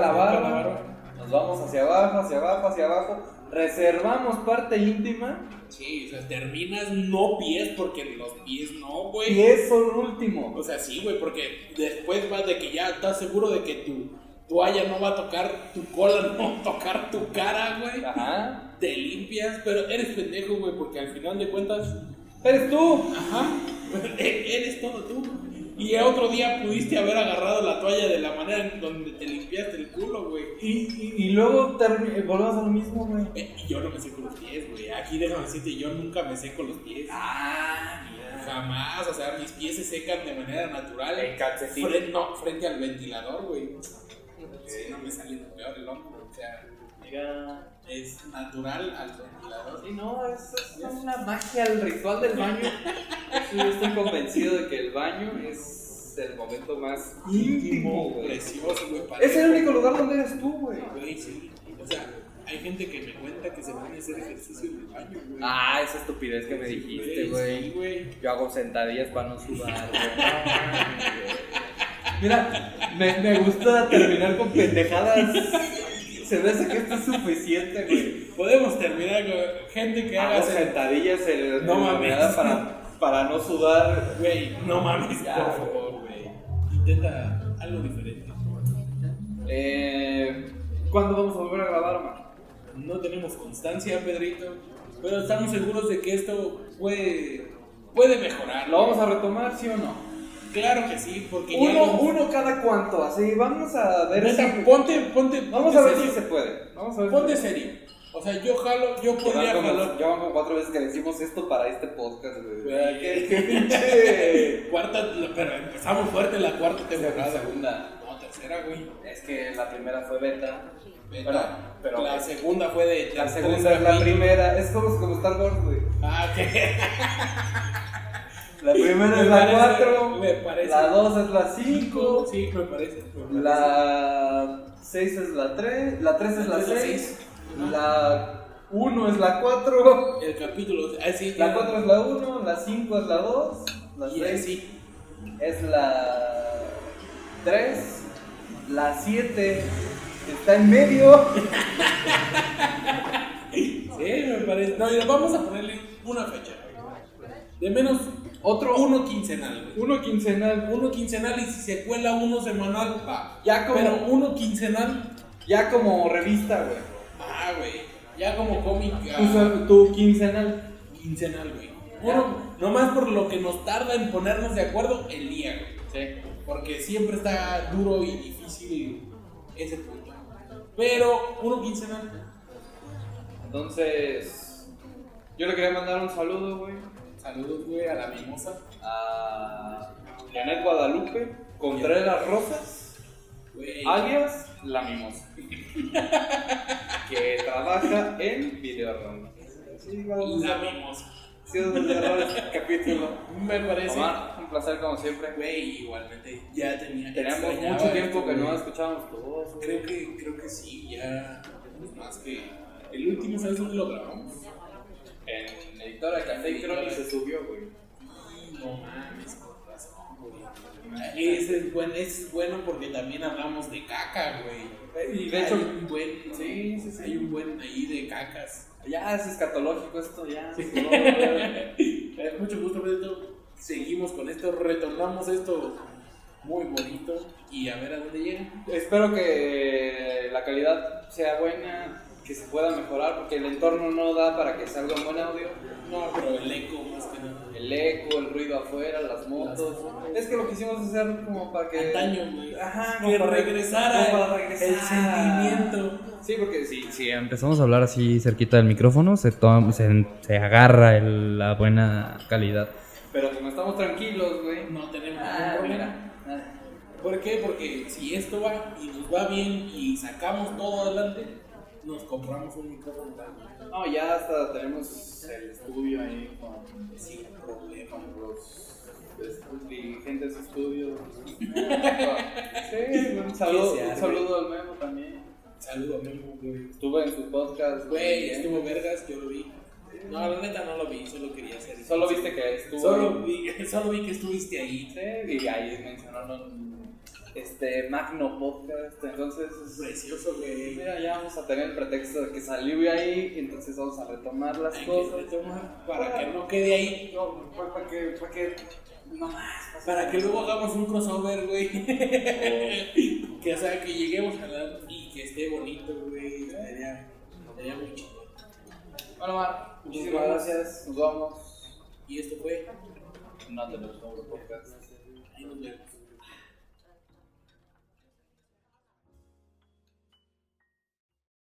Speaker 2: Seca
Speaker 3: la
Speaker 2: la
Speaker 3: barba,
Speaker 2: barba.
Speaker 3: nos vamos hacia abajo, hacia abajo, hacia abajo, reservamos parte íntima
Speaker 2: Sí, o sea, terminas no pies porque los pies no, güey.
Speaker 3: y es solo último.
Speaker 2: O sea, sí, güey, porque después vas de que ya estás seguro de que tu toalla no va a tocar tu cola, [laughs] no va a tocar tu cara, güey.
Speaker 3: Ajá.
Speaker 2: Te limpias, pero eres pendejo, güey, porque al final de cuentas,
Speaker 3: Eres tú.
Speaker 2: ajá, [laughs] e- eres todo tú. Y el otro día pudiste haber agarrado la toalla de la manera en donde te limpiaste el culo, güey.
Speaker 3: Y, y- y luego termi- eh, volvemos a lo mismo, güey.
Speaker 2: Eh, y yo no me seco los pies, güey. Aquí déjame decirte, yo nunca me seco los pies.
Speaker 3: Ah,
Speaker 2: Jamás, o sea, mis pies se secan de manera natural.
Speaker 3: En calcetín.
Speaker 2: Fren- no, frente al ventilador, güey. Sí, no me sale peor el hombro. O sea,
Speaker 3: Mira.
Speaker 2: es natural al ventilador.
Speaker 3: Y no, es, es una magia el ritual del baño. Sí, yo estoy convencido de que el baño es el momento más íntimo, güey.
Speaker 2: Precioso, güey. para-
Speaker 3: Es el único lugar donde eres tú, güey.
Speaker 2: Güey, sí. O sea, hay gente que me cuenta que se pone a hacer ejercicio en el baño, güey.
Speaker 3: Ah, esa estupidez que me
Speaker 2: Sí,
Speaker 3: dijiste,
Speaker 2: Sí,
Speaker 3: güey.
Speaker 2: güey.
Speaker 3: Yo hago sentadillas para no sudar, güey. Mira, me, me gusta terminar con pendejadas. Se me hace que esto es suficiente, güey.
Speaker 2: Podemos terminar con gente que haga
Speaker 3: Hago
Speaker 2: hacer-
Speaker 3: sentadillas en
Speaker 2: No
Speaker 3: en la
Speaker 2: mames.
Speaker 3: mirada para, para no sudar.
Speaker 2: Güey, no mames,
Speaker 3: Ya,
Speaker 2: por favor, güey. Intenta algo diferente.
Speaker 3: Eh, ¿Cuándo vamos a volver a grabar, Omar?
Speaker 2: No tenemos constancia, Pedrito, pero estamos seguros de que esto puede, puede mejorar.
Speaker 3: ¿Lo vamos a retomar, sí o no?
Speaker 2: Claro que sí, porque ya...
Speaker 3: Uno,
Speaker 2: no-
Speaker 3: uno cada cuánto, así vamos a ver
Speaker 2: Neta,
Speaker 3: si...
Speaker 2: ponte, ponte...
Speaker 3: Vamos
Speaker 2: ponte
Speaker 3: a ver si
Speaker 2: serio.
Speaker 3: se puede. Vamos a ver
Speaker 2: Ponte
Speaker 3: si...
Speaker 2: serio. O sea, yo jalo, yo podría
Speaker 3: Ya van como-
Speaker 2: jalar...
Speaker 3: ya van como cuatro veces que decimos esto para este podcast, güey.
Speaker 2: Güey.
Speaker 3: Qué- qué
Speaker 2: [laughs]
Speaker 3: pinche- [laughs]
Speaker 2: Cuarta, pero empezamos fuerte la cuarta
Speaker 3: La
Speaker 2: temporada.
Speaker 3: segunda.
Speaker 2: No, tercera, güey.
Speaker 3: Es que la primera fue beta.
Speaker 2: Bueno,
Speaker 3: pero-
Speaker 2: la segunda fue de...
Speaker 3: La segunda es la primera. Es como, como Star Wars, güey.
Speaker 2: Ah, que...
Speaker 3: La
Speaker 2: [laughs]
Speaker 3: primera
Speaker 2: Me
Speaker 3: es la
Speaker 2: parece-
Speaker 3: 4,
Speaker 2: me parece.
Speaker 3: la 2 es la 5,
Speaker 2: Sí, me parece. me parece.
Speaker 3: la 6 es la 3, la 3 es la
Speaker 2: Es la
Speaker 3: 6,
Speaker 2: seis.
Speaker 3: la 1 es la 4,
Speaker 2: El capítulo. Ah, sí,
Speaker 3: la 4 es la 1, la 5 es la 2, la
Speaker 2: Y
Speaker 3: 6
Speaker 2: sí.
Speaker 3: es la 3, la 7 está en [laughs] medio,
Speaker 2: Sí, me parece. No, y vamos a ponerle una fecha. De menos otro uno quincenal. güey.
Speaker 3: 1 quincenal.
Speaker 2: Uno quincenal y si se cuela uno semanal, va.
Speaker 3: Ya como-
Speaker 2: Pero uno quincenal.
Speaker 3: Ya como revista, güey.
Speaker 2: Ah, güey. Ya como cómic. ah,
Speaker 3: Tu sal- Tu quincenal.
Speaker 2: quincenal, güey. Uno, nomás por lo que nos tarda en ponernos de acuerdo el día, güey.
Speaker 3: Sí.
Speaker 2: Porque siempre está duro y difícil ese punto. Pero uno quincenal.
Speaker 3: Entonces, yo le quería mandar un saludo, güey,
Speaker 2: Saludos, güey, a la mimosa.
Speaker 3: a Janet Guadalupe Contreras Rosas,
Speaker 2: Güey.
Speaker 3: alias La Mimosa, que trabaja en Videorama. Sí, vamos
Speaker 2: La
Speaker 3: a
Speaker 2: mimosa.
Speaker 3: sí, vamos a cerrar este capítulo.
Speaker 2: Me parece.
Speaker 3: Omar, un placer como siempre.
Speaker 2: Güey, igualmente. Ya tenía.
Speaker 3: Teníamos
Speaker 2: extrañaba
Speaker 3: mucho tiempo
Speaker 2: esto,
Speaker 3: que no
Speaker 2: este güey.
Speaker 3: escuchábamos tu voz. güey.
Speaker 2: Creo que, creo que sí, ya. Más que. El último, ¿sabes dónde lo grabamos?
Speaker 3: En Editora Café y Crónica se subió, güey.
Speaker 2: No mames, con razón, güey. Ese es, buen, ese es bueno porque también hablamos de caca, güey.
Speaker 3: Y de hecho-
Speaker 2: Hay un buen.
Speaker 3: Sí, sí, sí.
Speaker 2: Hay un buen ahí de cacas.
Speaker 3: Ya es escatológico esto, ya. no, güey.
Speaker 2: Eh, Mucho gusto, Pedrito. Seguimos con esto, retornamos esto muy bonito y a ver a dónde llega.
Speaker 3: Espero que la calidad sea buena, que se pueda mejorar, porque el entorno no da para que salga un buen audio.
Speaker 2: No, pero el eco más que nada.
Speaker 3: El eco, el ruido afuera, las motos. Es que lo quisimos hacer como para que.
Speaker 2: Antaño, güey.
Speaker 3: Ajá,
Speaker 2: que
Speaker 3: como para-
Speaker 2: regresara
Speaker 3: como para
Speaker 2: el-
Speaker 3: regresar.
Speaker 2: el sentimiento.
Speaker 3: Sí, porque si, si
Speaker 4: Empezamos a hablar así cerquita del micrófono, se, toma- se, se agarra el- la buena calidad.
Speaker 3: Pero como estamos tranquilos, güey.
Speaker 2: No tenemos
Speaker 3: Ah,
Speaker 2: ningún problema.
Speaker 3: mira. ah,
Speaker 2: ¿Por qué? Porque si esto va y nos va bien y sacamos todo adelante, nos compramos un micrófono tal.
Speaker 3: No, ya hasta tenemos el estudio ahí con
Speaker 2: Sin problema.
Speaker 3: con los est- dirigentes de estudio. sí, un saludo,
Speaker 2: Que se
Speaker 3: un
Speaker 2: arme.
Speaker 3: saludo al Memo también.
Speaker 2: Saludo a Memo, güey.
Speaker 3: Estuve en su podcast. ¿eh?
Speaker 2: Güey, estuvo vergas, yo lo vi. No, la neta no lo vi, solo quería hacer eso.
Speaker 3: Solo viste que estuvo.
Speaker 2: Solo vi, [laughs] solo vi que estuviste ahí.
Speaker 3: Sí, y ahí mencionaron este Magno Podcast. Entonces,
Speaker 2: Precioso, güey.
Speaker 3: mira, ya vamos a tener el pretexto de que salió ahí. y Entonces, vamos a retomar las
Speaker 2: Hay que
Speaker 3: cosas.
Speaker 2: retomar Para que no quede ahí.
Speaker 3: No, pues, para que, para que, no más.
Speaker 2: Para que luego hagamos un crossover, güey. que o sea, que lleguemos a la y que esté bonito, güey. Estaría, estaría muy chido.
Speaker 3: Bueno, Mar, muchísimas
Speaker 2: Nos vamos.
Speaker 3: gracias. Nos vamos.
Speaker 2: Y esto fue.
Speaker 3: No tenemos nuevo podcast.
Speaker 2: Ahí nos vemos.